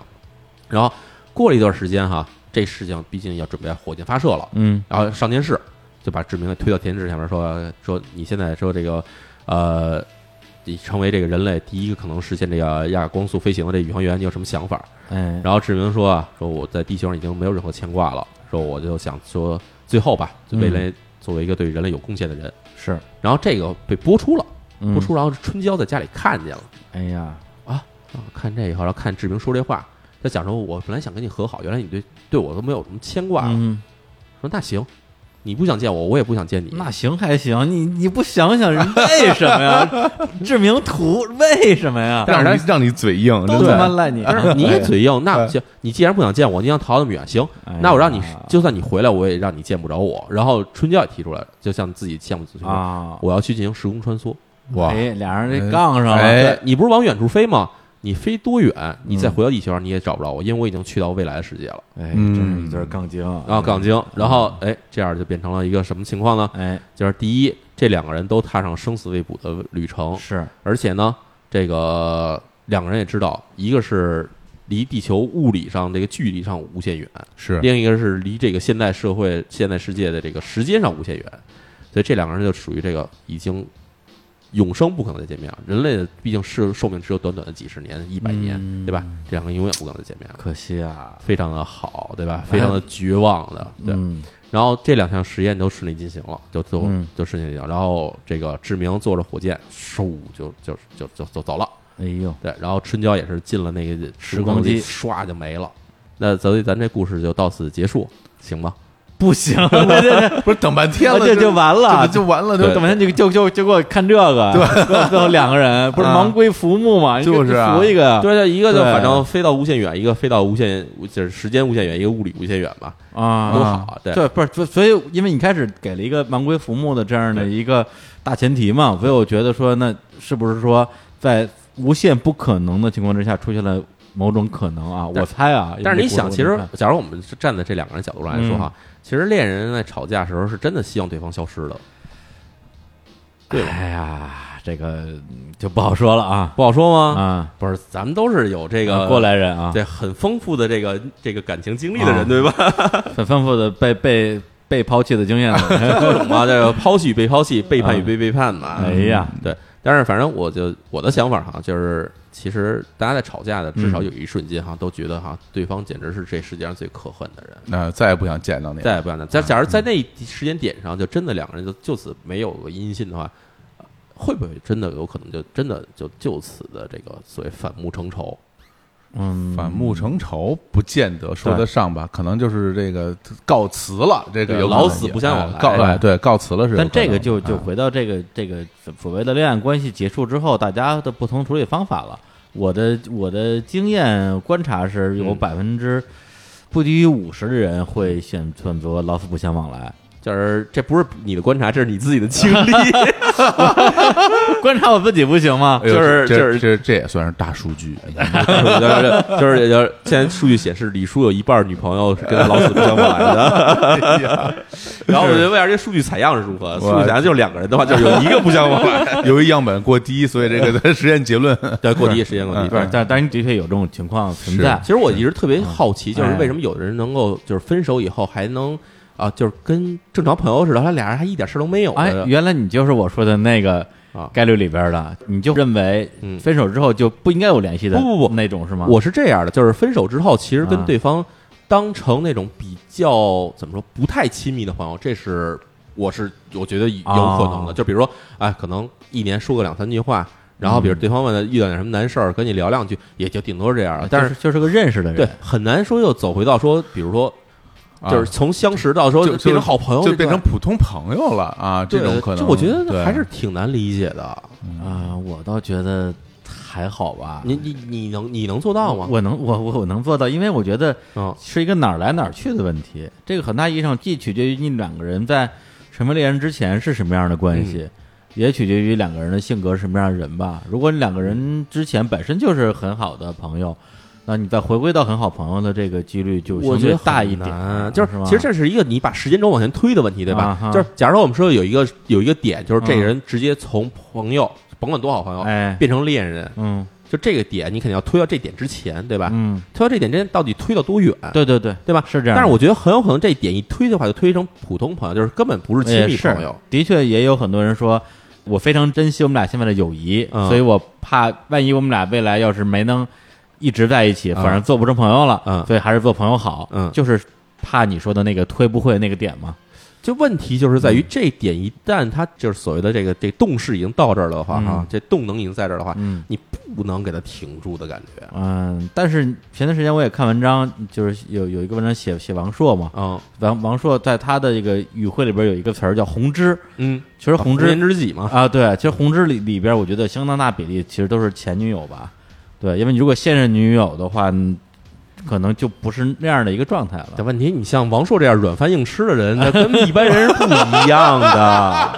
Speaker 1: 然后过了一段时间哈，这事情毕竟要准备火箭发射了，
Speaker 2: 嗯，
Speaker 1: 然后上电视，就把志明给推到电视前面说说你现在说这个，呃，你成为这个人类第一个可能实现这个亚光速飞行的这宇航员，你有什么想法？
Speaker 2: 哎，
Speaker 1: 然后志明说啊，说我在地球上已经没有任何牵挂了，说我就想说最后吧，就未来作为一个对人类有贡献的人。
Speaker 2: 是，
Speaker 1: 然后这个被播出了，
Speaker 2: 嗯
Speaker 1: 播出，然后春娇在家里看见了，
Speaker 2: 哎呀，
Speaker 1: 啊看这以后，然后看志明说这话，他讲说，我本来想跟你和好，原来你对对我都没有什么牵挂了。
Speaker 2: 嗯，
Speaker 1: 说那行，你不想见我，我也不想见你。
Speaker 2: 那行还行，你你不想想人为什么呀？ *laughs* 志明图为什么呀？
Speaker 3: 让你让你嘴硬，真
Speaker 2: 都他
Speaker 3: 的
Speaker 2: 妈赖你，啊
Speaker 1: 但是你也嘴硬，那行，你既然不想见我，你想逃那么远，行，
Speaker 2: 哎
Speaker 1: 那我让你
Speaker 2: 呀，
Speaker 1: 就算你回来，我也让你见不着我。然后春娇也提出来了，就像自己项目组说，
Speaker 2: 啊，
Speaker 1: 我要去进行时空穿梭。
Speaker 3: 哇，
Speaker 2: 哎，俩人这杠上了，
Speaker 3: 哎
Speaker 1: 对你不是往远处飞吗？你飞多远，你
Speaker 2: 嗯
Speaker 1: 再回到地球上，你也找不着我，因为我已经去到未来的世界了。
Speaker 2: 哎，
Speaker 3: 嗯
Speaker 2: 真是一对杠精
Speaker 1: 然后
Speaker 2: 啊！
Speaker 1: 杠精，然后哎，这样就变成了一个什么情况呢？
Speaker 2: 哎，
Speaker 1: 就是第一，这两个人都踏上生死未卜的旅程，
Speaker 2: 是，
Speaker 1: 而且呢，这个两个人也知道，一个是离地球物理上这个距离上无限远，
Speaker 3: 是
Speaker 1: 另一个是离这个现代社会、现代世界的这个时间上无限远，所以这两个人就属于这个已经永生不可能再见面了。人类的毕竟是寿命只有短短的几十年、一百年，
Speaker 2: 嗯
Speaker 1: 对吧？这两个人永远不可能再见面了，
Speaker 2: 可惜啊，
Speaker 1: 非常的好，对
Speaker 2: 哎
Speaker 1: 吧？非常的绝望的，对。
Speaker 2: 嗯
Speaker 1: 然后这两项实验都顺利进行了，就就、
Speaker 2: 嗯
Speaker 1: 就顺利进行了。然后这个志明坐着火箭，嗖就就就就就走了。
Speaker 2: 哎呦，
Speaker 1: 对，然后春娇也是进了那个时
Speaker 2: 光机
Speaker 1: 唰就没了。那所以咱这故事就到此结束，行吗？
Speaker 2: 不行， *laughs* 这这
Speaker 3: 不是等半天
Speaker 2: 这
Speaker 3: 了，
Speaker 2: 这就完了，
Speaker 3: 啊这就完了，
Speaker 2: 就
Speaker 3: 就
Speaker 2: 等半天就就就就给我看这个，对，最后两个人不是
Speaker 3: 啊
Speaker 2: 盲归浮木嘛，
Speaker 3: 就是啊
Speaker 2: 扶一个，
Speaker 1: 对对，一个就
Speaker 2: 对
Speaker 1: 反正飞到无限远，一个飞到无限就是时间无限远，一个物理无限远吧，都
Speaker 2: 啊，
Speaker 1: 好。对，
Speaker 2: 对，不是，所所以因为你开始给了一个盲归浮木的这样的一个大前提嘛，所以我觉得说，那是不是说在无限不可能的情况之下出现了某种可能啊？
Speaker 1: 但
Speaker 2: 我猜啊，
Speaker 1: 但是你想，其
Speaker 2: 因为
Speaker 1: 实
Speaker 2: 这故事
Speaker 1: 假如我们是站在这两个人角度上来说哈，其实恋人在吵架的时候是真的希望对方消失的，
Speaker 2: 我
Speaker 1: 对
Speaker 2: 这么
Speaker 1: 吧
Speaker 2: 看哎呀，这个嗯就不好说了啊
Speaker 1: 不好说吗？
Speaker 2: 啊，
Speaker 1: 不是，咱们都是有这个
Speaker 2: 过来人啊，
Speaker 1: 对很丰富的这个这个感情经历的人，
Speaker 2: 啊
Speaker 1: 对
Speaker 2: *laughs*
Speaker 1: 吧？ *laughs*
Speaker 2: 很丰富的被被被抛弃的经验了，
Speaker 1: 各种嘛，这个抛弃与被抛弃，背叛与被背叛嘛。
Speaker 2: 啊
Speaker 1: 嗯
Speaker 2: 哎呀，
Speaker 1: 对，但是反正我就我的想法哈，就是其实大家在吵架的，
Speaker 2: 嗯
Speaker 1: 至少有一瞬间哈，都觉得哈，对方简直是这世界上最可恨的人，
Speaker 3: 那再也不想见到
Speaker 2: 哎
Speaker 3: 你了。
Speaker 1: 再也不想再。在假如
Speaker 2: 嗯
Speaker 1: 在那一时间点上，就真的两个人就就此没有个音信的话，会不会真的有可能就真的就就此的这个所谓反目成仇？
Speaker 2: *laughs* 嗯，
Speaker 3: 反目成
Speaker 1: 嗯
Speaker 3: 仇不见得说
Speaker 2: 对
Speaker 3: 得上吧，可能就是这个告辞了，这个有可能
Speaker 1: 老死不相往来
Speaker 3: 哎告哎对告辞了是有可
Speaker 2: 但
Speaker 3: 能。
Speaker 2: 这个
Speaker 1: 嗯
Speaker 2: 就就
Speaker 3: 啊
Speaker 2: 回到这个这个所谓的恋爱关系结束之后，大家的不同处理方法了。我的我的经验观察是有
Speaker 1: 嗯
Speaker 2: 百分之不低于五十的人会选选择老死不相往来，
Speaker 1: 就是这不是你的观察，这是你自己的经历。
Speaker 2: 观察我自己不行吗？
Speaker 3: 哎呦
Speaker 1: 就是
Speaker 3: 这
Speaker 1: 就是
Speaker 3: 这这也算是大数据，
Speaker 1: 就是就是就是，现在数据显示李叔有一半女朋友是跟他老死不相往来的。然后我觉得为啥这数据采样是如何？数据采样就是两个人的话，就是 *laughs* 有一个不相往来。
Speaker 3: *laughs* 由于样本过低，所以这个的实验结论
Speaker 1: 对，过低时间过低。
Speaker 2: 不是，但但是的确有这种情况存在
Speaker 1: 其。实我一直特别好奇，就是为什么有的人能够就是分手以后还能啊，就是跟正常朋友似的，他俩人还一点事儿都没有
Speaker 2: 哎，
Speaker 1: 的
Speaker 2: 原来你就是我说的那个
Speaker 1: 啊。
Speaker 2: 概率里边的，你就认为
Speaker 1: 嗯
Speaker 2: 分手之后就不应该有联系的，
Speaker 1: 不不不
Speaker 2: 那种是吗？
Speaker 1: 我是这样的，就是分手之后，其实跟
Speaker 2: 啊
Speaker 1: 对方当成那种比较怎么说不太亲密的朋友，这是我是我觉得有可能的。
Speaker 2: 哦
Speaker 1: 就比如说，哎，可能一年说个两三句话，然后比如
Speaker 3: 嗯
Speaker 1: 对方问他遇到点什么难事儿，跟你聊两句，也就顶多是这
Speaker 3: 啊
Speaker 1: 样了。但
Speaker 2: 啊就是就是个认识的人，
Speaker 1: 对，很难说又走回到说，比如说，
Speaker 3: 啊
Speaker 1: 就是从相识到说
Speaker 3: 就
Speaker 1: 哦变成好朋友这
Speaker 3: 就
Speaker 1: 段，
Speaker 3: 变成普通朋友了啊，
Speaker 1: 对
Speaker 3: 这种可能，
Speaker 1: 就我觉得
Speaker 3: 对
Speaker 1: 还是挺难理解的。
Speaker 2: 啊，我倒觉得还好吧。
Speaker 1: 你你你能你能做到吗？
Speaker 2: 哦我能我我我能做到，因为我觉得
Speaker 1: 嗯
Speaker 2: 是一个哪儿来哪儿去的问题。这个很大意义上既取决于你两个人在成为恋人之前是什么样的关系，
Speaker 1: 嗯
Speaker 2: 也取决于两个人的性格是什么样的人吧。如果你两个人之前本身就是很好的朋友，那你再回归到很好朋友的这个几率就
Speaker 1: 我
Speaker 2: 相
Speaker 1: 觉
Speaker 2: 对
Speaker 1: 得
Speaker 2: 大
Speaker 1: 很
Speaker 2: 一点
Speaker 1: 难
Speaker 2: 儿，
Speaker 1: 啊就是
Speaker 2: 是吧
Speaker 1: 其实这是一个你把时间轴往前推的问题，对
Speaker 2: 啊
Speaker 1: 吧？
Speaker 2: 哈
Speaker 1: 就是假如说我们说有一个有一个点，就是这个
Speaker 2: 嗯
Speaker 1: 人直接从朋友，甭管多好朋友，
Speaker 2: 哎，
Speaker 1: 变成恋人，
Speaker 2: 嗯
Speaker 1: 就这个点你肯定要推到这点之前，对吧？
Speaker 2: 嗯，
Speaker 1: 推到这点之前到底推到多远？
Speaker 2: 对对对，
Speaker 1: 对吧？
Speaker 2: 是这样的。
Speaker 1: 但是我觉得很有可能这点一推的话，就推成普通朋友，就是根本不是亲
Speaker 2: 也
Speaker 1: 密
Speaker 2: 是
Speaker 1: 朋友。
Speaker 2: 的确也有很多人说，我非常珍惜我们俩现在的友谊，
Speaker 1: 嗯
Speaker 2: 所以我怕万一我们俩未来要是没能一直在一起，
Speaker 1: 嗯
Speaker 2: 反正做不成朋友了，
Speaker 1: 嗯
Speaker 2: 所以还是做朋友好。
Speaker 1: 嗯
Speaker 2: 就是怕你说的那个推不会那个点嘛。
Speaker 1: 就问题就是
Speaker 2: 嗯
Speaker 1: 在于这点，一旦他就是所谓的这个这动势已经到这儿了的话，
Speaker 2: 嗯
Speaker 1: 哈，这动能已经在这儿的话，
Speaker 2: 嗯
Speaker 1: 你不能给他停住的感觉。
Speaker 2: 嗯，但是前段时间我也看文章，就是有有一个文章写写王朔嘛，
Speaker 1: 嗯
Speaker 2: 王王朔在他的这个语汇里边有一个词儿叫红之，
Speaker 1: 嗯，
Speaker 2: 其实红之
Speaker 1: 颜知己嘛，
Speaker 2: *laughs* 啊，对，其实红之里里边，我觉得相当大比例其实都是前女友吧，对，因为你如果现任女友的话，嗯可能就不是那样的一个状态了
Speaker 3: 啊
Speaker 1: 但。问题，你像王朔这样软饭硬吃的人，
Speaker 3: *laughs*
Speaker 1: 那跟一般人是不一样
Speaker 2: *laughs*
Speaker 1: 的，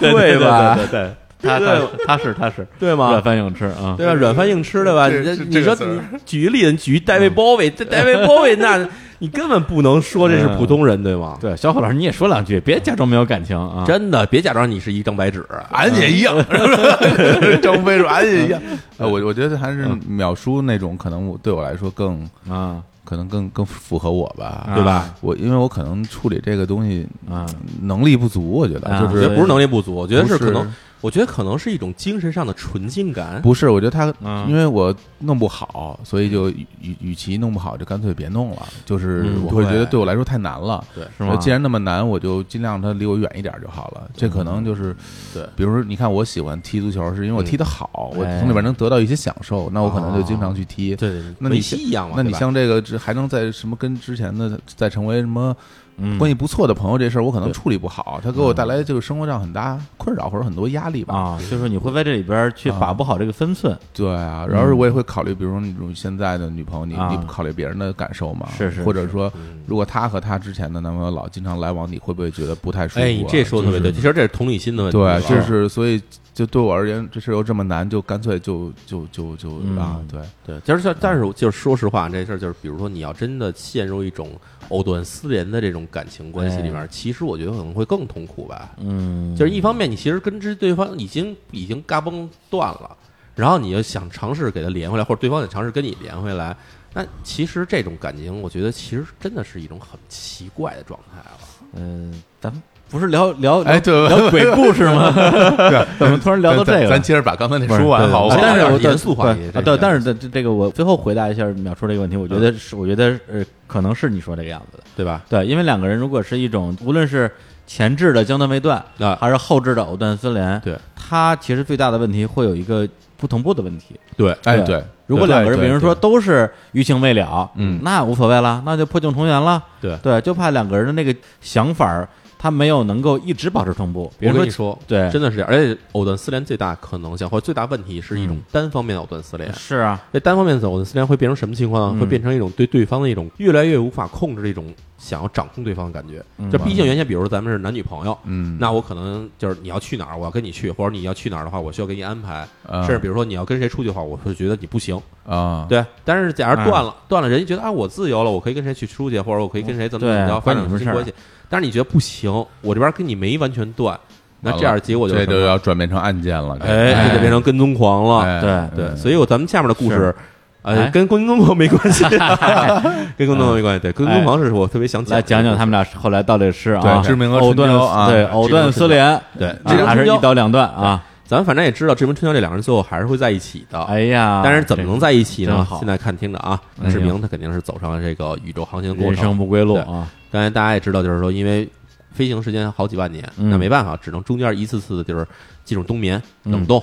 Speaker 1: 对吧？
Speaker 2: 对对，他他他是他是
Speaker 1: 对
Speaker 2: 软
Speaker 1: 吗？
Speaker 2: 饭硬吃啊，
Speaker 1: 对吧？软饭硬吃对吧？
Speaker 3: 这
Speaker 1: 你这
Speaker 3: 这
Speaker 1: 你
Speaker 3: 这
Speaker 1: 说
Speaker 3: 个词儿
Speaker 1: 你举个例子，你举戴维
Speaker 3: 嗯
Speaker 1: 鲍威，这戴维鲍威，那你根本不能说这是普通人，对
Speaker 3: 嗯
Speaker 1: 吗？
Speaker 2: 对，小虎老师你也说两句，别假装没有感情啊。
Speaker 1: 真的，别假装你是一张白纸。
Speaker 3: 俺也一样，
Speaker 1: 嗯
Speaker 3: *laughs* 张飞说俺也一样。呃，我我觉得还是秒叔那种，可能我对我来说更
Speaker 2: 啊
Speaker 3: 可能更更符合我吧，
Speaker 2: 啊
Speaker 3: 对吧？我因为我可能处理这个东西嗯
Speaker 2: 啊，
Speaker 3: 能力不足，我觉得
Speaker 2: 啊
Speaker 3: 就
Speaker 1: 我
Speaker 3: 是
Speaker 1: 觉得不是能力不足，我觉得是
Speaker 3: 不
Speaker 1: 可
Speaker 3: 是
Speaker 1: 能，我觉得可能是一种精神上的纯净感。
Speaker 3: 不是，我觉得他
Speaker 2: 嗯
Speaker 3: 因为我弄不好，所以就与与与其弄不好，就干脆别弄了。就是
Speaker 1: 嗯
Speaker 3: 我会觉得
Speaker 1: 对
Speaker 3: 对我来说太难了。
Speaker 1: 对，
Speaker 2: 是吗嗯
Speaker 3: 既然那么难，我就尽量它离我远一点就好了。这可能就是，
Speaker 1: 对
Speaker 3: 比如说，你看我喜欢踢足球，是因为我踢得好，
Speaker 2: 嗯
Speaker 3: 我从里边能得到一些享受，那我可能就经常去
Speaker 2: 哦
Speaker 3: 踢。
Speaker 1: 对对，
Speaker 3: 那
Speaker 1: 梅
Speaker 3: 你
Speaker 1: 西
Speaker 3: 像
Speaker 1: 一样嘛？
Speaker 3: 那你
Speaker 1: 对吧
Speaker 3: 像这个，这还能在什么跟之前的再成为什么
Speaker 2: 嗯
Speaker 3: 关系不错的朋友这事儿，我可能
Speaker 1: 对
Speaker 3: 处理不好，它给我带来就是生活上很大困扰或者很多压力吧。
Speaker 2: 啊，就是你会在这里边去把握好这个分寸，
Speaker 3: 对啊，然后我也会考虑，比如说你这种现在的女朋友，你
Speaker 2: 啊
Speaker 3: 你不考虑别人的感受吗？
Speaker 2: 是是
Speaker 3: 或者说
Speaker 1: 嗯，
Speaker 3: 如果她和她之前的男朋友老经常来往，你会不会觉得不太舒服啊？
Speaker 1: 哎，你这说的特别对，其实这是同理心的问题。啊
Speaker 3: 对，
Speaker 1: 吧
Speaker 3: 就是所以就对我而言，这事又这么难，就干脆就就就就
Speaker 2: 嗯
Speaker 3: 啊，对，
Speaker 1: 对，就是就但是就是说实话，这事儿就是，比如说你要真的陷入一种藕断丝连的这种感情关系里面，其实我觉得可能会更痛苦吧。
Speaker 2: 嗯，
Speaker 1: 就是一方面，你其实跟之对方已经已经嘎嘣断了，然后你又想尝试给他连回来，或者对方也尝试跟你连回来，那其实这种感情，我觉得其实真的是一种很奇怪的状态了。
Speaker 2: 嗯，咱们不是聊聊
Speaker 3: 哎，对
Speaker 2: 聊鬼故事
Speaker 1: *laughs*
Speaker 2: 吗？
Speaker 3: 对，
Speaker 2: 怎么突然聊到这
Speaker 3: 咱
Speaker 2: 个？
Speaker 3: 咱接着把刚才那
Speaker 2: 不是
Speaker 3: 说完，
Speaker 1: 对
Speaker 3: 好
Speaker 1: 对对
Speaker 3: 吧？
Speaker 2: 但是
Speaker 1: 有
Speaker 2: 我
Speaker 1: 点严肃话题这
Speaker 2: 对
Speaker 1: 个
Speaker 2: 啊，对，但是这这这个我最后回答一下淼叔这个问题，我觉得是，我觉得呃，可能是你说这个样子的，
Speaker 1: 对吧？
Speaker 2: 对，因为两个人如果是一种无论是前置的将断未断，
Speaker 1: 啊
Speaker 2: 还是后置的藕断丝连，
Speaker 1: 对，
Speaker 2: 它其实最大的问题会有一个不同步的问题。
Speaker 1: 对，
Speaker 3: 哎，
Speaker 2: 对
Speaker 3: 对，
Speaker 2: 如果
Speaker 3: 对
Speaker 2: 两个人，
Speaker 3: 对
Speaker 2: 比如说都是余情未了，
Speaker 3: 嗯
Speaker 2: 那无所谓了，那就破镜重圆了，
Speaker 1: 对
Speaker 2: 对，就怕两个人的那个想法儿。它没有能够一直保持同步。比
Speaker 1: 我
Speaker 2: 如
Speaker 1: 跟你，
Speaker 2: 说
Speaker 1: 说，
Speaker 2: 对
Speaker 1: 真的是这样。而且藕断丝连最大可能性或者最大问题是一种
Speaker 2: 嗯
Speaker 1: 单方面的藕断丝连。
Speaker 2: 是啊，
Speaker 1: 这单方面的藕断丝连会变成什么情况呢？
Speaker 2: 嗯
Speaker 1: 会变成一种对对方的一种越来越无法控制的一种想要掌控对方的感觉。
Speaker 2: 嗯
Speaker 1: 就毕竟原先，比如说咱们是男女朋友，
Speaker 3: 嗯，
Speaker 1: 那我可能就是你要去哪儿，我要跟你去，或者你要去哪儿的话，我需要给你安排。
Speaker 3: 那
Speaker 2: 嗯
Speaker 1: 甚至比如说你要跟谁出去的话，我会觉得你不行。
Speaker 3: 啊，
Speaker 1: 对，但是假如
Speaker 2: 嗯
Speaker 1: 断了，断了，人家觉得啊，我自由了，我可以跟谁去出去，或者我可以跟谁怎么怎么
Speaker 2: 对
Speaker 1: 着，
Speaker 2: 啊
Speaker 1: 发展
Speaker 2: 关你什么
Speaker 1: 亲
Speaker 2: 事儿
Speaker 1: 关系。但是你觉得不行，我这边跟你没完全断，那这样结果就是
Speaker 3: 这
Speaker 1: 什么
Speaker 3: 就要转变成案件了，
Speaker 1: 哎，这就变成跟踪狂了。
Speaker 3: 哎
Speaker 2: 对
Speaker 1: 对，所以我咱们下面的故事
Speaker 2: 是。
Speaker 1: 呃
Speaker 2: 哎，
Speaker 1: 跟跟踪狂没关
Speaker 2: *laughs*
Speaker 1: 系，跟跟踪狂没关系。对，跟踪狂是我特别想
Speaker 2: 来讲讲他们俩后来到底是啊，
Speaker 3: 对志明和
Speaker 2: 藕断
Speaker 3: 春娇啊
Speaker 2: 对藕断丝连，
Speaker 1: 对
Speaker 2: 啊，
Speaker 1: 这张
Speaker 2: 还是
Speaker 1: 春
Speaker 2: 一
Speaker 1: 娇，
Speaker 2: 刀两断啊！
Speaker 1: 咱们反正也知道，志明春娇这两个人最后还是会在一起的。
Speaker 2: 哎呀，
Speaker 1: 但是怎么能在一起
Speaker 2: 这个
Speaker 1: 呢
Speaker 2: 真？好
Speaker 1: 现在看听着啊
Speaker 2: 哎，呦
Speaker 1: 志明他肯定是走上了这个宇宙航行的
Speaker 2: 这
Speaker 1: 过
Speaker 2: 人
Speaker 1: 程。
Speaker 2: 生不归路
Speaker 1: 对
Speaker 2: 啊？
Speaker 1: 刚才大家也知道，就是说因为飞行时间好几万年，
Speaker 2: 嗯
Speaker 1: 那没办法，只能中间一次次的就是进入冬眠、
Speaker 2: 嗯
Speaker 1: 冷冻，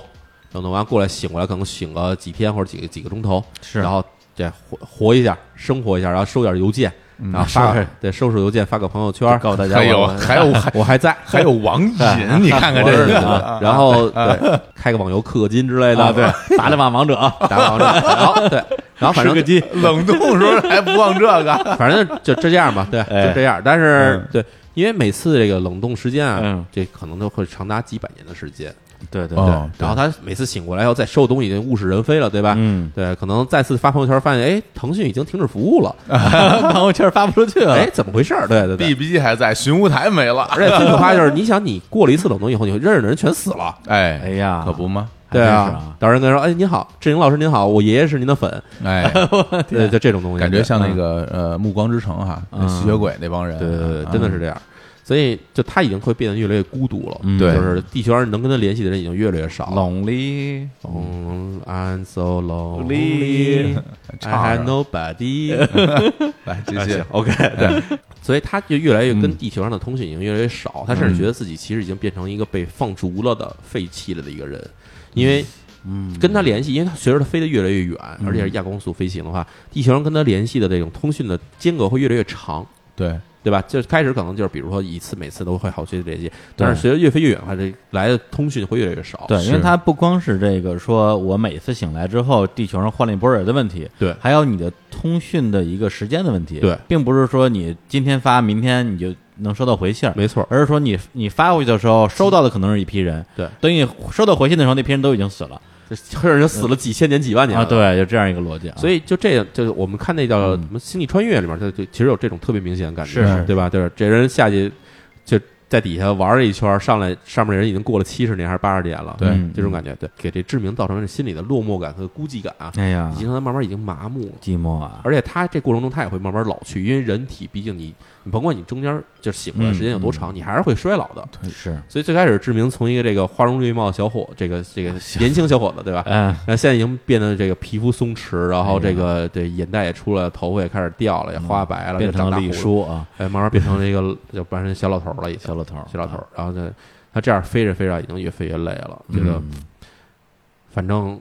Speaker 1: 冷冻完过来醒过来，可能醒个几天或者几个几个钟头，
Speaker 2: 是
Speaker 1: 然后再活活一下，生活一下，然后收点邮件，然后发个对收拾邮件，发个朋友圈，
Speaker 2: 嗯告诉大家
Speaker 3: 还有
Speaker 2: 我
Speaker 3: 还有还
Speaker 1: *laughs* 我还在。
Speaker 3: 还有网瘾，你看看这
Speaker 1: 我是
Speaker 3: 人
Speaker 2: *laughs*
Speaker 1: 啊然后对开个网游氪个金之类的，
Speaker 2: 啊，对，打了把王者啊，
Speaker 1: 打个王者，然后对，然后反正
Speaker 2: 吃个鸡，
Speaker 3: 冷冻时候还不忘这
Speaker 1: *laughs*
Speaker 3: 个，
Speaker 1: 反正就这样吧，对，
Speaker 2: 哎
Speaker 1: 就这样。但是、
Speaker 2: 嗯
Speaker 1: 对，因为每次这个冷冻时间啊，
Speaker 2: 嗯
Speaker 1: 这可能都会长达几百年的时间。
Speaker 2: 对对
Speaker 3: 哦
Speaker 2: 对，
Speaker 1: 然后他每次醒过来要再收东西，已经物是人非了，对吧？
Speaker 2: 嗯，
Speaker 1: 对，可能再次发朋友圈发现，哎，腾讯已经停止服务了，
Speaker 2: *laughs* 朋友圈发不出去了，
Speaker 1: 哎，怎么回事儿？对对对。
Speaker 3: ，BB 还在，寻乌台没了，
Speaker 1: 而且最可怕就是，你想，你过了一次冷冻以后，你会认识的人全死了，
Speaker 3: 哎
Speaker 2: 哎呀，
Speaker 3: 可不吗？
Speaker 2: 还
Speaker 1: 对
Speaker 2: 真是
Speaker 1: 啊
Speaker 2: 啊，。
Speaker 1: 到时候跟人说，哎，您好，志玲老师您好，我爷爷是您的
Speaker 2: *laughs*
Speaker 1: 粉，
Speaker 3: 哎，
Speaker 1: 对，就这种东西，
Speaker 3: 感觉像
Speaker 1: 对嗯
Speaker 3: 那个呃《暮光之城》哈，那
Speaker 2: 嗯
Speaker 3: 吸血鬼那帮人，
Speaker 1: 对对对，
Speaker 3: 啊
Speaker 1: 真的是这样。所以就他已经会变得越来越孤独了，
Speaker 2: 嗯
Speaker 3: 对
Speaker 1: 就是地球上能跟他联系的人已经越来越少了。
Speaker 2: Lonely，
Speaker 1: 嗯，I'm so
Speaker 2: Lonely
Speaker 1: lonely, *laughs*
Speaker 3: 唱
Speaker 1: I
Speaker 3: 着
Speaker 1: have
Speaker 2: *laughs*
Speaker 1: nobody 。
Speaker 3: 来这些
Speaker 1: 哎 OK，对，所以他就越来越
Speaker 2: 嗯
Speaker 1: 跟地球上的通讯已经越来越少，他甚至觉得自己其实已经变成一个被放逐了的、废弃了的一个人，因为。
Speaker 2: 嗯，
Speaker 1: 跟他联系，因为他随着他飞得越来越远，而且是亚光速飞行的话，地球上跟他联系的这种通讯的间隔会越来越长，
Speaker 3: 对，
Speaker 1: 对吧？就是开始可能就是比如说一次每次都会好些联系，但是随着越飞越远的话，这来的通讯会越来越少。
Speaker 2: 对，因为
Speaker 3: 是
Speaker 2: 它不光是这个，说我每次醒来之后，地球上换了一波人的问题，
Speaker 1: 对
Speaker 2: 还有你的通讯的一个时间的问题，
Speaker 1: 对，
Speaker 2: 并不是说你今天发，明天你就能收到回信儿，
Speaker 1: 没错，
Speaker 2: 而是说你你发过去的时候，收到的可能是一批人，
Speaker 1: 对，
Speaker 2: 等你收到回信的时候，那批人都已经死了
Speaker 1: 甚至死了几千年、几万年
Speaker 2: 啊，
Speaker 1: 了。
Speaker 2: 对，就这样一个逻辑啊，
Speaker 1: 所以就这样，就是我们看那叫
Speaker 2: 嗯
Speaker 1: 什么《星际穿越》里面，它就其实有这种特别明显的感觉，
Speaker 2: 是是
Speaker 1: 对吧？就是这人下去就在底下玩了一圈，上来上面人已经过了七十年还是八十年了，
Speaker 3: 对
Speaker 2: 嗯
Speaker 1: 这种感觉，对，给这志明造成了心理的落寞感和孤寂感啊，
Speaker 2: 哎呀
Speaker 1: 已，经让他慢慢已经麻木了。
Speaker 2: 寂寞啊，
Speaker 1: 而且他这过程中，他也会慢慢老去，因为人体毕竟你，你甭管你中间就是醒
Speaker 2: 嗯
Speaker 1: 过来时间有多长，你还是会衰老的。
Speaker 2: 是，
Speaker 1: 所以最开始志明从一个这个花容月貌的小伙，这个
Speaker 2: 哎
Speaker 1: 这个年轻小伙子，对吧？
Speaker 2: 嗯，
Speaker 1: 那现在已经变得这个皮肤松弛，然
Speaker 2: 哎
Speaker 1: 后这个这眼袋也出了，头发也开始掉了，也花白了，
Speaker 2: 嗯变
Speaker 1: 就长
Speaker 2: 成
Speaker 1: 大
Speaker 2: 了
Speaker 1: 胡
Speaker 2: 李
Speaker 1: 子，
Speaker 2: 叔啊，
Speaker 1: 哎，慢慢变成了一个就变成小老头了，已经
Speaker 2: 小老嗯头儿，
Speaker 1: 小老头。然后呢，他这样飞着飞着，已经越飞越累了，觉得
Speaker 2: 嗯
Speaker 1: 反正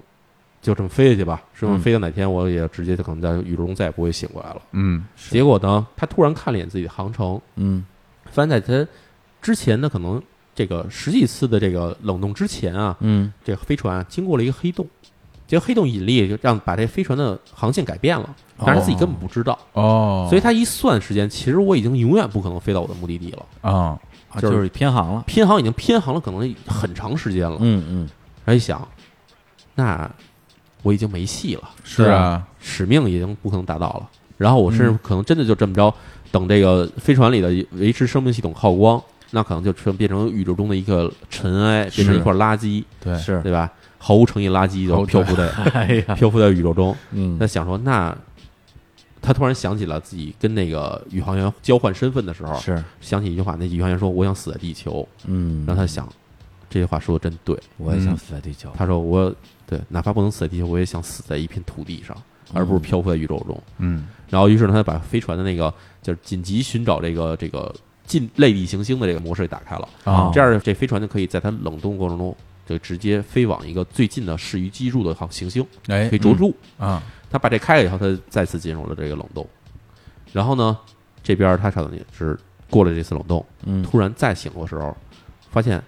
Speaker 1: 就这么飞下去吧，说不
Speaker 2: 嗯
Speaker 1: 定飞到哪天我也直接就可能在宇宙中再也不会醒过来了。
Speaker 3: 嗯，
Speaker 1: 结果呢，他突然看了一眼自己的航程，
Speaker 2: 嗯
Speaker 1: 发现在他之前呢，可能这个十几次的这个冷冻之前啊，
Speaker 2: 嗯，
Speaker 1: 这个飞船啊经过了一个黑洞，结果黑洞引力就让把这飞船的航线改变了，但是自己根本不知道，
Speaker 3: 哦，
Speaker 1: 所以他一算时间，其实我已经永远不可能飞到我的目的地了，
Speaker 3: 啊，
Speaker 2: 啊
Speaker 1: 就是
Speaker 2: 就是偏航了，
Speaker 1: 偏航已经偏航了，可能很长时间了。
Speaker 2: 嗯嗯。
Speaker 1: 然后一想，那我已经没戏了，
Speaker 3: 是啊，
Speaker 1: 使命已经不可能达到了。然后我甚至可能真的就这么着，等这个飞船里的维持生命系统耗光，那可能就成变成宇宙中的一个尘埃，变成一块垃圾，
Speaker 3: 对，
Speaker 2: 是，
Speaker 1: 对吧？毫无诚意垃圾
Speaker 3: 毫
Speaker 1: 就
Speaker 3: 无
Speaker 1: 漂浮在
Speaker 2: *laughs* 哎
Speaker 1: *laughs*
Speaker 2: 呀，
Speaker 1: 漂浮在宇宙中。
Speaker 2: 嗯
Speaker 1: 他想说，那他突然想起了自己跟那个宇航员交换身份的时候，
Speaker 2: 是，
Speaker 1: 想起一句话，那宇航员说：“我想死在地球。”
Speaker 2: 嗯，
Speaker 1: 然后他想，这句话说的真对。
Speaker 2: 我也想死在地球，
Speaker 1: 他说：“我对，哪怕不能死在地球，我也想死在一片土地上，而不是漂浮在宇宙中。
Speaker 3: 嗯，
Speaker 1: 然后，于是呢，他把飞船的那个就是紧急寻找这个这个近类地行星的这个模式给打开了，
Speaker 2: 啊
Speaker 1: 这样这飞船就可以在它冷冻过程中就直接飞往一个最近的适宜居住的航行星，
Speaker 3: 哎
Speaker 2: 嗯
Speaker 1: 可以着陆。
Speaker 3: 啊，
Speaker 1: 他把这开了以后，他再次进入了这个冷冻。然后呢，这边他看到你是过了这次冷冻，
Speaker 2: 嗯
Speaker 1: 突然再醒的时候，发现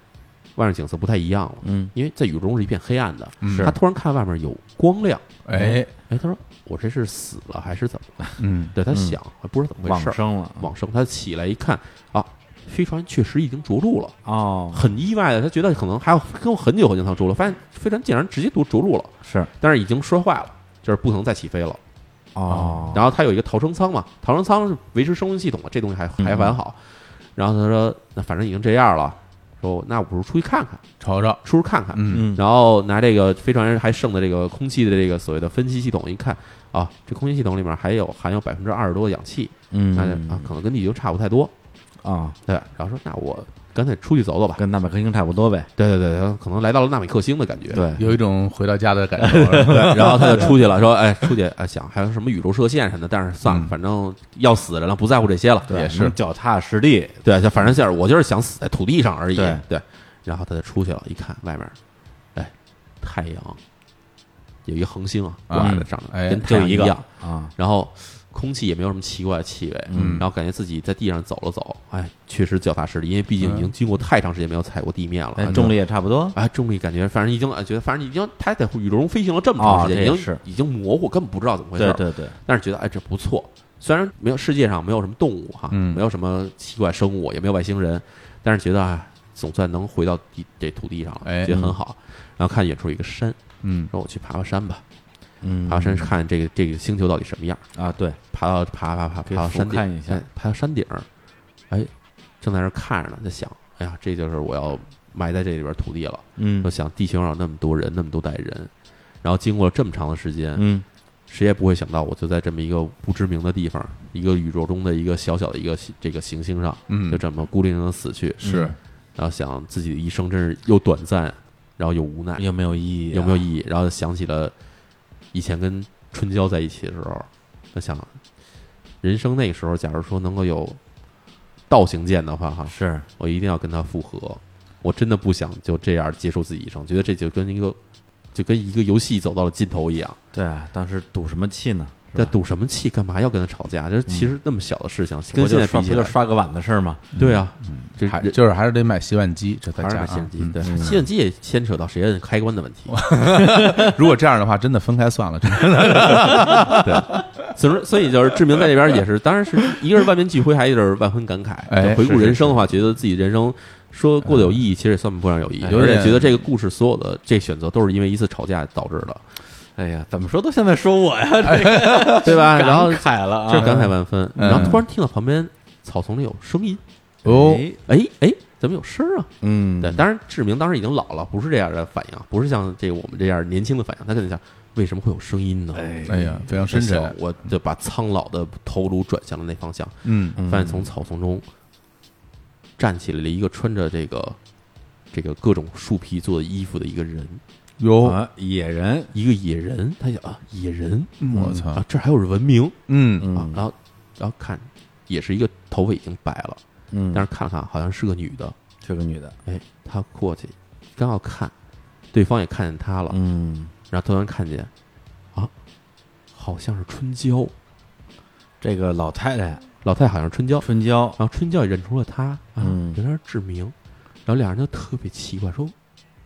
Speaker 1: 外面景色不太一样了，
Speaker 2: 嗯
Speaker 1: 因为在雨中是一片黑暗的，
Speaker 3: 嗯
Speaker 1: 他突然看外面有光亮，
Speaker 3: 哎，
Speaker 1: 哎，他说我这是死了还是怎么了？
Speaker 3: 嗯
Speaker 1: 对他
Speaker 2: 嗯
Speaker 1: 想，还不知道怎么
Speaker 2: 往
Speaker 1: 回事儿，
Speaker 2: 生了
Speaker 1: 往生，他起来一看啊，飞船确实已经着陆了。
Speaker 2: 哦，
Speaker 1: 很意外的，他觉得可能还要跟我很久很久才着陆，发现飞船竟然直接着着陆了，
Speaker 2: 是
Speaker 1: 但是已经摔坏了，就是不能再起飞了。
Speaker 2: 哦，
Speaker 1: 然后它有一个逃生舱嘛，逃生舱是维持生命系统嘛，这东西还还完好。然后他说，那反正已经这样了，说那我不如出去看看，
Speaker 3: 瞅瞅，
Speaker 1: 出去看看。
Speaker 3: 嗯
Speaker 2: 嗯
Speaker 1: 然后拿这个飞船还剩的这个空气的这个所谓的分析系统一看啊，这空气系统里面还有含有百分之二十多的氧气，
Speaker 2: 嗯
Speaker 1: 那就啊可能跟地球差不太多。
Speaker 2: 啊，
Speaker 1: 对，然后说那我干脆出去走走吧。
Speaker 2: 跟纳百克星差不多呗，
Speaker 1: 对对对，对可能来到了纳米克星的感觉。
Speaker 2: 对，
Speaker 3: 有一种回到家的感觉
Speaker 1: *laughs*
Speaker 3: 了，
Speaker 1: 对，然后他就出去了，说：“哎，出去啊，想还有什么宇宙射线什么的，但是算了，
Speaker 3: 嗯
Speaker 1: 反正要死人了，不在乎这些了。
Speaker 3: 也是
Speaker 2: 能脚踏实地，
Speaker 1: 对，就反正就是我就是想死在土地上而已。
Speaker 2: 对
Speaker 1: 对，然后他就出去了，一看外面，哎，太阳有一个恒星啊
Speaker 3: 啊
Speaker 2: 嗯
Speaker 1: 挂在上
Speaker 3: 哎
Speaker 1: 面，跟太
Speaker 2: 就
Speaker 1: 阳
Speaker 2: 一
Speaker 1: 一
Speaker 2: 个
Speaker 1: 样，
Speaker 2: 啊，
Speaker 1: 然后空气也没有什么奇怪的气味，
Speaker 3: 嗯
Speaker 1: 然后感觉自己在地上走了走，哎，确实脚踏实地，因为毕竟已经经过太长时间没有踩过地面了，
Speaker 2: 嗯哎，
Speaker 1: 啊
Speaker 2: 重力也差不多，
Speaker 1: 哎，重力感觉，反正已经呃觉得，反正已经他在宇宙中飞行了这么长时
Speaker 2: 哦
Speaker 1: 间，
Speaker 2: 这
Speaker 1: 已
Speaker 2: 也是
Speaker 1: 经已经模糊，根本不知道怎么回事
Speaker 2: 对
Speaker 1: 儿。
Speaker 2: 对对，
Speaker 1: 但是觉得哎，这不错。虽然没有世界上没有什么动物哈，
Speaker 3: 嗯
Speaker 1: 没有什么奇怪生物，也没有外星人，但是觉得啊，总算能回到地这土地上了，
Speaker 3: 哎
Speaker 1: 觉得
Speaker 2: 嗯
Speaker 1: 很好。然后看远处有一个山，
Speaker 3: 嗯
Speaker 1: 说我去爬爬山吧，
Speaker 2: 嗯
Speaker 1: 爬爬山看这个这个星球到底什么样。
Speaker 2: 啊，对，
Speaker 1: 爬到爬爬爬爬
Speaker 2: 给
Speaker 1: 到
Speaker 2: 俯
Speaker 1: 山顶，
Speaker 2: 瞰一下
Speaker 1: 哎爬到山顶儿，哎，正在那儿看着呢，在想，哎呀，这就是我要埋在这里边土地了。
Speaker 2: 嗯
Speaker 1: 就想地球上有那么多人，那么多代人，然后经过了这么长的时间，
Speaker 2: 嗯
Speaker 1: 谁也不会想到，我就在这么一个不知名的地方，一个宇宙中的一个小小的一个这个行星上，就
Speaker 3: 嗯，
Speaker 1: 这么孤零零的死去。
Speaker 2: 嗯
Speaker 3: 是
Speaker 1: 然后想自己的一生真是又短暂，然后又无奈，
Speaker 2: 有没有意义啊？
Speaker 1: 有没有意义？然后想起了以前跟春娇在一起的时候，他想人生那个时候，假如说能够有倒行健的话，哈，
Speaker 2: 是
Speaker 1: 我一定要跟他复合。我真的不想就这样结束自己一生，觉得这就跟一个就跟一个游戏走到了尽头一样。
Speaker 2: 对啊，当时赌什么气呢？是
Speaker 1: 那
Speaker 2: 吧
Speaker 1: 赌什么气？干嘛要跟他吵架？就是其实那么小的事情，跟
Speaker 2: 不就
Speaker 1: 现在
Speaker 2: 刷
Speaker 1: 比
Speaker 2: 不
Speaker 1: 起
Speaker 2: 就
Speaker 1: 来，
Speaker 2: 刷个碗的事嗯儿吗？
Speaker 1: 对啊，就
Speaker 3: 还
Speaker 1: 人
Speaker 3: 就是还是得买洗碗机，这在
Speaker 1: 还是
Speaker 3: 家
Speaker 1: 买
Speaker 3: 啊
Speaker 1: 吸。
Speaker 3: 嗯
Speaker 1: 机，对，吸尘机也牵扯到谁摁开关的问题。
Speaker 3: *laughs* 如果这样的话，真的分开算了，
Speaker 1: *laughs*
Speaker 3: 真
Speaker 1: 哎
Speaker 3: 的
Speaker 1: 所以说，所以就是志明在这边也是，当然是一个是万念俱灰，还有一个是万分感慨。
Speaker 3: 哎
Speaker 1: 就回
Speaker 3: 是
Speaker 1: 顾
Speaker 3: 是
Speaker 1: 人生的话，觉得自己人生说过得有意义，其实也算不上有意
Speaker 2: 哎
Speaker 1: 义，
Speaker 3: 有
Speaker 1: 而且
Speaker 3: 点
Speaker 1: 觉得这个故事所有的这选择都是因为一次吵架导致的，
Speaker 2: 哎呀，怎么说都现在说我呀，这个
Speaker 1: 对吧？
Speaker 2: *laughs* 感
Speaker 1: 然后
Speaker 2: 慨了
Speaker 1: 这
Speaker 2: 啊，
Speaker 1: 感慨万分。
Speaker 3: 嗯
Speaker 1: 然后突然听到旁边草丛里有声音，
Speaker 3: 哦，
Speaker 2: 哎
Speaker 1: 哎哎，怎么有声儿啊？
Speaker 2: 嗯，
Speaker 1: 对，当然志明当时已经老了，不是这样的反应，啊不是像这个我们这样年轻的反应。他肯定想，为什么会有声音呢？
Speaker 2: 哎
Speaker 3: 哎呀，非常深
Speaker 1: 小
Speaker 3: 沉，
Speaker 1: 我就把苍老的头颅转向了那方向，
Speaker 3: 嗯
Speaker 2: 嗯
Speaker 1: 发现从草丛中站起来了一个穿着这个这个各种树皮做的衣服的一个人，
Speaker 3: 哟，
Speaker 2: 啊野人，
Speaker 1: 一个野人。他想啊，野人
Speaker 3: 我操
Speaker 1: 啊，，这儿还有文明
Speaker 3: 嗯
Speaker 1: 啊。
Speaker 2: 嗯
Speaker 1: 然后然后看，也是一个头发已经白了，
Speaker 2: 嗯，
Speaker 1: 但是看了看好像是个女的。
Speaker 2: 是个女的，
Speaker 1: 哎，他过去刚要看，对方也看见他了，
Speaker 2: 嗯，
Speaker 1: 然后突然看见啊，好像是春娇，
Speaker 2: 这个老太太
Speaker 1: 老太好像是春娇，
Speaker 2: 春娇，
Speaker 1: 然后春娇也认出了他，啊，
Speaker 2: 嗯
Speaker 1: 原来是志明，然后俩人就特别奇怪，说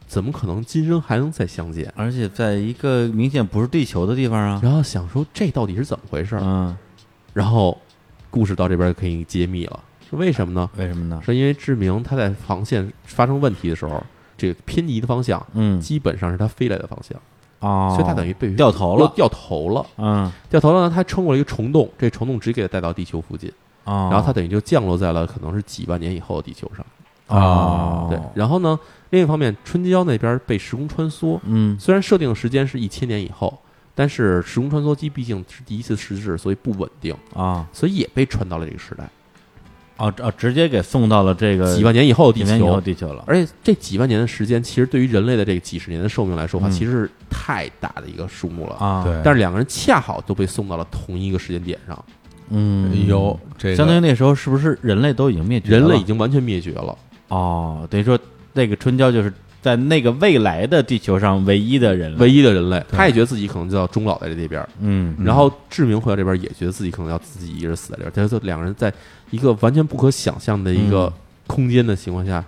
Speaker 1: 怎么可能今生还能再相见？
Speaker 2: 而且在一个明显不是地球的地方啊，
Speaker 1: 然后想说这到底是怎么回事儿？
Speaker 2: 嗯，
Speaker 1: 然后故事到这边可以揭秘了，是为什么呢？
Speaker 2: 为什么呢？
Speaker 1: 是因为志明他在航线发生问题的时候，这个偏移的方向
Speaker 2: 嗯，
Speaker 1: 基本上是他飞来的方向，
Speaker 2: 哦，
Speaker 1: 所以他等于被
Speaker 2: 掉头了
Speaker 1: 掉头了。
Speaker 2: 嗯，
Speaker 1: 掉头了呢，他穿过了一个虫洞，这虫洞直接给他带到地球附近，
Speaker 2: 哦，
Speaker 1: 然后他等于就降落在了可能是几万年以后的地球上。
Speaker 2: 哦，
Speaker 1: 啊对，然后呢，另一方面，春娇那边被时空穿梭，
Speaker 2: 嗯，
Speaker 1: 虽然设定的时间是一千年以后，但是时空穿梭机毕竟是第一次试制，所以不稳定，
Speaker 2: 啊，
Speaker 1: 所以也被传到了这个时代，
Speaker 2: 哦哦，直接给送到了这个
Speaker 1: 几万年以后的
Speaker 2: 几
Speaker 1: 地
Speaker 2: 年以后
Speaker 1: 球。
Speaker 2: 地球了，
Speaker 1: 而且这几万年的时间，其实对于人类的这个几十年的寿命来说的话，
Speaker 2: 嗯
Speaker 1: 其实是太大的一个数目了。
Speaker 2: 啊，
Speaker 3: 对，
Speaker 1: 但是两个人恰好都被送到了同一个时间点上，
Speaker 2: 嗯，
Speaker 3: 有哎这个
Speaker 2: 相当于那时候是不是人类都已经灭绝了？
Speaker 1: 人类已经完全灭绝了。
Speaker 2: 哦，等于说那个春娇就是在那个未来的地球上唯一的人类。
Speaker 1: 唯一的人类，他也觉得自己可能就要终老在这边儿。
Speaker 2: 嗯，
Speaker 1: 然后志明回到这边儿也觉得自己可能要自己一个人死在这儿，但是就两个人在一个完全不可想象的一
Speaker 2: 嗯
Speaker 1: 个空间的情况下，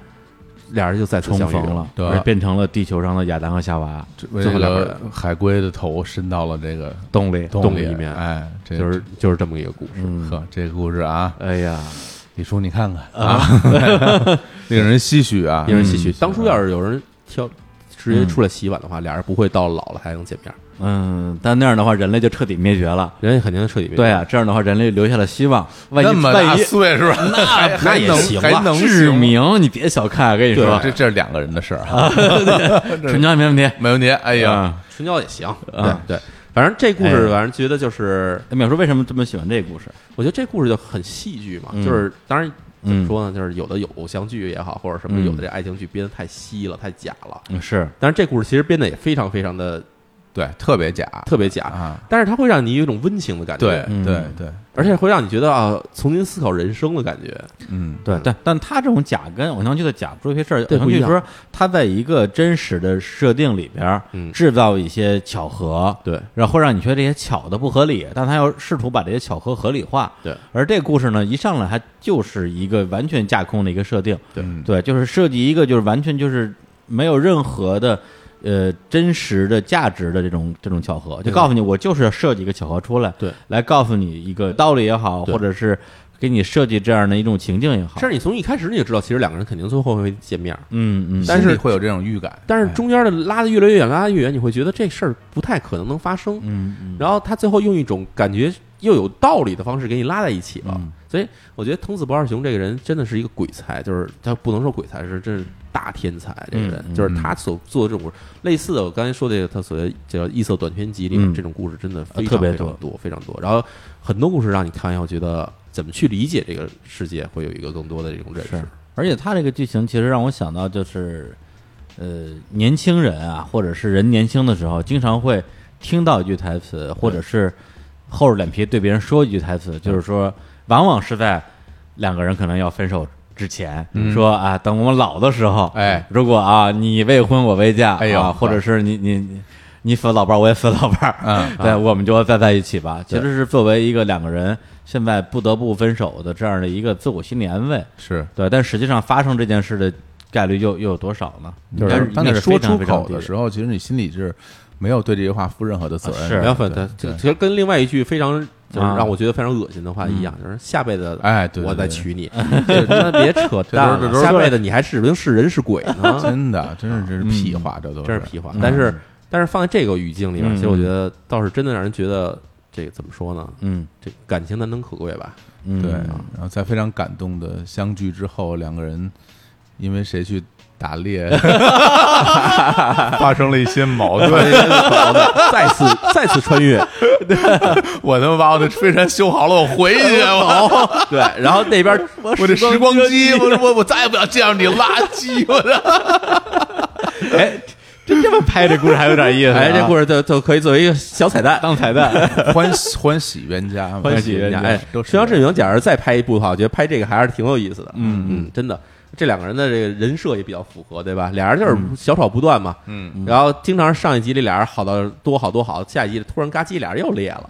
Speaker 1: 俩人就再次
Speaker 2: 重
Speaker 1: 相遇
Speaker 2: 逢了，
Speaker 3: 对
Speaker 2: 而变成了地球上的亚当和夏娃，
Speaker 3: 这
Speaker 1: 最
Speaker 3: 这
Speaker 1: 后两个
Speaker 3: 个
Speaker 1: 人
Speaker 3: 海龟的头伸到了这个
Speaker 2: 动力。
Speaker 3: 洞
Speaker 1: 洞
Speaker 3: 里
Speaker 1: 里面
Speaker 3: 哎，这
Speaker 1: 就是就是这么一个故事。
Speaker 2: 嗯，
Speaker 3: 呵，这个故事啊，
Speaker 2: 哎呀，
Speaker 3: 李叔你看看
Speaker 1: *laughs*
Speaker 3: 啊， *laughs* 令人唏嘘啊
Speaker 2: 嗯
Speaker 1: 令，人唏嘘。当初要是有人挑直接出来洗碗的话，俩人不会到老了还能见面，
Speaker 2: 嗯，但那样的话，人类就彻底灭绝了。
Speaker 1: 人家肯定彻底没
Speaker 2: 对啊，这样的话，人类留下了希望。万
Speaker 3: 那
Speaker 2: 一
Speaker 3: 么大
Speaker 2: 万一
Speaker 3: 岁数，那
Speaker 1: 那也行
Speaker 3: *laughs* 还
Speaker 1: 吧
Speaker 3: 能
Speaker 2: 志
Speaker 3: 啊行吗
Speaker 2: 明，你别小看，我跟你
Speaker 3: 对
Speaker 2: 说，
Speaker 3: 这这是两个人的事儿啊，
Speaker 2: 陈江没问题。
Speaker 3: 没问题。哎
Speaker 2: 哎
Speaker 3: 呀，，
Speaker 1: 春娇也行。对
Speaker 2: 啊
Speaker 1: 对，反正这故事，
Speaker 2: 哎
Speaker 1: 反正觉得就是，
Speaker 2: 淼叔为什么这么喜欢这个故事？
Speaker 1: 我觉得这故事就很戏剧嘛，
Speaker 2: 嗯
Speaker 1: 就是当然。怎么
Speaker 2: 嗯
Speaker 1: 说呢？就是有的有偶像剧也好，或者什么
Speaker 2: 嗯
Speaker 1: 有的这爱情剧编的太稀了，太假了。
Speaker 2: 嗯，是，
Speaker 1: 但是这故事其实编的也非常非常的
Speaker 3: 对，特别假，
Speaker 1: 特别假，
Speaker 3: 啊，
Speaker 1: 但是它会让你有一种温情的感觉，
Speaker 3: 对
Speaker 2: 嗯
Speaker 3: 对对，
Speaker 1: 而且会让你觉得啊，重新思考人生的感觉。
Speaker 3: 嗯，
Speaker 2: 对，但但他这种假跟偶像剧的假不是一回事儿。偶
Speaker 1: 对
Speaker 2: 像
Speaker 1: 不
Speaker 2: 剧
Speaker 1: 一样
Speaker 2: 说他在一个真实的设定里边儿，
Speaker 1: 嗯
Speaker 2: 制造一些巧合，
Speaker 1: 对，
Speaker 2: 然后让你觉得这些巧的不合理，但他要试图把这些巧合合理化。
Speaker 1: 对，
Speaker 2: 而这个故事呢，一上来它就是一个完全架空的一个设定，
Speaker 1: 对
Speaker 3: 嗯
Speaker 2: 对，就是设计一个就是完全就是没有任何的呃真实的价值的这种这种巧合，就
Speaker 1: 对
Speaker 2: 告诉你我就是要设计一个巧合出来，
Speaker 1: 对，
Speaker 2: 来告诉你一个道理也好，
Speaker 1: 对
Speaker 2: 或者是给你设计这样的一种情境也好，
Speaker 1: 甚至你从一开始你就知道，其实两个人肯定最后会见面儿，
Speaker 2: 嗯嗯，
Speaker 1: 但是
Speaker 3: 心里会有这种预感，
Speaker 1: 但是中间的拉的越来越远，拉得越远，你会觉得这事儿不太可能能发生。
Speaker 2: 嗯嗯
Speaker 1: 然后他最后用一种感觉又有道理的方式给你拉在一起了。
Speaker 2: 嗯
Speaker 1: 所以我觉得藤子不二雄这个人真的是一个鬼才，就是他不能说鬼才，是真是大天才。这个人、
Speaker 2: 嗯嗯
Speaker 1: 就是他所做的这种故事，类似的我刚才说这个他所谓叫异色短篇集里面、
Speaker 2: 嗯
Speaker 1: 这种故事真的
Speaker 2: 呃
Speaker 1: 非
Speaker 2: 特
Speaker 1: 常
Speaker 2: 别
Speaker 1: 非常
Speaker 2: 多
Speaker 1: 多，非常多。然后很多故事让你看完以后觉得怎么去理解这个世界，会有一个更多的这种认识
Speaker 2: 是。，而且他这个剧情其实让我想到就是，呃，年轻人啊，或者是人年轻的时候，经常会听到一句台词，或者是厚着脸皮对别人说一句台
Speaker 3: 嗯
Speaker 2: 词，就是说，往往是在两个人可能要分手之前，说啊，等我们老的时候，
Speaker 3: 嗯哎，
Speaker 2: 如果啊你未婚我未嫁，
Speaker 3: 哎呦
Speaker 2: 啊或者是你你你你死老伴儿我也死老伴儿， *laughs*
Speaker 3: 嗯
Speaker 2: 对，我们就再在一起吧。其实是作为一个两个人现在不得不分手的这样的一个自我心理安慰，
Speaker 3: 是。
Speaker 2: 对，但实际上发生这件事的概率又又有多少呢？
Speaker 3: 但是当你说出口的
Speaker 2: 候，
Speaker 3: 时候，其实你心里是没有对这句话负任何的责任的。
Speaker 2: 啊是
Speaker 1: 没有粉，
Speaker 3: 对
Speaker 1: 对，这其实跟另外一句非常就是
Speaker 2: 啊
Speaker 1: 让我觉得非常恶心的话一样，就是下辈子
Speaker 3: 哎对对
Speaker 1: 我再
Speaker 3: 对
Speaker 1: 娶你，这真的别扯淡
Speaker 3: 这都
Speaker 1: 了
Speaker 3: 是这都，是
Speaker 1: 下辈子你还指不定是人是鬼
Speaker 3: *laughs*
Speaker 1: 呢，
Speaker 3: 真的，真是这是屁话，这都
Speaker 1: 真是屁话。但是但是放在这个语境里面，
Speaker 2: 嗯
Speaker 1: 其实我觉得倒是真的让人觉得这个怎么说呢？
Speaker 2: 嗯
Speaker 1: 这感情难能可贵吧？
Speaker 2: 嗯，
Speaker 3: 对，然后在非常感动的相聚之后，两个人因为谁去打猎，发生了一些矛盾。
Speaker 1: 再次再次穿越，
Speaker 3: *laughs* 我他妈把我的飞船修好了，我回去，我
Speaker 1: 对，然后那边
Speaker 3: 我这时光机，我我我再也不要见到你垃圾，我的 *laughs*
Speaker 2: 哎，真这么拍这故事还有点意
Speaker 3: 啊
Speaker 2: 思、
Speaker 1: 哎，这故
Speaker 2: 事
Speaker 1: 事就就可以作为一个小彩蛋，
Speaker 2: 当
Speaker 3: *laughs*
Speaker 2: 彩蛋，
Speaker 3: 欢喜欢喜冤家嘛，
Speaker 2: 欢喜冤家
Speaker 1: 哎，
Speaker 3: 都是
Speaker 1: 宣扬志明，假如再拍一部的话，我觉得拍这个还是挺有意思的。嗯嗯，真的，这两个人的这个人设也比较符合，对吧？俩人就是小吵不断嘛。
Speaker 3: 嗯，
Speaker 1: 然后经常上一集里俩人好到多好多好，下一集突然嘎叽俩人又裂了。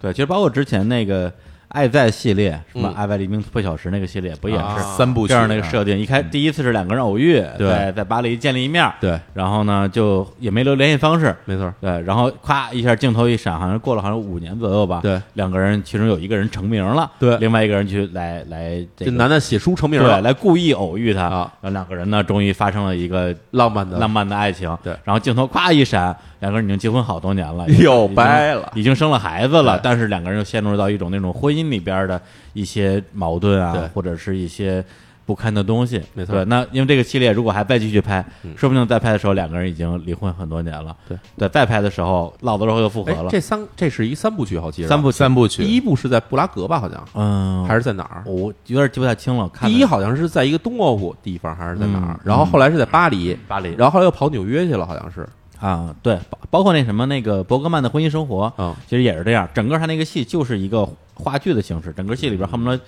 Speaker 2: 对，其实包括之前那个爱在系列，什么
Speaker 1: 嗯
Speaker 2: 爱在黎明破晓时那个系列，不也
Speaker 1: 啊
Speaker 2: 是
Speaker 3: 三部曲
Speaker 2: 这样的一个设定？一开第一次是两个人偶遇，
Speaker 1: 对
Speaker 2: 在在巴黎见了一面，
Speaker 1: 对，
Speaker 2: 然后呢就也没留联系方式，
Speaker 1: 没错，
Speaker 2: 对，然后咵一下镜头一闪，好像过了好像五年左右吧。
Speaker 1: 对，
Speaker 2: 两个人其中有一个人成名了，
Speaker 1: 对
Speaker 2: 另外一个人去来来
Speaker 1: 这
Speaker 2: 这个
Speaker 1: 男的写书成名
Speaker 2: 对
Speaker 1: 了，
Speaker 2: 来故意偶遇他
Speaker 1: 啊，
Speaker 2: 然后两个人呢终于发生了一个
Speaker 1: 浪漫的
Speaker 2: 浪漫的爱情。
Speaker 1: 对
Speaker 2: 然后镜头咵一闪，两个人已经结婚好多年了，
Speaker 1: 又
Speaker 2: 已经
Speaker 1: 掰了
Speaker 2: 已经生了孩子了
Speaker 1: 对，
Speaker 2: 但是两个人又陷入到一种那种婚姻里边的一些矛盾
Speaker 1: 对
Speaker 2: 啊，或者是一些。不堪的东西，
Speaker 1: 没错嗯
Speaker 2: 对，那因为这个系列如果还再继续拍，说不定再拍的时候两个人已经离婚很多年了。
Speaker 1: 对，
Speaker 2: 对，再拍的时候老的时候又复合
Speaker 1: 哎
Speaker 2: 了。
Speaker 1: 这三这是一三部曲，好记着
Speaker 2: 三部曲，
Speaker 3: 三部
Speaker 1: 第一
Speaker 3: 曲，
Speaker 1: 部是在布拉格吧？好像
Speaker 2: 嗯，
Speaker 1: 还是在哪儿？
Speaker 2: 我有点记不太清了。看
Speaker 1: 第一
Speaker 2: 了
Speaker 1: 好像是在一个东欧国地方，还是在哪儿
Speaker 2: 嗯？
Speaker 1: 然后后来是在巴黎，
Speaker 2: 巴黎
Speaker 1: 然后后来又跑纽约去了，好像是。
Speaker 2: 啊，对，包包括那什么那个伯格曼的婚姻生活，
Speaker 1: 嗯
Speaker 2: 其实也是这样。整个他那个戏就是一个话剧的形式，整个戏里边恨不得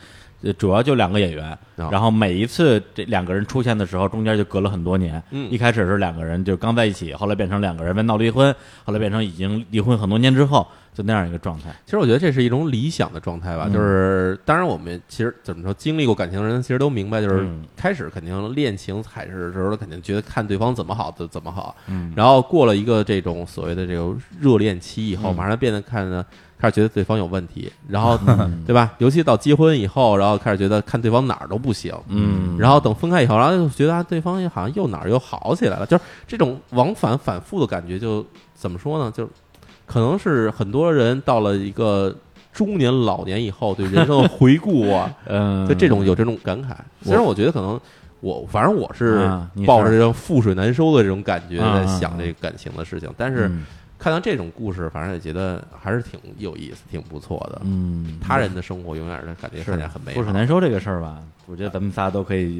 Speaker 2: 呃主要就两个演员，
Speaker 1: 啊
Speaker 2: 然后每一次这两个人出现的时候，中间就隔了很多年。
Speaker 1: 嗯
Speaker 2: 一开始是两个人就刚在一起，后来变成两个人为闹离婚，后来变成已经离婚很多年之后就那样一个状态。
Speaker 1: 其实我觉得这是一种理想的状态吧，
Speaker 2: 嗯
Speaker 1: 就是当然我们其实怎么说，经历过感情的人其实都明白，就是
Speaker 2: 嗯
Speaker 1: 开始肯定恋情海是的时候，肯定觉得看对方怎么好就怎么好，
Speaker 2: 嗯
Speaker 1: 然后过了一个这种所谓的这种热恋期以后，
Speaker 2: 嗯
Speaker 1: 马上变得看呢开始觉得对方有问题，然
Speaker 2: *laughs*
Speaker 1: 后、对吧？尤其到结婚以后，然后开始觉得看对方哪儿都不行，
Speaker 2: 嗯，
Speaker 1: 然后等分开以后，然后就觉得啊对方又好像又哪儿又好起来了，就是这种往返反复的感觉就，怎么说呢？就可能是很多人到了一个中年老年以后，对人生的回顾啊，
Speaker 2: *laughs* 嗯，
Speaker 1: 就这种有这种感慨。虽然我觉得可能我反正我是
Speaker 2: 啊你是
Speaker 1: 抱着这种覆水难收的这种感觉
Speaker 2: 啊啊
Speaker 1: 在
Speaker 2: 啊
Speaker 1: 想这个感情的事情，但
Speaker 2: 嗯
Speaker 1: 是看到这种故事，反正也觉得还是挺有意思、挺不错的。
Speaker 2: 嗯，
Speaker 1: 他人的生活永远是感觉看起来很美啊
Speaker 2: 不是
Speaker 1: 好。
Speaker 2: 难受这个事儿吧？我觉得咱们仨都可以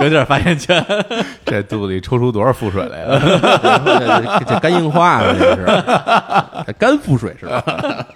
Speaker 2: 有点发言权。
Speaker 3: *laughs* 这肚子里抽出多少腹水来了？
Speaker 2: *laughs*
Speaker 1: 这这肝硬化了，这是 *laughs* 肝腹水是吧？
Speaker 2: 啊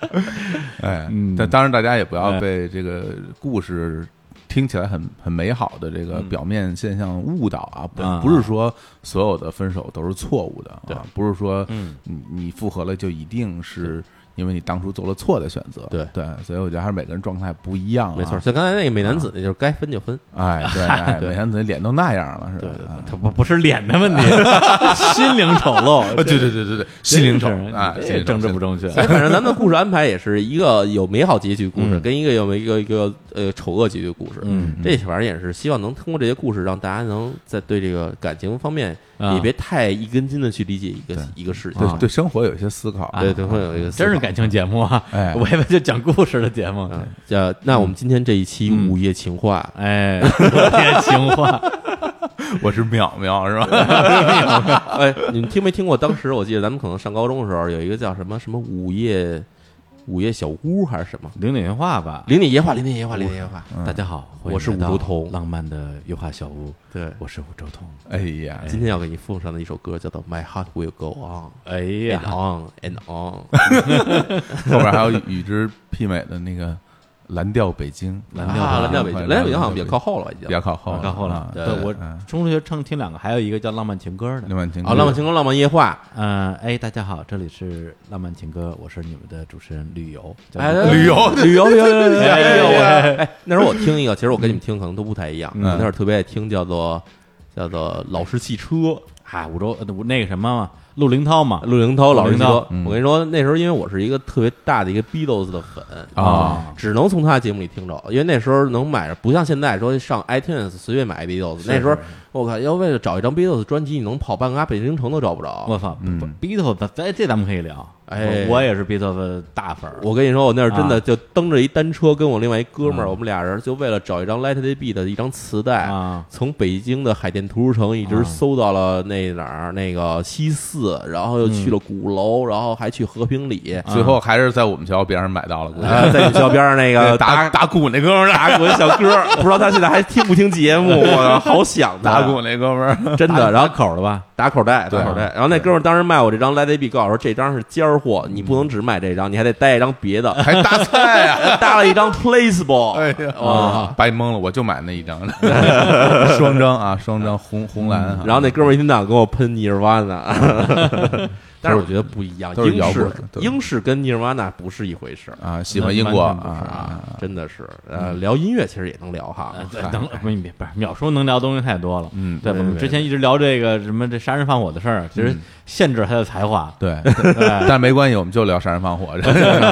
Speaker 3: 哎
Speaker 2: 嗯，
Speaker 3: 但当然，大家也不
Speaker 2: 哎
Speaker 3: 要被这个故事听起来很很美好的这个
Speaker 2: 嗯
Speaker 3: 表面现象误导啊，不
Speaker 2: 啊
Speaker 3: 不是说所有的分手都是错误的
Speaker 1: 对
Speaker 3: 啊，不是说
Speaker 2: 嗯
Speaker 3: 你你复合了就一定是因为你当初做了错的选择，
Speaker 1: 对
Speaker 3: 对，所以我觉得还是每个人状态不一样啊，
Speaker 1: 没错，像刚才那个美男
Speaker 2: 啊
Speaker 1: 子，那就是该分就分，
Speaker 3: 哎，
Speaker 2: *laughs*
Speaker 3: 对，哎
Speaker 1: 对
Speaker 3: 每天自己脸都那样了，是吧？啊
Speaker 2: 他不不是脸的问题， *laughs* 心灵丑陋，
Speaker 3: 啊，对对对对对， *laughs* 心灵丑
Speaker 2: 是
Speaker 3: 啊，
Speaker 2: 这
Speaker 3: 心灵丑
Speaker 2: 政治不正确。
Speaker 1: 所以反正咱们故事安排也是一个有美好结局故事，
Speaker 2: 嗯
Speaker 1: 跟一个有没一个一个呃丑恶结局故事。
Speaker 2: 嗯
Speaker 1: 这反正也是希望能通过这些故事，让大家能在对这个感情方面
Speaker 2: 啊
Speaker 1: 也别太一根筋的去理解一个一个事情。啊
Speaker 3: 对对生活有一些思考，
Speaker 2: 哎
Speaker 1: 对对，会有一个
Speaker 2: 真是
Speaker 1: 感
Speaker 2: 感情节目啊！
Speaker 3: 哎
Speaker 2: *laughs*
Speaker 3: 嗯
Speaker 2: 我以为就讲故事的节目。
Speaker 1: 啊。呃，那我们今天这一期
Speaker 2: 嗯
Speaker 1: 《午夜情话》
Speaker 2: 哎，我
Speaker 3: *laughs*
Speaker 2: 天，情话，
Speaker 3: 我是淼淼是吧？
Speaker 1: 哎，你们听没听过？当时我记得咱们可能上高中的时候，有一个叫什么什么午夜午夜小屋还是什么
Speaker 2: 零点话吧。
Speaker 3: 嗯
Speaker 1: 零点夜话，零点夜话，零点夜话。
Speaker 2: 大家好，
Speaker 1: 我是
Speaker 2: 欢迎来
Speaker 1: 五洲
Speaker 2: 到
Speaker 1: 童
Speaker 2: 浪漫的油画小屋，
Speaker 1: 对，
Speaker 2: 我是五洲通。
Speaker 3: 哎呀，
Speaker 1: 今天要给你奉上的一首歌叫做《My Heart Will Go On
Speaker 2: 哎》
Speaker 1: ，and
Speaker 2: 呀，
Speaker 1: on and on。 *laughs*
Speaker 3: 后边还有与之媲美的那个蓝调北京，
Speaker 2: 蓝调
Speaker 1: 啊，蓝调北京，蓝调北京好像比较靠
Speaker 3: 后，
Speaker 1: 后了吧，已经
Speaker 3: 比较靠后了，
Speaker 2: 靠后了。
Speaker 3: 对，
Speaker 2: 对我
Speaker 3: 嗯
Speaker 2: 中学唱听两个，还有一个叫《浪漫情歌》的。
Speaker 3: 浪漫情歌
Speaker 1: 啊，浪漫情歌，浪漫夜话。
Speaker 2: 嗯，哎，大家好，这里是浪漫情歌，我是你们的主持人旅游。叫
Speaker 1: 哎，
Speaker 2: 做
Speaker 1: 旅游，旅游，旅游，旅游。
Speaker 2: 哎呦
Speaker 1: 哎，哎那时候我听一个，其实我跟你们听可能都不太一样。
Speaker 2: 嗯
Speaker 1: 我那会儿特别爱听叫做叫做《老式汽车》，
Speaker 2: 啊，五洲呃那个什么嘛，陆林涛嘛，
Speaker 1: 陆凌涛老师
Speaker 2: 陆凌涛
Speaker 1: 说，我跟你说，那时候因为我是一个特别大的一个 Beatles 的粉
Speaker 3: 啊，
Speaker 1: 只能从他节目里听着，因为那时候能买着，不像现在说上 iTunes 随便买一 Beatles。那时候我靠，要为了找一张 Beatles 专辑，你能跑半个北京城都找不着
Speaker 2: 我。操
Speaker 3: 嗯
Speaker 2: ，Beatles，咱咱这咱们可以聊。
Speaker 1: 哎
Speaker 2: 我我也是 Beatles 的大粉儿。
Speaker 1: 我跟你说，我那儿真的
Speaker 2: 啊
Speaker 1: 就蹬着一单车，跟我另外一哥们儿，
Speaker 2: 嗯
Speaker 1: 我们俩人就为了找一张《Let It Be》的一张磁带，
Speaker 2: 啊，
Speaker 1: 从北京的海淀图书城一直
Speaker 2: 啊
Speaker 1: 搜到了那哪儿那个西四，然后又去了鼓楼，然后还去和平里，
Speaker 2: 啊
Speaker 3: 最后还是在我们学校边上买到了，估计
Speaker 1: 啊，在你们学校边上
Speaker 3: *laughs*
Speaker 1: 那个
Speaker 3: 打打鼓那哥们儿，
Speaker 1: 打滚小哥，不知道他现在还听不听节目，我好想他
Speaker 3: *laughs* 打鼓那哥们儿，
Speaker 1: 真的。然
Speaker 2: 打
Speaker 1: 后
Speaker 2: 口了吧？
Speaker 1: 打口袋，
Speaker 3: 对
Speaker 1: 打口袋。然后那哥们儿当时卖我这张 Let It Be，告诉我说这张是尖儿货，你不能只买这张，你还得带一张别的。 *laughs*
Speaker 3: 还搭菜呀，
Speaker 1: 搭了一张 Placeable，
Speaker 3: 哎呀，把你蒙了，我就买那一张，
Speaker 1: *laughs*
Speaker 3: 双张啊，双张红红蓝啊，
Speaker 1: 嗯然后那哥们儿一天到晚跟我喷尼尔瓦 *laughs* 纳，但是我觉得不一样，
Speaker 3: 都是
Speaker 1: 英
Speaker 3: 摇
Speaker 1: 式
Speaker 3: 滚对
Speaker 1: 英式跟尼尔瓦纳不是一回事儿
Speaker 3: 啊，喜欢英国
Speaker 2: 那那
Speaker 3: 啊，
Speaker 1: 啊，真的是。呃，聊音乐其实也哎能聊哈，
Speaker 2: 对，能不是不是秒叔能聊东西太多了。
Speaker 3: 嗯
Speaker 2: 对，
Speaker 1: 对
Speaker 2: 我们
Speaker 1: 对嗯
Speaker 2: 之前一直聊这个什么这杀人放火的事儿，其实限制他的才华。
Speaker 1: *laughs*
Speaker 3: 对，
Speaker 1: 哎
Speaker 2: 对，
Speaker 3: 但没关系，我们就聊杀人放火，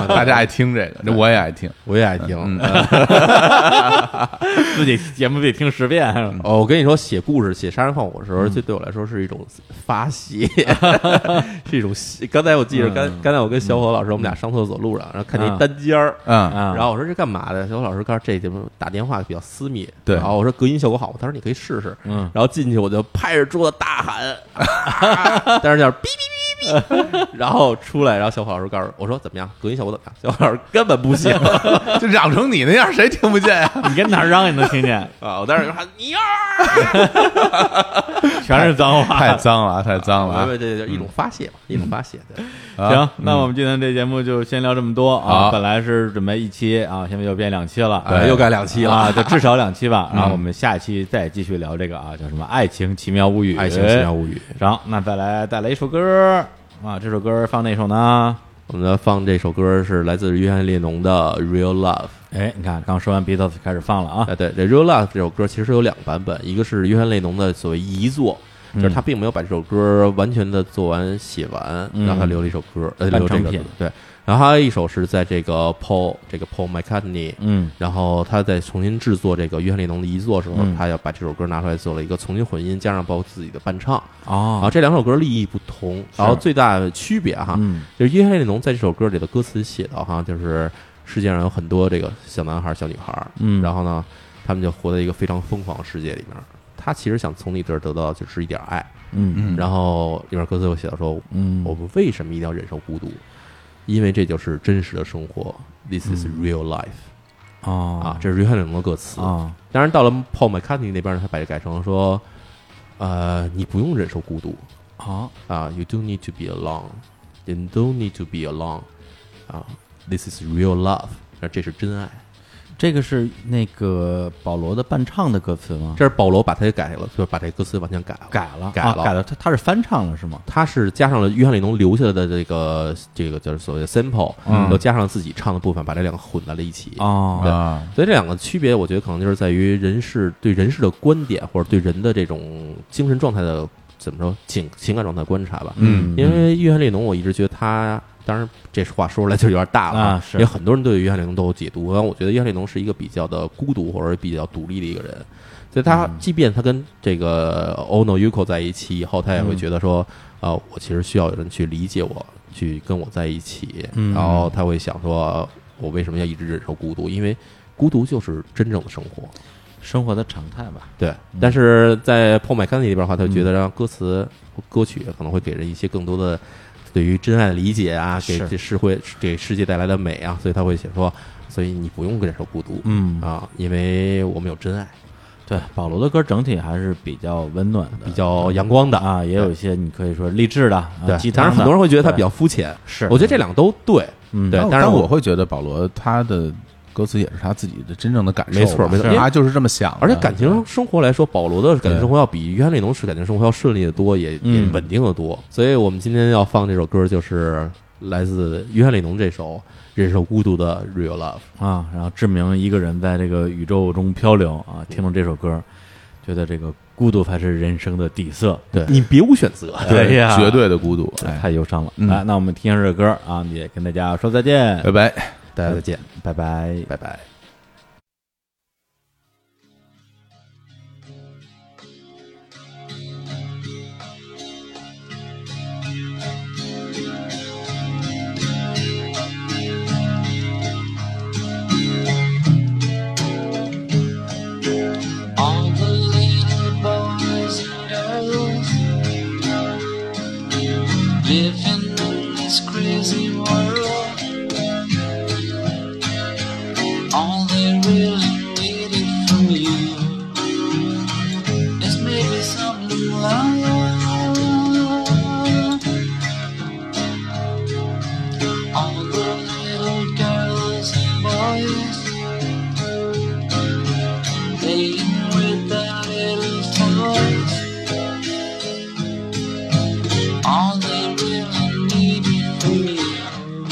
Speaker 3: 大家爱听这个，这我也爱听，
Speaker 1: 我也爱听。
Speaker 3: 嗯
Speaker 2: 自己节目自己听十遍。
Speaker 1: 哦，我跟你说，写故事、写杀人放火的时候，这对我来说是一种发 *laughs* 泄，是一种喜。刚才我记着，刚刚才我跟小伙老师，我们俩上厕所路上，然后看见
Speaker 2: 啊
Speaker 1: 一单间儿，
Speaker 3: 嗯，
Speaker 2: 啊，
Speaker 1: 然后我说这干嘛的？小伙老师告诉这节目打电话比较私密，
Speaker 3: 对
Speaker 1: 然后我说隔音效果好，他说你可以试试，
Speaker 2: 嗯
Speaker 1: 然后进去我就拍着桌子大喊， *laughs* 啊、但是就是哔哔哔哔，然后出来，然后小伙老师告诉我我说怎么样，隔音效果怎么样？小伙老师根本不行
Speaker 3: *laughs* 就嚷成你那样，谁听不见呀？
Speaker 1: *laughs*
Speaker 2: *laughs* 你跟哪儿嚷也能听见，
Speaker 1: 啊！我当时就喊你呀，
Speaker 2: 全是脏
Speaker 3: *laughs*
Speaker 2: 话。
Speaker 3: 太脏了啊，太脏了啊。
Speaker 1: 对对对，一种发泄嘛，一种发泄。对，
Speaker 3: 啊
Speaker 2: 行，
Speaker 1: 嗯
Speaker 2: 那我们今天这节目就先聊这么多啊。
Speaker 3: 好
Speaker 2: 本来是准备一期啊，现在又变两期了，
Speaker 1: 哎又改两期了，
Speaker 2: 啊，就至少两
Speaker 1: *laughs*
Speaker 2: 期吧。然后
Speaker 3: 嗯
Speaker 2: 我们下期再继续聊这个啊，叫什么《爱情奇妙物语》。
Speaker 1: 爱情奇妙物语。
Speaker 2: 然后那再来带来一首歌啊，这首歌放哪首呢？
Speaker 1: 我们来放这首歌是来自约翰列侬的《Real Love》。
Speaker 2: 哎，你看，刚说完 Beatles 开始放了啊。
Speaker 1: 啊，对，这《Real Love》这首歌其实有两个版本，一个是约翰列侬的所谓遗作，就是他并没有把这首歌完全的做完写完，
Speaker 2: 嗯
Speaker 1: 然后他留了一首歌，呃，
Speaker 2: 半
Speaker 1: 留这
Speaker 2: 成
Speaker 1: 个
Speaker 2: 品
Speaker 1: 对。然后还有一首是在这个 Paul 这个 Paul McCartney，
Speaker 2: 嗯
Speaker 1: 然后他在重新制作这个约翰列侬的遗作的时候，
Speaker 2: 嗯
Speaker 1: 他要把这首歌拿出来做了一个重新混音，加上包括自己的伴唱。啊，
Speaker 2: 哦，
Speaker 1: 这两首歌立意不同，然后最大的区别哈，
Speaker 2: 嗯
Speaker 1: 就是约翰列侬在这首歌里的歌词写到哈，就是世界上有很多这个小男孩、小女孩，
Speaker 2: 嗯
Speaker 1: 然后呢，他们就活在一个非常疯狂的世界里面。他其实想从你这儿得到就是一点爱，
Speaker 2: 嗯
Speaker 3: 嗯，
Speaker 1: 然后里面歌词又写到说，
Speaker 2: 嗯，
Speaker 1: 我们为什么一定要忍受孤独？因为这就是真实的生活，This is
Speaker 2: 嗯
Speaker 1: real life
Speaker 2: 哦
Speaker 1: 啊，这是约翰列侬的歌词。
Speaker 2: 啊
Speaker 1: 当然，到了 Paul McCartney 那边呢，他把这改成说，呃，你不用忍受孤独，
Speaker 2: 好
Speaker 1: 啊，You don't need to be alone, you don't need to be alone，啊，This is real love，那这是真爱。
Speaker 2: 这个是那个保罗的伴唱的歌词吗？
Speaker 1: 这是保罗把它给改了，就是把这歌词完全改了。
Speaker 2: 改了，
Speaker 1: 改
Speaker 2: 啊
Speaker 1: 了
Speaker 2: 改了，他他是翻唱了是吗？
Speaker 1: 他是加上了约翰列侬留下来的这个这个就是所谓的 sample，
Speaker 2: 嗯
Speaker 1: 又加上自己唱的部分，把这两个混在了一起。
Speaker 2: 哦
Speaker 3: 啊，
Speaker 1: 所以这两个区别，我觉得可能就是在于人是对人事的观点，或者对人的这种精神状态的怎么说情情感状态观察吧。
Speaker 3: 嗯
Speaker 1: 因为约翰列侬，我一直觉得他，当然这话说出来就有点大了
Speaker 2: 啊是
Speaker 1: 因为很多人对约翰列侬都有解读，但我觉得约翰列侬是一个比较的孤独或者比较独立的一个人，所以
Speaker 2: 嗯
Speaker 1: 他即便他跟这个 Ono Yuko 在一起以后，他也
Speaker 2: 嗯
Speaker 1: 会觉得说，啊，我其实需要有人去理解我，去跟我在一起，
Speaker 2: 嗯
Speaker 1: 然后他会想说，我为什么要一直忍受孤独？因为孤独就是真正的生活，
Speaker 2: 生活的常态吧。
Speaker 1: 对，但是在 Paul McCartney 里边的话，他就觉
Speaker 2: 嗯
Speaker 1: 得让歌词、歌曲可能会给人一些更多的对于真爱的理解啊，给
Speaker 2: 是
Speaker 1: 这社会、给世界带来的美啊，所以他会写说，所以你不用忍受孤独、
Speaker 2: 嗯，
Speaker 1: 啊，因为我们有真爱，
Speaker 2: 对，保罗的歌整体还是比较温暖的，
Speaker 1: 比较阳光的。
Speaker 2: 啊，也有一些你可以说励志的，啊
Speaker 1: 对
Speaker 2: 鸡，汤
Speaker 1: 当然
Speaker 2: 的
Speaker 1: 很多人会觉得他比
Speaker 2: 对
Speaker 1: 较肤浅，
Speaker 2: 是
Speaker 1: 我觉得这两个都对，
Speaker 2: 嗯
Speaker 1: 对
Speaker 3: 但，
Speaker 1: 但是
Speaker 3: 但我会觉得保罗他的歌词也是他自己的真正的感受吧，
Speaker 1: 没错没错
Speaker 3: 是
Speaker 1: 因为
Speaker 3: 他就是这么想的，
Speaker 1: 而且感情生活来说，保罗的感情
Speaker 3: 对
Speaker 1: 生活要比约翰列侬式感情生活要顺利的多，也也
Speaker 2: 嗯
Speaker 1: 稳定的多。所以我们今天要放这首歌，就是来自约翰列侬这首《忍受孤独的 Real Love》。
Speaker 2: 啊，然后志明一个人在这个宇宙中漂流啊，听了这首歌，觉得这个孤独才是人生的底色，
Speaker 1: 对你别无选择。
Speaker 2: 对呀
Speaker 3: 绝对的孤独，哎，
Speaker 2: 太忧伤了。
Speaker 3: 嗯
Speaker 2: 来，那我们听一下这首歌啊，也跟大家说再见
Speaker 1: 呃
Speaker 3: 拜，拜。
Speaker 1: 大家再见，
Speaker 2: 拜拜。
Speaker 1: 拜拜。
Speaker 5: All the little boys and girls living in this crazy world. All they really needed from you is maybe something love. All the little girls and boys playing with their little toys. All they really need from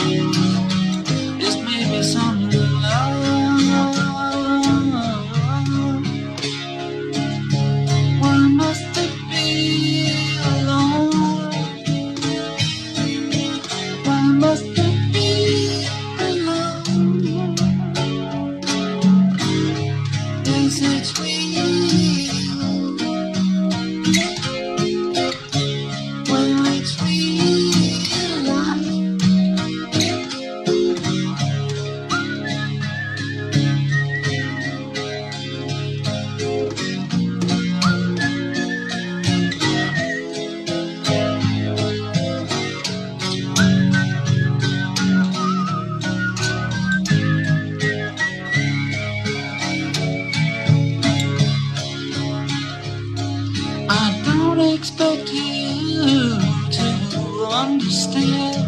Speaker 5: you is maybe some love. Why must it be alone? Why must it be alone? Is it real? Will it realize? I doubt it expect you to understand.